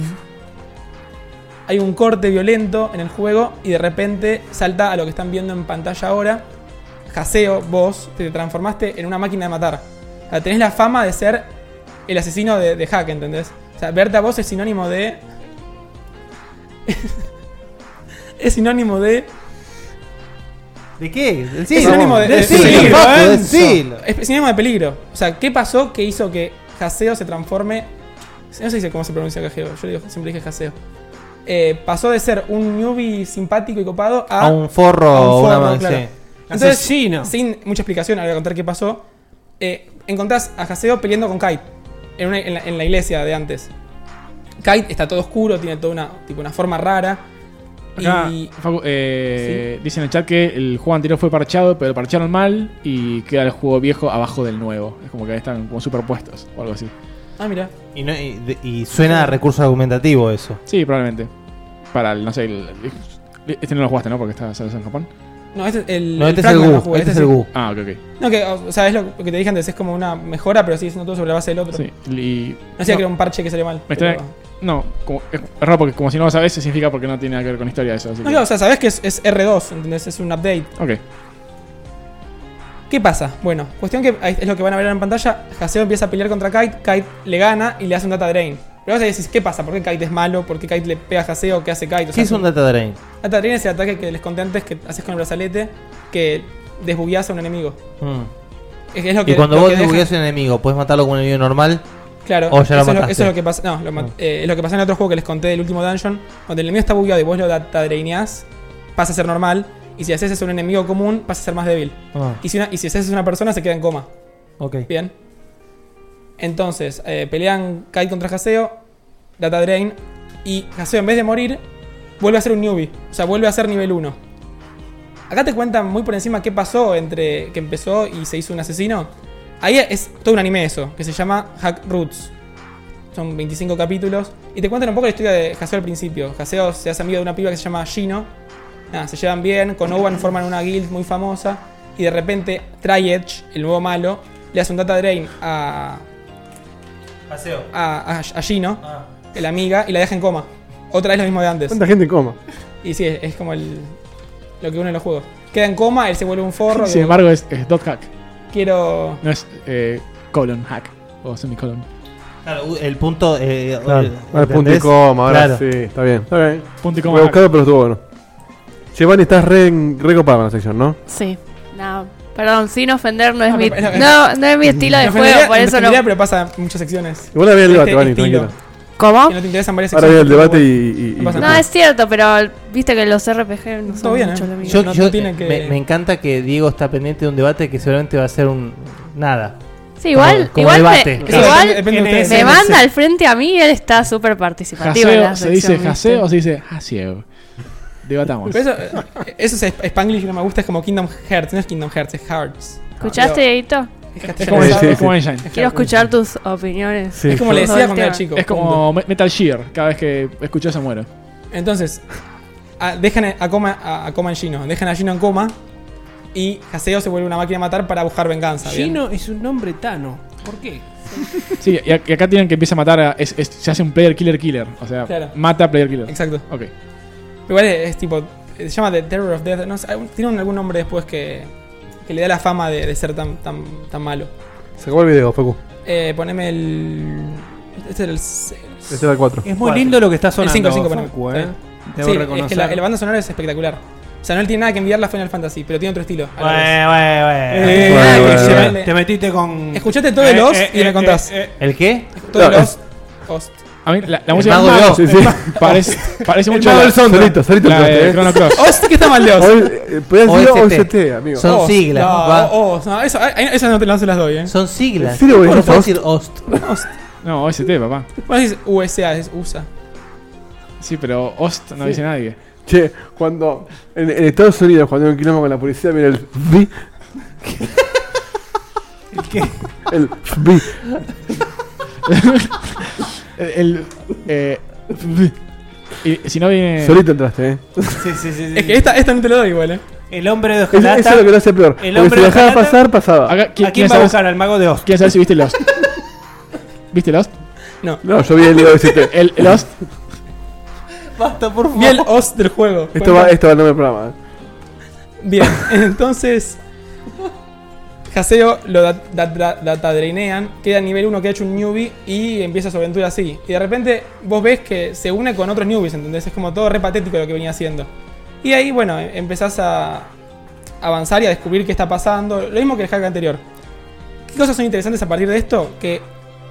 Hay un corte violento en el juego y de repente salta a lo que están viendo en pantalla ahora. Jaseo, vos te transformaste en una máquina de matar. O sea, tenés la fama de ser el asesino de, de hack, ¿entendés? O sea, verte a vos es sinónimo de. es sinónimo de. ¿De qué? Del Es siglo. sinónimo de, Del de- siglo, peligro. Paco, del siglo. Es sinónimo de peligro. O sea, ¿qué pasó que hizo que Haseo se transforme? No sé si- cómo se pronuncia Haseo. Yo digo- siempre dije Haseo. Eh, pasó de ser un newbie simpático y copado A a, un forro a o un una forro, man- claro. sí. Entonces, Asesino. sin mucha explicación, ahora voy a contar qué pasó. Eh, encontrás a Haseo peleando con Kite en, una- en la, en la iglesia de antes. Kite está todo oscuro, tiene toda una, tipo, una forma rara. Acá, y Facu, eh, dice en el chat que el juego anterior fue parchado, pero lo parcharon mal y queda el juego viejo abajo del nuevo. Es como que están como superpuestos o algo así. Ah, mira. Y, no- y- de- y suena a recurso argumentativo eso. Sí, probablemente. Para el, no sé, el- el- este no lo jugaste, ¿no? Porque está sales en Japón. No, este es el. No, este es Fragment el Gu, no jugué, este es el Gu. Ah, ok, ok. No, que, o o sea, es lo que te dije antes, es como una mejora, pero sigue siendo todo sobre la base del otro. Sí, y- No sé no. que era un parche que salió mal. Me pero- extraña- No, como- es es raro porque como si no lo sabes, significa porque no tiene nada que ver con historia eso. Así No, que- claro, o sea, sabes que es, es R2, ¿entendés? Es un update. Ok. ¿Qué pasa? Bueno, cuestión que ahí es lo que van a ver en pantalla. Haseo empieza a pelear contra Kite, Kite le gana y le hace un data drain. Pero vos ahí decís, ¿qué pasa? ¿Por qué Kite es malo? ¿Por qué Kite le pega a Haseo? ¿Qué hace Kite? O ¿Qué sea, es un tú- data drain? Data drain es el ataque que les conté antes que haces con el brazalete que desbugueas a un enemigo. Mm. Es, es lo que y cuando lo vos que deja- desbugueas a un enemigo, ¿puedes matarlo con un enemigo normal? Claro, O ya lo eso, es lo, mataste. Mm, Ah. eso es lo que pasa. No, lo mat- eh, es lo que pasa en el otro juego que les conté del último dungeon. Cuando el enemigo está bugueado y vos lo datadreineás, pasa a ser normal. Y si haces eso a un enemigo común, pasa a ser más débil. Ah. Y, si una- y si haces eso a una persona, se queda en coma. Ok. Bien. Entonces, eh, pelean Kite contra Haseo, Data Drain. Y Haseo, en vez de morir, vuelve a ser un newbie. O sea, vuelve a ser nivel 1. Acá te cuentan muy por encima qué pasó entre que empezó y se hizo un asesino. Ahí es todo un anime eso, que se llama Hack Roots. Son 25 capítulos. Y te cuentan un poco la historia de Haseo al principio. Haseo se hace amigo de una piba que se llama Gino. Nada, se llevan bien. Con Owen forman una guild muy famosa. Y de repente, Triedge, el nuevo malo, le hace un data drain a. Haseo. A, a- a Gino, la amiga, y la deja en coma. Otra vez lo mismo de antes. ¿Cuánta gente en coma? Y sí, es, es como el, lo que uno en los juegos. Queda en coma, él se vuelve un forro. Sin y- embargo, es, es dot hack, Quiero. no es eh, colon hack o semicolon. Claro, el punto. Eh, Claro, el- ahora Al Ah, punto y ¿entendés? coma, ahora Claro. sí, está bien. Está bien. Punto y Fue coma. buscado, pero estuvo bueno. Giovanni, estás re, re copado con la sección, ¿no? Sí. No, perdón, sin ofender, no es, mi, pero- no, no es mi estilo de Me juego, ofendería- por me eso no. ofendería, pero pasa en muchas secciones. Este Igual había el debate, Vani, estilo. tranquila. ¿Cómo? Que no te interesan varias Ahora secciones. viene el debate y. y- No pasa No, es cierto, pero viste que los RPG no Todo son bien, mucho ¿eh? lo mío. Yo, No- yo- no tiene que- me, me encanta que Diego está pendiente de un debate que seguramente va a ser un. Nada. Sí, igual, Como- como igual, debate. me, Claro. igual Depende- depende de me ustedes. manda al frente a mí y él está súper participativo. en Jaseo, la ¿Se dice sección, jaseo ¿viste? o se dice jasiego? Debatamos. Pero eso, eh, eso es sp- Spanglish que no me gusta, es como Kingdom Hearts, no es Kingdom Hearts, es Hearts. ¿Escuchaste, Pero- Edito? Es como- Sí, sí, es como sí. Engine. Quiero escuchar tus opiniones. sobre el tema. Es como Me- Metal Gear. Cada vez que escucho eso muero. Entonces, a- dejan a coma, a, a coma en Gino, dejan a Gino en coma y Haseo se vuelve una máquina a matar para buscar venganza. bien. Gino es un nombre tano. ¿Por qué? Sí, y, ac- y acá tienen que empieza a matar. A, es- es- se hace un player killer killer. O sea, Claro. mata a player killer. Exacto. Ok. Igual es, es tipo, se llama The Terror of Death, no sé, algún- tiene un- algún nombre después que, que le da la fama de, de ser tan, tan, tan malo. Se acabó el video, Facu. Eh, poneme el... Este era el... Este Este era el cuatro. Es muy lindo lo que está El 5, sonando, 5 poneme. Facu, Está eh. bien. Debo Sí, es que reconocer. la, la banda sonora es espectacular. O sea, no le tiene nada que enviarla a Final Fantasy, pero tiene otro estilo. a la Bueno, vez. bueno, bueno. Eh, Bueno, nada que bueno, se- bueno. Te metiste con- Escuchate todo de Eh, Lost eh, y me eh, contás. eh, eh. ¿El qué? Todo de No, Lost. Host. A mí la, la El música mago es de Oz. Sí, El sí. mago- Parece, parece El mucho. mago la- del Solito, solito, solito la de empezaste, eh. Chrono Cross. Host, ¿qué está mal de Oz? Hoy, eh, podés decirlo este. OST, amigo. Host. No, Oz, no, eso- a- a- esas no te las las doy, ¿eh? Son siglas. ¿En serio, güey? ¿No puedes decir Ost? No, OST, papá. Vos decís USA, es USA. Sí, pero Ost no dice nadie. Che, cuando. En, en Estados Unidos, cuando hay un quilombo con la policía, mira el FBI. El FBI. El. el- eh, y si no viene. Solito entraste, eh. Sí, sí, sí. Es que esta, esta no te la doy igual, ¿eh? El hombre de Eso, hojalata. eso es lo que lo hace peor. El Porque si hombre lo de dejaba hojalata. pasar, pasaba. Acá, ¿A quién va a buscar? Al mago de Oz. ¿Quieres saber si viste Lost? ¿Viste Lost? No. No, yo vi el video de El el Lost. Basta, por favor. Bien, Oz del juego. Esto va, esto va al nombre del programa. eh. Bien, entonces. Haseo lo dat- dat- dat- datadreinean, queda nivel 1 que ha hecho un newbie y empieza su aventura así. Y de repente vos ves que se une con otros newbies, ¿entendés? Es como todo re patético lo que venía haciendo. Y ahí, bueno, em- empezás a avanzar y a descubrir qué está pasando. Lo mismo que el hack anterior. ¿Qué cosas son interesantes a partir de esto? Que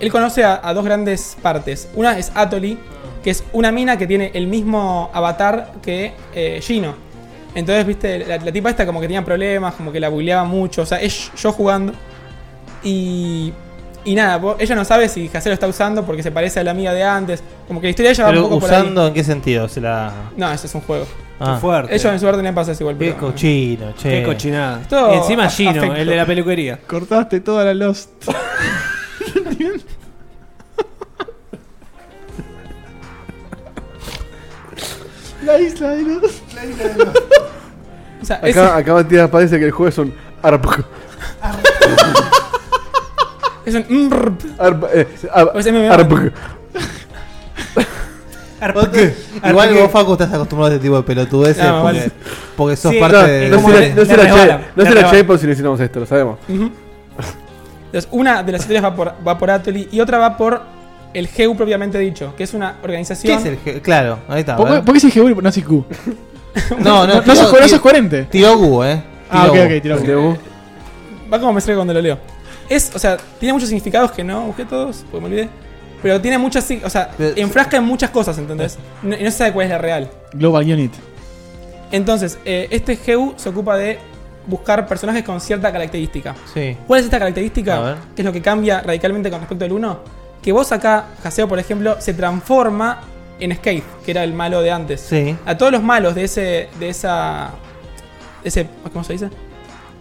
él conoce a, a dos grandes partes. Una es Atoli, que es una mina que tiene el mismo avatar que eh, Gino. Entonces, viste, la, la tipa esta como que tenía problemas, como que la buleaba mucho. O sea, es yo jugando. Y. Y nada, vos- ella no sabe si Jacero está usando porque se parece a la amiga de antes. Como que la historia ya va un Pero poco usando, ¿en qué sentido? Se la... por ahí. No, eso es un juego. Ah. Qué fuerte. Ellos en su orden pasas igual, Qué pero. cochino, che. Qué cochinada. Esto y encima Gino, afecto. el de la peluquería. Cortaste toda la Lost. La isla de Lost. La isla de los. O sea, Acá, ese- acá Matías parece que el juego es un ARP. Es un mrp. ARP. eh, ab- O sea, me- ARP. Vos te- Igual vos, Facu, estás acostumbrado a este tipo de pelotudeces No, porque, vale. porque sos Sí, parte No, de... no será- no será Che- no la será Che por si le hicimos esto, lo sabemos. Ujú. Entonces, una de las historias va por, va por Atoli y otra va por el GEU propiamente dicho, que es una ¿Qué organización. es el G? Claro, ahí está. ¿Por, ¿verdad? qué- por qué si GU no si Q? No, no, no, tiró- sos, no sos tiró- coherente. Tiró Gu, eh. Ah, ok, Tiró ok, Gu. tiró Gu. Va como me sale cuando lo leo. Es, o sea, tiene muchos significados que no busqué todos, porque me olvidé. Pero tiene muchas, sig- o sea, enfrasca en muchas cosas, ¿entendés? Eh. No- y no se sabe cuál es la real. Global Unit. Entonces, eh, este GU se ocupa de buscar personajes con cierta característica. Sí. ¿Cuál es esta A ver. característica? ¿Qué es lo que cambia radicalmente con respecto al 1? Que vos acá, Haseo, por ejemplo, se transforma en Skate, que era el malo de antes. Sí. A todos los malos de ese. de esa. de ese. ¿Cómo se dice?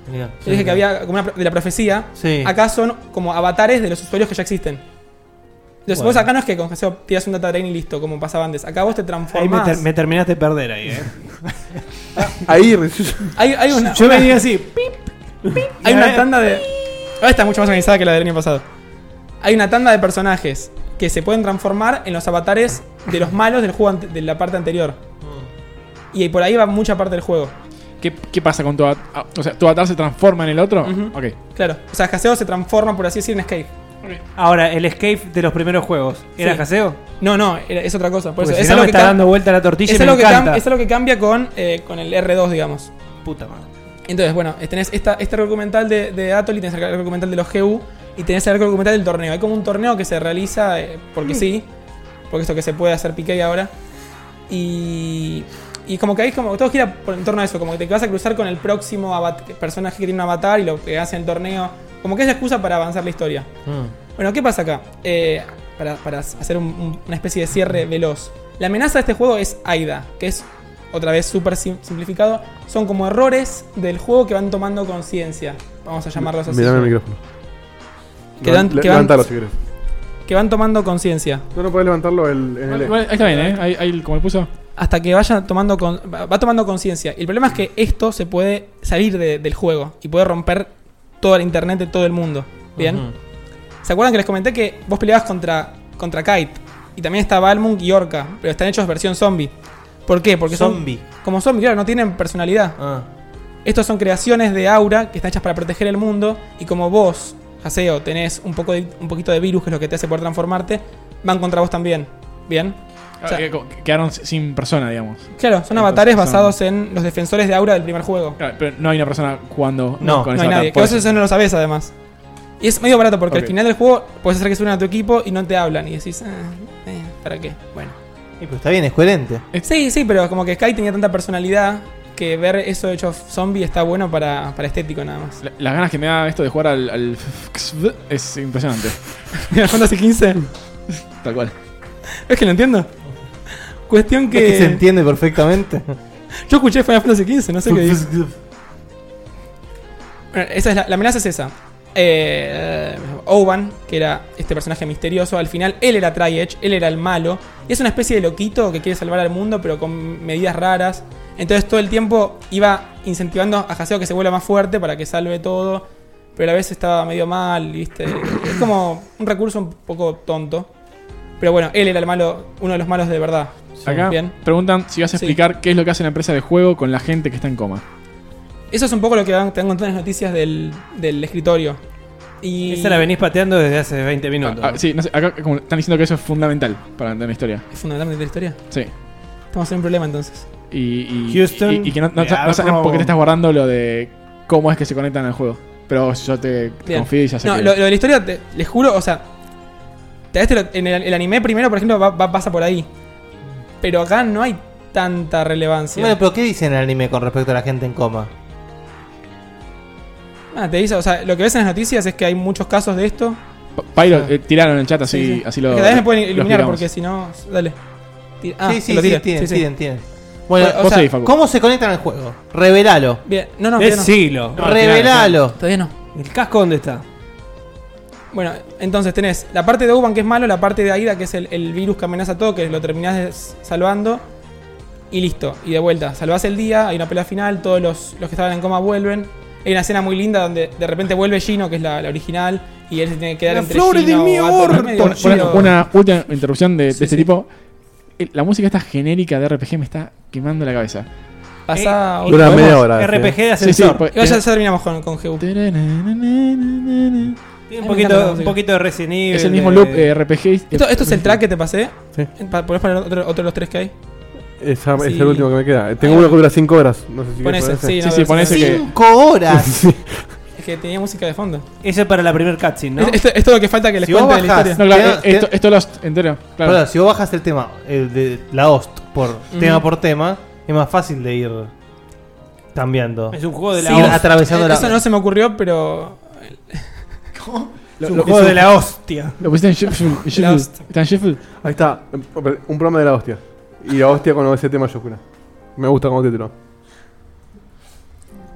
Mirá, Yo dije sí. que había como una pro- de la profecía. Sí. Acá son como avatares de los usuarios que ya existen. Entonces, Bueno. vos acá no es que con Haseo tiras un data drain y listo, como pasaba antes. Acá vos te Ahí me, transformás. ter- me terminaste de perder ahí, eh. Ahí Hay, hay una, Yo una- venía así. pip, pip, Hay y una ahora- tanda de. Ahora está mucho más organizada que la del año pasado. Hay una tanda de personajes que se pueden transformar en los avatares de los malos del juego ante- de la parte anterior. Y por ahí va mucha parte del juego. ¿Qué, qué pasa con tu avatar? O sea, ¿tu avatar se transforma en el otro? Ok. Claro. O sea, Haseo se transforma, por así decir, en Escape. Ahora, el escape de los primeros juegos. ¿Era Sí. Haseo? No, no, era- es otra cosa. Por Porque eso, si es no algo me que está cam- dando vuelta la tortilla y Es me algo que encanta. cam- es algo que cambia con, eh, con el R2, digamos. Puta madre. Entonces, bueno, tenés esta, este arco documental de, de Atoli, tenés el arco documental de los GU y tenés el arco documental del torneo. Hay como un torneo que se realiza eh, porque Mm. sí, porque esto que se puede hacer pique ahora. Y, y como que ahí como todo gira por en torno a eso, como que te vas a cruzar con el próximo avat- personaje que tiene un avatar y lo que hace en el torneo. Como Como que es la excusa para avanzar la historia. Bueno, ¿qué pasa acá? Eh, para, para hacer un- un- una especie de cierre veloz. La amenaza de este juego es AIDA, que es otra vez súper sim- simplificado. Son como errores del juego que van tomando conciencia. Vamos a llamarlos así. Mirame el micrófono. Que van- Le- que van- levantalo si querés. Que van tomando conciencia. No, no podés levantarlo el, en el. Igual- Ahí está bien, ¿eh? Ahí, ahí como lo puso. hasta que vaya tomando con- va va tomando conciencia. Y el problema es que esto se puede salir de- del juego y puede romper toda la internet de todo el mundo. ¿Bien? Ujú. ¿Se acuerdan que les comenté que vos peleabas contra, contra Kite? Y también está Balmung y Orca, pero están hechos versión zombie. ¿Por qué? Porque Zombie. son como zombie, claro, no tienen personalidad. Estos son creaciones de aura que están hechas para proteger el mundo y como vos, Haseo, tenés un poco de- un poquito de virus que es lo que te hace poder transformarte, van contra vos también. ¿Bien? O sea- Ah, que- que Quedaron sin persona, digamos. Claro, son Entonces, avatares son- Ah, basados en los defensores de aura del primer juego. Pero no hay una persona jugando. No, con no ese hay avatar, nadie. Que por vos eso no lo sabés además. Y es medio barato porque Ok. al final del juego puedes hacer que suenen a tu equipo y no te hablan. Y decís, "Ah, eh, ¿para qué? Bueno. Está bien, es coherente. Sí, sí, pero como que Sky tenía tanta personalidad que ver eso hecho zombie está bueno para, para estético nada más. La- Las ganas que me da esto de jugar al, al XV es impresionante. Mira, ¿cuándo hace 15? Tal cual. Es que lo entiendo. Cuestión que. Es que se entiende perfectamente. Yo escuché Final Fantasy XV, no sé qué dice. Bueno, esa es la, la amenaza es esa. Eh, Oban, que era este personaje misterioso, al final él era Triedge, él era el malo. Y es una especie de loquito que quiere salvar al mundo, pero con medidas raras. Entonces todo el tiempo iba incentivando a Haseo que se vuelva más fuerte para que salve todo. Pero a veces estaba medio mal, ¿viste? Es como un recurso un poco tonto. Pero bueno, él era el malo, uno de los malos de verdad. Acá Bien. preguntan si vas a Sí. explicar qué es lo que hace la empresa de juego con la gente que está en coma. Eso es un poco lo que van- te van contando en las noticias del, del escritorio. Y Esa la venís pateando desde hace 20 minutos. Ah, sí, no sé, acá como están diciendo que eso es fundamental para entender la historia. ¿Es fundamental de la historia? Sí. Estamos en un problema entonces. Y, y- Houston, y- y que no, no- me no saben armo- por qué te estás guardando lo de cómo es que se conectan al juego. Pero yo te Bien. confío y ya sé No, que- lo, lo de la historia, te- les juro, o sea. te- este lo- en el, el anime primero, por ejemplo, va- va- pasa por ahí. Pero acá no hay tanta relevancia. Bueno, pero ¿qué dicen en el anime con respecto a la gente en coma? Ah, te dice, o sea, lo que ves en las noticias es que hay muchos casos de esto. Pyro, eh, tiraron en el chat así, Sí, sí. así lo. Es que también me pueden lo iluminar explicamos. porque si no. Dale. Ti- ah, sí, sí, lo sí, tiré. tienen, Sí, sí. tienen, tienen. Bueno, Bueno, o vos sea, seguís, Facu. ¿cómo se conectan al juego? Revelalo. Bien, no, no, todavía no. Decilo. No, Revelalo. Todavía no. ¿El casco dónde está? Bueno, entonces tenés la parte de Uban que es malo, la parte de Aida que es el, el virus que amenaza todo, que lo terminás des- salvando. Y listo, y de vuelta. Salvás el día, hay una pelea final, todos los, los que estaban en coma vuelven. Hay una escena muy linda donde de repente vuelve Gino, que es la, la original, y él se tiene que quedar La entre flor de Gino, mi Gato, orto, es medio Bueno, chido. una última interrupción de, de este tipo. Eh, La música esta genérica de RPG me está quemando la cabeza. Pasá Eh, dura media hora, sí. Sí, sí, pues- y vaya, ya terminamos con, con GU. Tiene me un encanta la poquito, un música. poquito de Resident Evil. Es el mismo loop eh, RPG. Esto, esto es el track que te pasé. Eh, Sí. Pa- ¿Podés poner otro, otro de los tres que hay? Esa- Es Sí. el último que me queda. Tengo uno que dura 5 horas. No sé si Pon querés ese, poner sí, ese. no, no, no. ¡Cinco horas! Sí. Es que tenía música de fondo. Eso es para la primer cutscene, ¿no? Es- Esto, esto es lo que falta que les Si vos cuente de la bajás- historia. No, claro, Te- esto- Esto Lost entero. Claro. Perdón, si vos bajas el tema, el de la host, por Ujú. tema por tema, es más fácil de ir cambiando. Es un juego de la Ir host. atravesando Eh, la Eso no se me ocurrió, pero. Lo- lo- eso- Lo pusiste en Sheffield. en Sheffield. ¿Está en Sheffield? Ahí está. Un programa de la hostia. Y la hostia con OST mayúscula. Me gusta como título.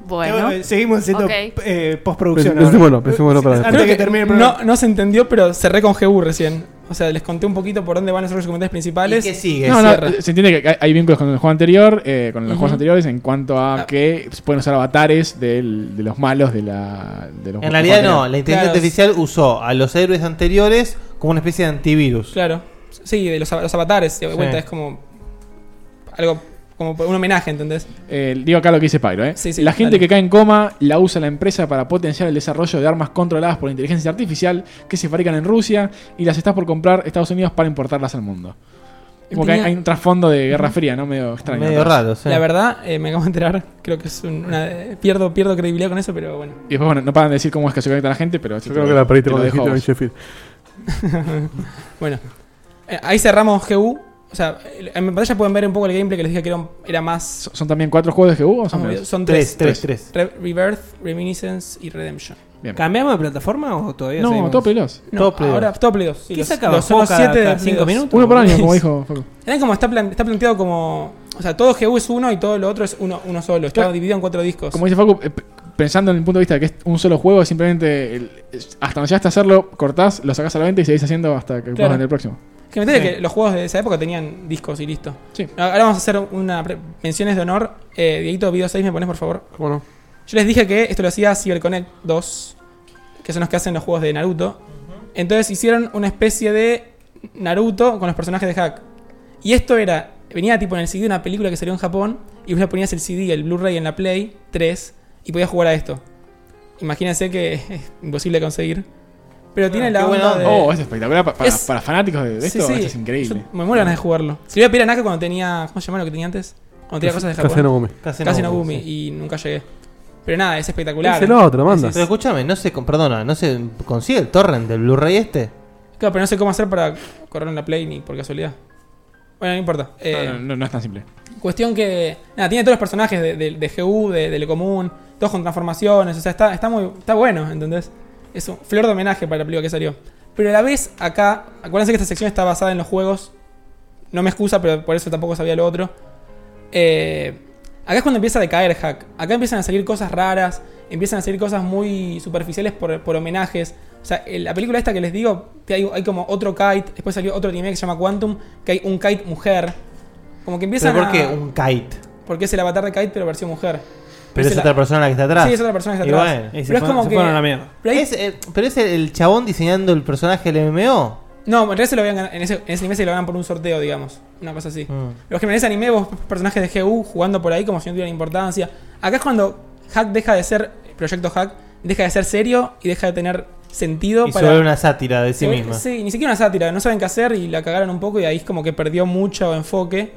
Bueno. Eh, seguimos haciendo, eh, postproducción. Pens- ahora. pensémoslo, pensémoslo para Antes después. que termine el programa. no, no se entendió, pero cerré con GU recién. O sea, les conté un poquito por dónde van a ser los comentarios principales. ¿Y qué sigue? No, no, eh, se entiende que hay- hay vínculos con el juego anterior, eh, con los Ujú. Ah. juegos anteriores, en cuanto a que se pueden usar avatares del- de los malos de la. De los En realidad juegos no, anteriores. la inteligencia artificial usó a los héroes anteriores como una especie de antivirus. Claro. Sí, de los, av- los avatares, de vuelta, es como. Algo. Como un homenaje, ¿entendés? Eh, digo acá lo que dice Pyro, ¿eh? la gente dale. que cae en coma la usa la empresa para potenciar el desarrollo de armas controladas por inteligencia artificial que se fabrican en Rusia y las estás por comprar Estados Unidos para importarlas al mundo. Como que hay, Tenía- hay un trasfondo de Guerra Fría, ¿no? Medio extraño. ¿no? La verdad, eh, me acabo de enterar. Creo que es un- una. eh, pierdo, pierdo credibilidad con eso, pero bueno. Y después, bueno, no paran de decir cómo es que se conecta la gente, pero... Yo creo que la perdiste te lo cuando dejo a dijiste vos. en Sheffield. bueno, Eh, ahí cerramos GU. O sea, en mi pantalla pueden ver un poco el gameplay que les dije que era, un- era más. ¿Son también cuatro juegos que hubo? o son Ah, menos? son tres. Re- Rebirth, Reminiscence y Redemption. ¿Cambiamos de plataforma o todavía No, seguimos? Top Play 2. No, ahora Top Play 2. sí, ¿Qué los- sacaba? los- son los ¿Juego cada- siete de cada Play cinco 2. minutos? Uno por año, como dijo Facu. También como está, plan- está planteado como. O sea, todo GU es uno y todo lo otro es uno, uno solo. Está Claro. dividido en cuatro discos. Como dice Facu, eh, p- pensando en el punto de vista de que es un solo juego, simplemente el- es- hasta donde llegaste a hacerlo, cortás, lo sacás a la venta y seguís haciendo hasta que Claro. puedas vender el próximo. Que me enteré Sí. que los juegos de esa época tenían discos y listo. Ah, Ahora vamos a hacer una pre- menciones de honor. Eh, Dieguito, video 6, ¿me pones por favor? ¿Cómo no? Yo les dije que esto lo hacía CyberConnect 2, que son los que hacen los juegos de Naruto. Entonces hicieron una especie de Naruto con los personajes de Hack. Y esto era, venía tipo en el CD de una película que salió en Japón, y vos le ponías el CD, el Blu-ray en la Play 3, y podías jugar a esto. Imagínense que es imposible de conseguir. Pero tiene la Qué buena onda onda. de... Oh, es espectacular. Pa- Para, Es- para fanáticos Eh, de de Sí, esto, sí. esto es increíble. Me muero de ganas de jugarlo. Se lo iba a pedir a Naka cuando tenía. ¿Cómo se llamaba lo que tenía antes? Cuando tenía Kas- cosas de Japón. Kasenogumi. Kasenogumi, Y nunca llegué. Pero nada, es espectacular. Es el el otro, Pero escúchame, no se, perdona, no se consigue el torrent del Blu-ray este. Claro, pero no sé cómo hacer para correr en la Play ni por casualidad. Bueno, no importa. Eh, No, no, no, no es tan simple. Cuestión que. Nada, tiene todos los personajes de, de, de GU, de, de lo común, todos con transformaciones. O sea, está, está muy. está bueno, ¿entendés? Es un flor de homenaje para la película que salió. Pero a la vez, acá. Acuérdense que esta sección está basada en los juegos. No me excusa, pero por eso tampoco sabía lo otro. Eh, acá es cuando empieza a decaer hack. Acá empiezan a salir cosas raras. Empiezan a salir cosas muy superficiales por, por homenajes. O sea, el- la película esta que les digo, que hay, hay como otro kite. Después salió otro anime que se llama Quantum, que hay un kite mujer. Como que empiezan ¿Pero por a- qué un kite? porque es el avatar de Kite, pero versión mujer. Pero es el- otra persona la que está atrás. Sí, es otra persona que Y está atrás. bueno. Y pero se es fueron- como se que. fueron a la mierda. pero hay- Pero es el, el chabón diseñando el personaje del MMO. No, en realidad se lo habían ganado- en ese, en ese anime se lo ganan por un sorteo, digamos. Una cosa así. Mm. Lo que en ese anime vos personajes de GU jugando por ahí como si no tuvieran importancia. Acá es cuando Hack deja de ser. Proyecto Hack deja de ser serio y deja de tener sentido Y para. sobre una sátira de sí Se ve- misma. Sí, ni siquiera una sátira, no saben qué hacer y la cagaron un poco y ahí es como que perdió mucho enfoque.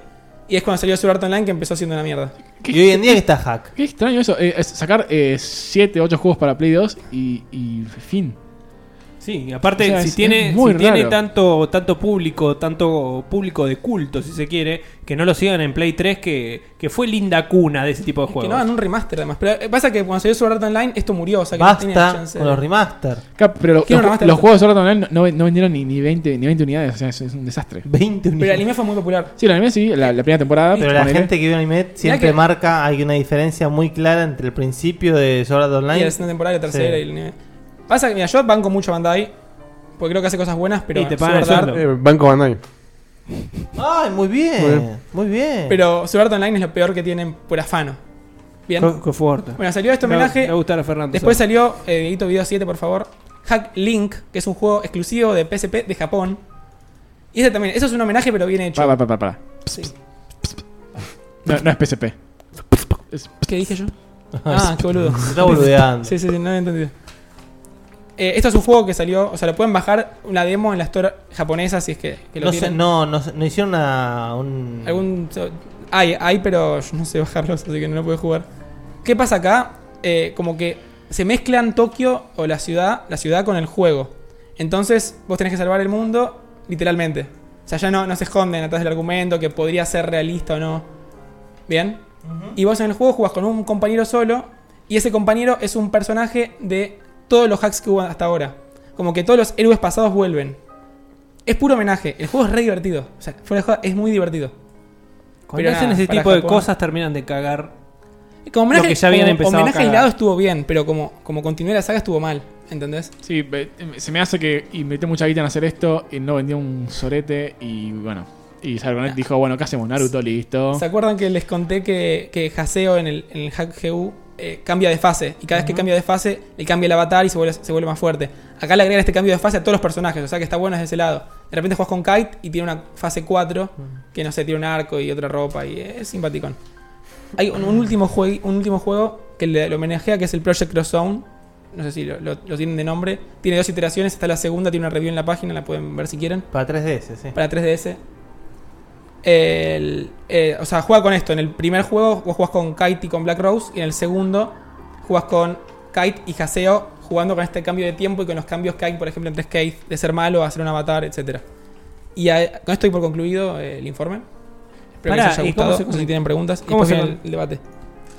Y es cuando salió Sword Art Online que empezó siendo una mierda. Y hoy en día que está hack. Qué extraño eso. eh, es sacar 7, 8 juegos para Play 2 y, y fin. Sí, y aparte, O sea, si, es- tiene, es muy si tiene raro. tanto, tanto público, tanto público de culto, si se quiere, que no lo sigan en Play 3, que, que fue linda cuna de ese tipo de Que juegos. no hagan un remaster además. Pero eh, pasa que cuando salió Sword Art Online esto murió, o sea que no tenía chance. de- remaster. pero lo- Quiero los, remaster. los juegos de Sword Art Online no, no vendieron ni, ni 20, ni 20 unidades. O sea, es, es un desastre. 20 Pero el anime fue muy popular. Sí, el anime sí, la, la primera temporada. Pero la ponele. gente que vio anime siempre que- marca, hay una diferencia muy clara entre el principio de Sword Art Online Y la segunda temporada y la tercera Sí. y el anime. Pasa que, mira, yo banco mucho a Bandai. Porque creo que hace cosas buenas, pero. Y te pagan Sword el Art- sueldo. Eh, Banco Bandai. Ay, muy bien, Muy muy bien. bien. Pero Sword Art Online es lo peor que tienen por afano. Bien. Co- co- fuerte. Bueno, salió este Le va- homenaje. le va a gustar a Fernando, Después sabe. salió eh, Dieguito Video 7, por favor. Hack Link, que es un juego exclusivo de PSP de Japón. Y ese también, eso es un homenaje, pero bien hecho. Para, para, para, para. Sí. No, no es PSP. ¿Qué dije yo? Ah, qué boludo. Se está boludeando. Sí, sí, sí, no había entendido. Eh, esto es un juego que salió, o sea, lo pueden bajar una demo en la store japonesa si es que, que lo No, sé, tienen. no, no, sé, no hicieron una, un... Algún. Hay, hay, pero yo no sé bajarlos, así que no lo puedo jugar. ¿Qué pasa acá? Eh, como que se mezclan Tokio o la ciudad, la ciudad con el juego. Entonces, vos tenés que salvar el mundo, literalmente. O sea, ya no, no se esconden atrás del argumento que podría ser realista o no. ¿Bien? Y vos en el juego jugás con un compañero solo. Y ese compañero es un personaje de todos los hacks que hubo hasta ahora. Como que todos los héroes pasados vuelven. Es puro homenaje. El juego es re divertido. O sea, fuera de joda, es muy divertido. Cuando hacen ese tipo de cosas, terminan de cagar. Como lo homenaje, que ya habían como empezado a homenaje cagar. aislado estuvo bien, pero como, como continué la saga estuvo mal. ¿Entendés? Sí, ve- em, se me hace que invertí mucha guita en hacer esto y no vendió un sorete y bueno. Y Cyberconnect dijo, bueno, ¿qué hacemos? Naruto, listo. ¿Se acuerdan que les conté que, que Haseo en el, en el Hack GU eh, cambia de fase? Y cada vez que cambia de fase, le cambia el avatar y se vuelve, se vuelve más fuerte. Acá le agregan este cambio de fase a todos los personajes, o sea que está bueno desde ese lado. De repente juegas con Kite y tiene una fase 4, Mm. que no sé, tiene un arco y otra ropa y es simpaticón. Hay un, un último, jue- un último juego que le, lo homenajea, que es el Project Cross Zone. No sé si lo, lo- lo tienen de nombre. Tiene dos iteraciones, está la segunda, tiene una review en la página, la pueden ver si quieren. Para 3DS, sí. Para 3DS. El- eh, o sea, juega con esto. En el primer juego vos jugás con Kite y con Black Rose. Y en el segundo jugás con Kite y Haseo jugando con este cambio de tiempo y con los cambios que hay, por ejemplo, entre Skate, de ser malo a ser un avatar, etc. Y a- con esto estoy por concluido eh, el informe. Espero Pará, que les haya ¿y cómo gustado. se- no sé si tienen preguntas. cómo y después se viene con- el debate.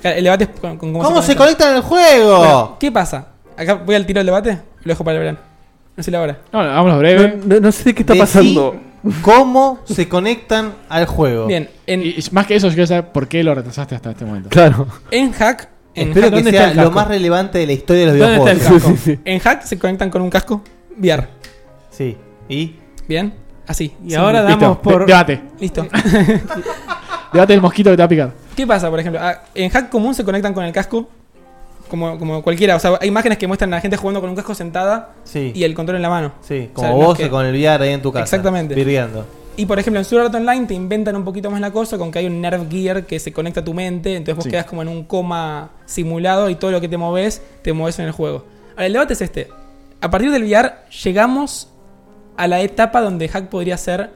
Claro, El debate es con, con ¿Cómo se conectan al Bueno, juego? ¿Qué pasa? Acá voy al tiro del debate. Lo dejo para el verano. No sé la hora. Bueno, vámonos breve. No, sé qué Decí ¿Cómo se conectan al juego? Bien, Y- y más que eso, yo quiero saber por qué lo retrasaste hasta este momento. Claro. En Hack. En Espero Hack, que sea lo más relevante de la historia de los ¿Dónde está el videojuegos. casco? En Hack se conectan con un casco VR. Sí. ¿Y? Bien. Así. Y ahora damos por- De- debate. Listo. Debate del mosquito que te va a picar. ¿Qué pasa, por ejemplo? Ah, En hack común se conectan con el casco, como, como cualquiera. O sea, hay imágenes que muestran a la gente jugando con un casco sentada Sí. y el control en la mano. Sí, O como sea, no vos es que- con el VR ahí en tu casa. Exactamente. Virgueando. Y por ejemplo, en Sword Art Online te inventan un poquito más la cosa con que hay un Nerve Gear que se conecta a tu mente, entonces vos Sí. quedas como en un coma simulado y todo lo que te moves, te moves en el juego. Ahora, el debate es este. A partir del VR, llegamos a la etapa donde hack podría ser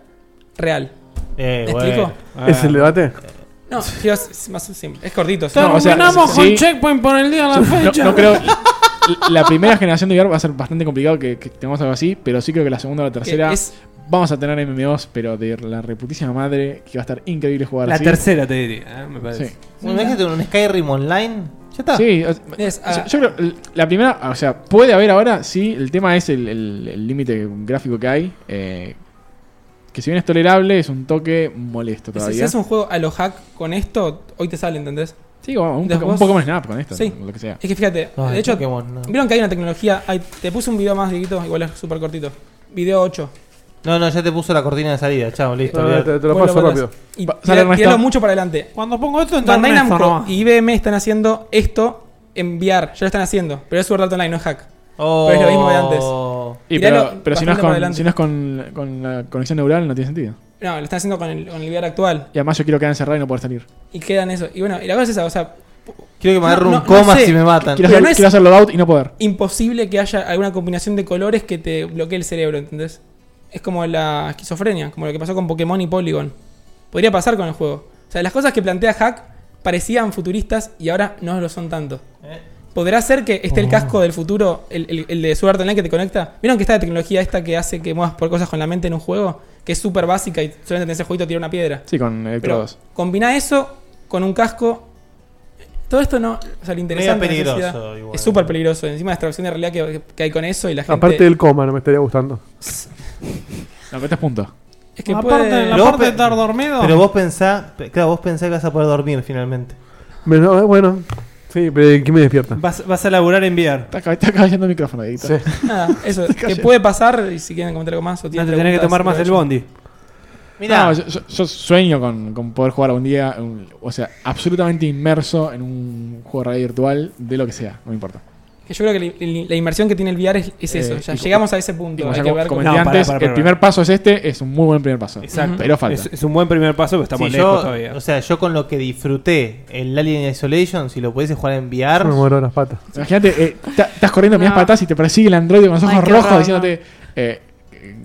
real. Eh, ¿Me bueno. explico? Ah. ¿Es el debate? No, quiero- es más simple. Es cortito. sí. No, o sea, Terminamos con sí. Checkpoint por el día de la No, fecha. no creo. La primera generación de VR va a ser bastante complicado que, que tengamos algo así, pero sí creo que la segunda o la tercera es- vamos a tener MMOs, pero de la reputísima madre que va a estar increíble jugar La así. tercera te diría, eh, me parece. Sí. Bueno, imagínate un Skyrim online. Ya está. Sí, o sea, Es, ah, yo- yo creo, l- la primera, o sea, puede haber ahora, sí, el tema es el- el el límite gráfico que hay, eh, que si bien es tolerable, es un toque molesto Si todavía. haces un juego a lo hack con esto, hoy te sale, ¿entendés? Sí, o un, Después- poco- un Pokémon Snap con esto, Sí. lo que sea. Es que fíjate, Ay, de hecho, Pokémon, no. vieron que hay una tecnología. ay, te puse un video más, Dieguito, igual es súper cortito. Video 8. No, no, ya te puso la cortina de salida. Chao, listo. No, no, olvidate. te- te lo Vos paso botas. rápido. Y Va- tira- sale Ernesto. tiralo mucho para adelante. Cuando pongo esto, entra Bandai Ernesto Namco nomás. y IBM están haciendo esto en VR. Ya lo están haciendo. Pero es Sword Art Online, no es hack. Oh. Pero es lo mismo de antes. Oh. Y Tiralo pero pero si no es, bastante para con, adelante. si no es con, con la conexión neural, no tiene sentido. No, lo están haciendo con el, con el VR actual. Y además yo quiero quedar encerrado y no poder salir. Y quedan eso. Y bueno, y la cosa es esa, o sea... Quiero que me agarre no- un no- no coma sé. si me matan. Quiero, Pero hacer, no es- quiero hacer logout y no poder. imposible que haya alguna combinación de colores que te bloquee el cerebro, ¿entendés? Es como la esquizofrenia, como lo que pasó con Pokémon y Polygon. Podría pasar con el juego. O sea, las cosas que plantea Hack parecían futuristas y ahora no lo son tanto. Eh. ¿Podrá ser que esté el Oh. casco del futuro, el, el- el de Sword Art Online que te conecta? ¿Vieron que está la tecnología esta que hace que muevas por cosas con la mente en un juego? Que es súper básica y solamente tenés el jueguito tirar una piedra. Sí, con Pero electrodos. combina eso con un casco. Todo esto no. O sea, lo interesante Medio de la peligroso sociedad igual. es súper peligroso. Encima la extracción de realidad que, que hay con eso y la gente. Aparte del coma, no me estaría gustando. No, pero este es punto. Es que Aparte- puede- la Pero vos parte de pe- estar dormido. Pero vos pensás, pe- claro, vos pensás que vas a poder dormir finalmente. Bueno, eh, bueno. sí, pero ¿quién me despierta? Vas, vas a laburar en VR. Está, ca- está cayendo el micrófono, Edito. Nada, eso. que cayendo. puede pasar. Y si quieren comentar algo más o tienen No, te tenés que preguntas, tomar más el aprovechen. bondi. Mirá. No, yo, yo- yo sueño con, con poder jugar algún día, un- o sea, absolutamente inmerso en un juego de realidad virtual, de lo que sea, no me importa. Que yo creo que li- li- la inmersión que tiene el VR es, es eso. Eh, Ya y- llegamos a ese Y punto. como Hay ya que com- ver cómo- comenté antes, el primer paso es este, es un muy buen primer paso. Exacto. Pero falta. Es, es un buen primer paso, pero estamos Sí, lejos yo- todavía. O sea, yo con lo que disfruté el Alien Isolation, si lo pudiese jugar en VR. Me muero las patas. Imagínate, eh, ta- estás corriendo, miras No. para atrás y te persigue el androide con los ojos Ay, qué rojos horror, diciéndote, eh,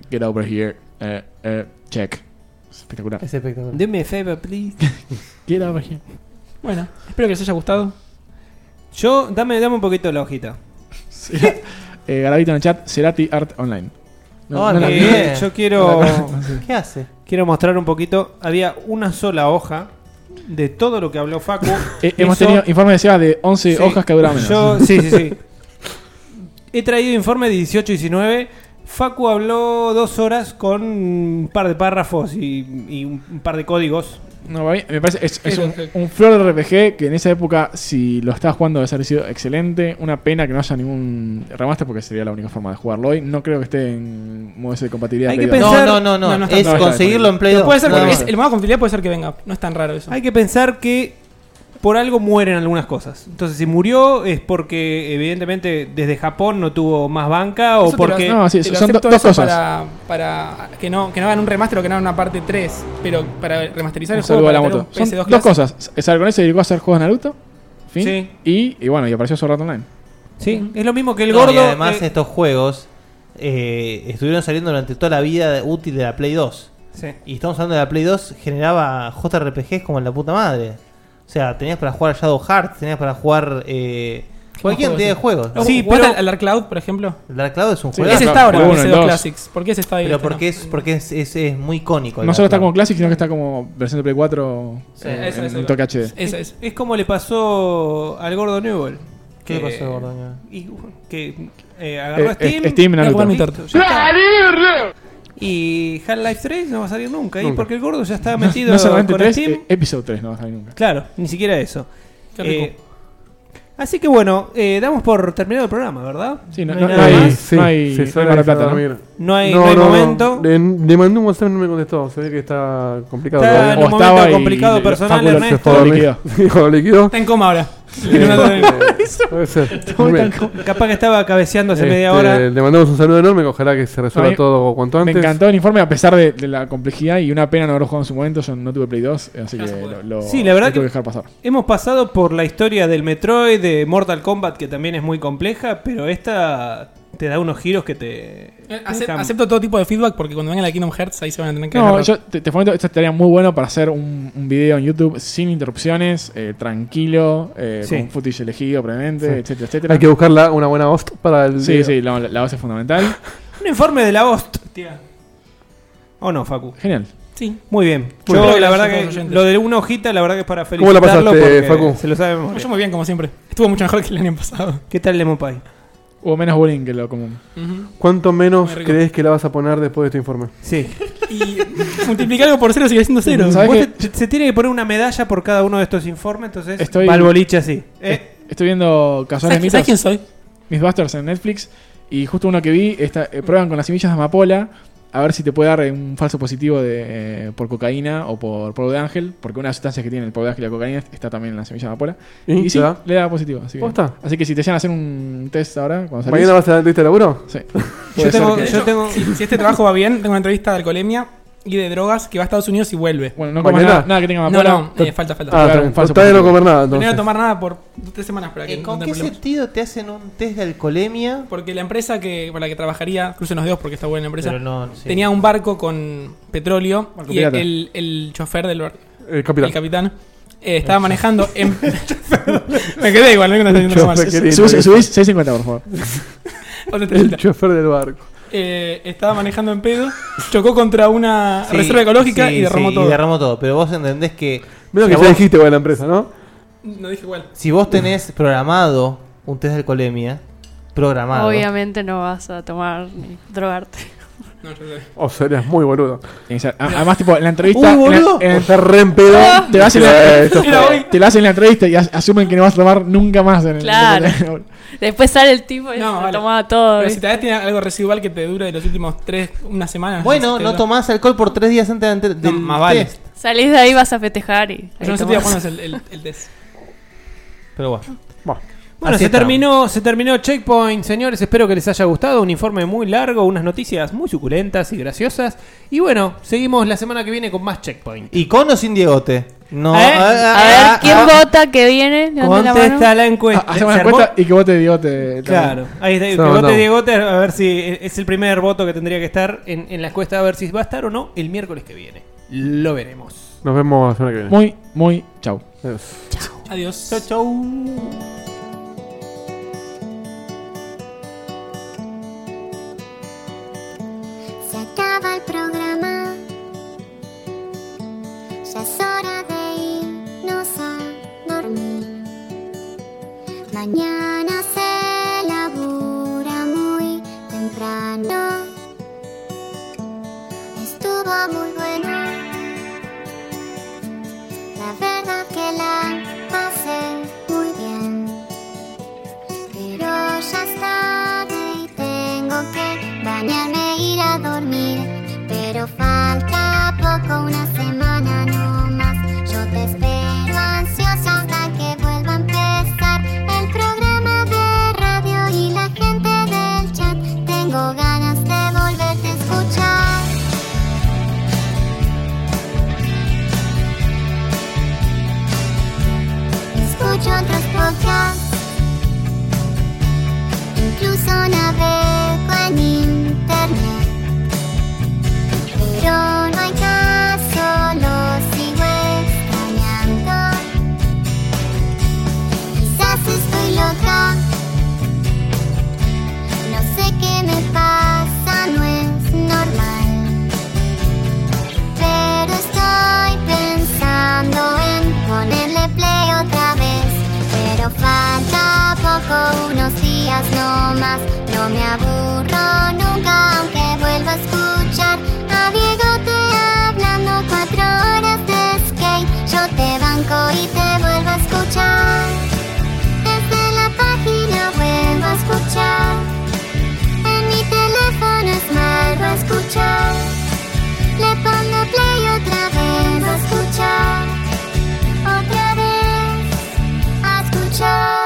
get over here, eh, eh, check. Es espectacular. Es espectacular. Do me a favor, please. Get over here. Bueno, espero que les haya gustado. Yo, dame, dame un poquito la hojita. Eh, Garavito en el chat, Cerati Art Online. Ah, la- bien. Eh, Yo quiero. ¿Qué hace? Quiero mostrar un poquito. Había una sola hoja de todo lo que habló Facu. Eh, hemos Eso- tenido informes de Seba de 11 Sí. hojas que duraban menos. Yo- sí, sí, sí. He traído informe 18 y 19. Facu habló dos horas con un par de párrafos y, y un un par de códigos. No, para mí, me parece es, es Sí, un, sí. un flor de RPG que en esa época, si lo estabas jugando, debe haber sido excelente. Una pena que no haya ningún remaster porque sería la única forma de jugarlo hoy. No creo que esté en modo ese de compatibilidad. Hay Play que dos. pensar- No, no, no, no, es está conseguirlo en Play disponible. Pero puede ser No, que- no, es- no. el modo compatibilidad puede ser que venga. No es tan raro eso. Hay que pensar que por algo mueren algunas cosas. Entonces, si murió es porque, evidentemente, desde Japón no tuvo más banca o Eso te lo- porque. no, sí, te lo son do- acepto dos eso cosas. Para, para que, no, que no hagan un remaster o que no hagan una parte 3. Pero para remasterizar Un el juego. saludo a la para tener moto. un Son PS2 dos clásico. cosas. Sargon se dedicó a hacer juegos de Naruto. Fin. Sí. Y, y bueno, y apareció Sword Art Online. Sí, es lo mismo que el No, gordo. Y además, eh, estos juegos eh, estuvieron saliendo durante toda la vida de- útil de la Play 2. Sí. Y estamos hablando de la Play 2, generaba JRPGs como en la puta madre. O sea, tenías para jugar Shadow Hearts, tenías para jugar eh, Cualquier juego, cantidad sí. de juegos. ¿No Sí, jugaste pero- al Dark Cloud, por ejemplo? El Dark Cloud es un Sí, juego. ese está ahora, Juego ese uno, dos dos. Classics. ¿Por qué ese está ahí? Pero Este porque, es, porque es, es- es muy icónico. el No solo Dark está Cloud. como Classic, sino que está como versión de Play 4 Sí, eh, eso, en eso, un toque HD. Es, es como le pasó al Gordo Newell. ¿Qué Que- le pasó al Gordo Newell? y- que eh, agarró Eh, Steam. eh, Steam, y Naruto. jugó Naruto, ya está. ¡Naruto! Y Half-Life 3 no va a salir nunca, ahí Nunca. porque el gordo ya está No- metido no solamente con 3, Steam. eh, Episodio 3 no vas a ir nunca. Claro, ni siquiera eso. Qué rico. Eh, así que bueno, eh, damos por terminado el programa, ¿verdad? Sí, no- hay no- nada no hay- más. no hay- se no sale hay Mar del se va Plata, a ¿no? dormir. No hay- no hay momento. Le, le mandé un WhatsApp y no me contestó. Se ve que está complicado. Está O- en o un momento estaba y- complicado y- personal, Fáculo se Ernesto. fue a dormir. Dijo, lo liquidó. Está en coma ahora. Sí, Y no lo eh, puede ser. Bien. Capaz que estaba cabeceando hace media Este, hora. Le mandamos un saludo enorme. que Ojalá que se resuelva A mí- todo cuanto antes. Me encantó el informe a pesar de, de la complejidad y una pena no haber jugado en su momento. Yo no tuve Play 2, así que lo, lo- Sí, la verdad lo tuve que- dejar pasar. Hemos pasado por la historia del Metroid, de Mortal Kombat, que también es muy compleja, pero esta te da unos giros que te. Eh, acep- acepto todo tipo de feedback porque cuando vengan a Kingdom Hearts ahí se van a tener que No, agarrar. yo te, te fomento, esto estaría muy bueno para hacer un, un video en YouTube sin interrupciones, eh, tranquilo, eh, Sí. con footage elegido previamente, Sí. etcétera, etcétera. Hay que buscarla una buena host para el. Sí, video. sí, la, la base es fundamental. Un informe de la host, tía. ¿O Oh, no, Facu? Genial. Sí. Muy bien. Muy Yo, bien. la verdad Gracias a todos que los oyentes. lo de una hojita, la verdad que es para ¿Cómo la felicitarlo. pasaste, porque Facu? Se lo sabe de memoria. Yo muy bien, como siempre. Estuvo mucho mejor que el año pasado. ¿Qué tal Lemon Pie? Hubo menos bullying que lo común. ¿Cuánto menos Muy rico. crees que la vas a poner después de este informe? Sí. Y multiplicarlo por cero sigue siendo cero. Vos te- se tiene que poner una medalla por cada uno de estos informes, entonces. Estoy, va al boliche así. Eh, Es- Estoy viendo Casuales ¿Sabes- sabes quién soy? Mis Busters en Netflix. Y justo uno que vi, está, eh, prueban con las semillas de amapola. A ver si te puede dar eh, un falso positivo de, eh, por cocaína o por polvo de ángel. Porque una de las sustancias que tiene el polvo de ángel y la cocaína está también en la semilla de amapola. ¿Y? Y, sí, ¿Te da? le da positivo. Así que, ¿Posta? así que si te llegan a hacer un test ahora, cuando salís- ¿Mañana vas a dar lista de laburo? Sí. Yo Puede tengo, ser que- yo tengo- si, si este trabajo va bien, tengo una entrevista de alcoholemia y de drogas que va a Estados Unidos y vuelve. Bueno, no comas Mañana. nada, nada que tenga No, amapola. no, eh, falta, falta. Ah, Claro, está un falso bien. Todavía no positivo. comer nada, No voy a entonces. tomar nada por tres semanas para que Eh, no ¿Con tenga qué problemas. sentido te hacen un test de alcoholemia? Porque la empresa que para la que trabajaría, crucen los dedos porque está buena la empresa, Pero no, sí. tenía un barco con petróleo Barco y pirata. el, el chofer del barco, El capitán. eh, estaba manejando en... Me quedé igual, no El entiendo chofer que mal. Subís- subís 6.50, por favor. Otra El entrevista. chofer del barco. Eh, estaba manejando en pedo, chocó contra una Sí, reserva ecológica sí, y derramó sí, todo. Y derramó todo. Pero vos entendés que. Menos si que a ya vos- dijiste, güey, la empresa, ¿no? No dije igual. Si vos tenés programado un test de alcoholemia, programado. Obviamente no vas a tomar ni drogarte. No, yo sé. O serías muy boludo. Y se- a- Además, tipo, en la entrevista. Uy, boludo. en la- en- Está re en pedo. Te lo hacen, en Eh, la- esto te fue- lo- te lo hacen en la entrevista y as- asumen que no vas a tomar nunca más. En el- Claro. Después sale el tipo y No, se lo vale. tomaba todo. Pero ¿viste? si tal vez tiene algo residual que te dure de los últimos tres, una semana. Bueno, sé, no te- tomás alcohol por tres días antes de- del más vale. test. Salís de ahí, vas a festejar y. Yo no sé ahí tía, tomás. cuándo es el, el, el test. Pero bueno. Bueno, Así se estamos. terminó, se terminó Checkpoint, señores. Espero que les haya gustado. Un informe muy largo, unas noticias muy suculentas y graciosas. Y bueno, seguimos la semana que viene con más Checkpoint. ¿Y con o sin Diegote? No. ¿Eh? ah, A ver, ah, ¿quién ah. vota que viene? Levanta la mano. Contesta la encuesta. Hacemos ¿Se la armó? encuesta y que vote Diegote. Claro, también. ahí está. Se Que lo vote mandamos. Diegote, a ver si eh, es el primer voto que tendría que estar en, en la encuesta, a ver si va a estar o no el miércoles que viene. Lo veremos. Nos vemos la semana que viene. Muy, muy. Chau. Adiós. Adiós. Chau, chau. Se acaba el programa. Ya es hora de irnos a dormir. Mañana se labura muy temprano. Estuvo muy bueno. La verdad que la pasé muy bien. Pero ya es tarde y tengo que bañarme e ir a dormir. Pero falta poco, una semana no más. Yo te espero ansiosa hasta que vuelva a empezar el programa de radio y la gente del chat. Tengo ganas de volverte a escuchar. Escucho otros podcasts. Incluso navego en internet. No me aburro nunca, aunque vuelva a escuchar a Diego te hablando cuatro horas de skate. Yo te banco y te vuelvo a escuchar. Desde la página vuelvo a escuchar. En mi teléfono es vuelvo a escuchar. Le pongo play otra vez a escuchar. Otra vez a escuchar.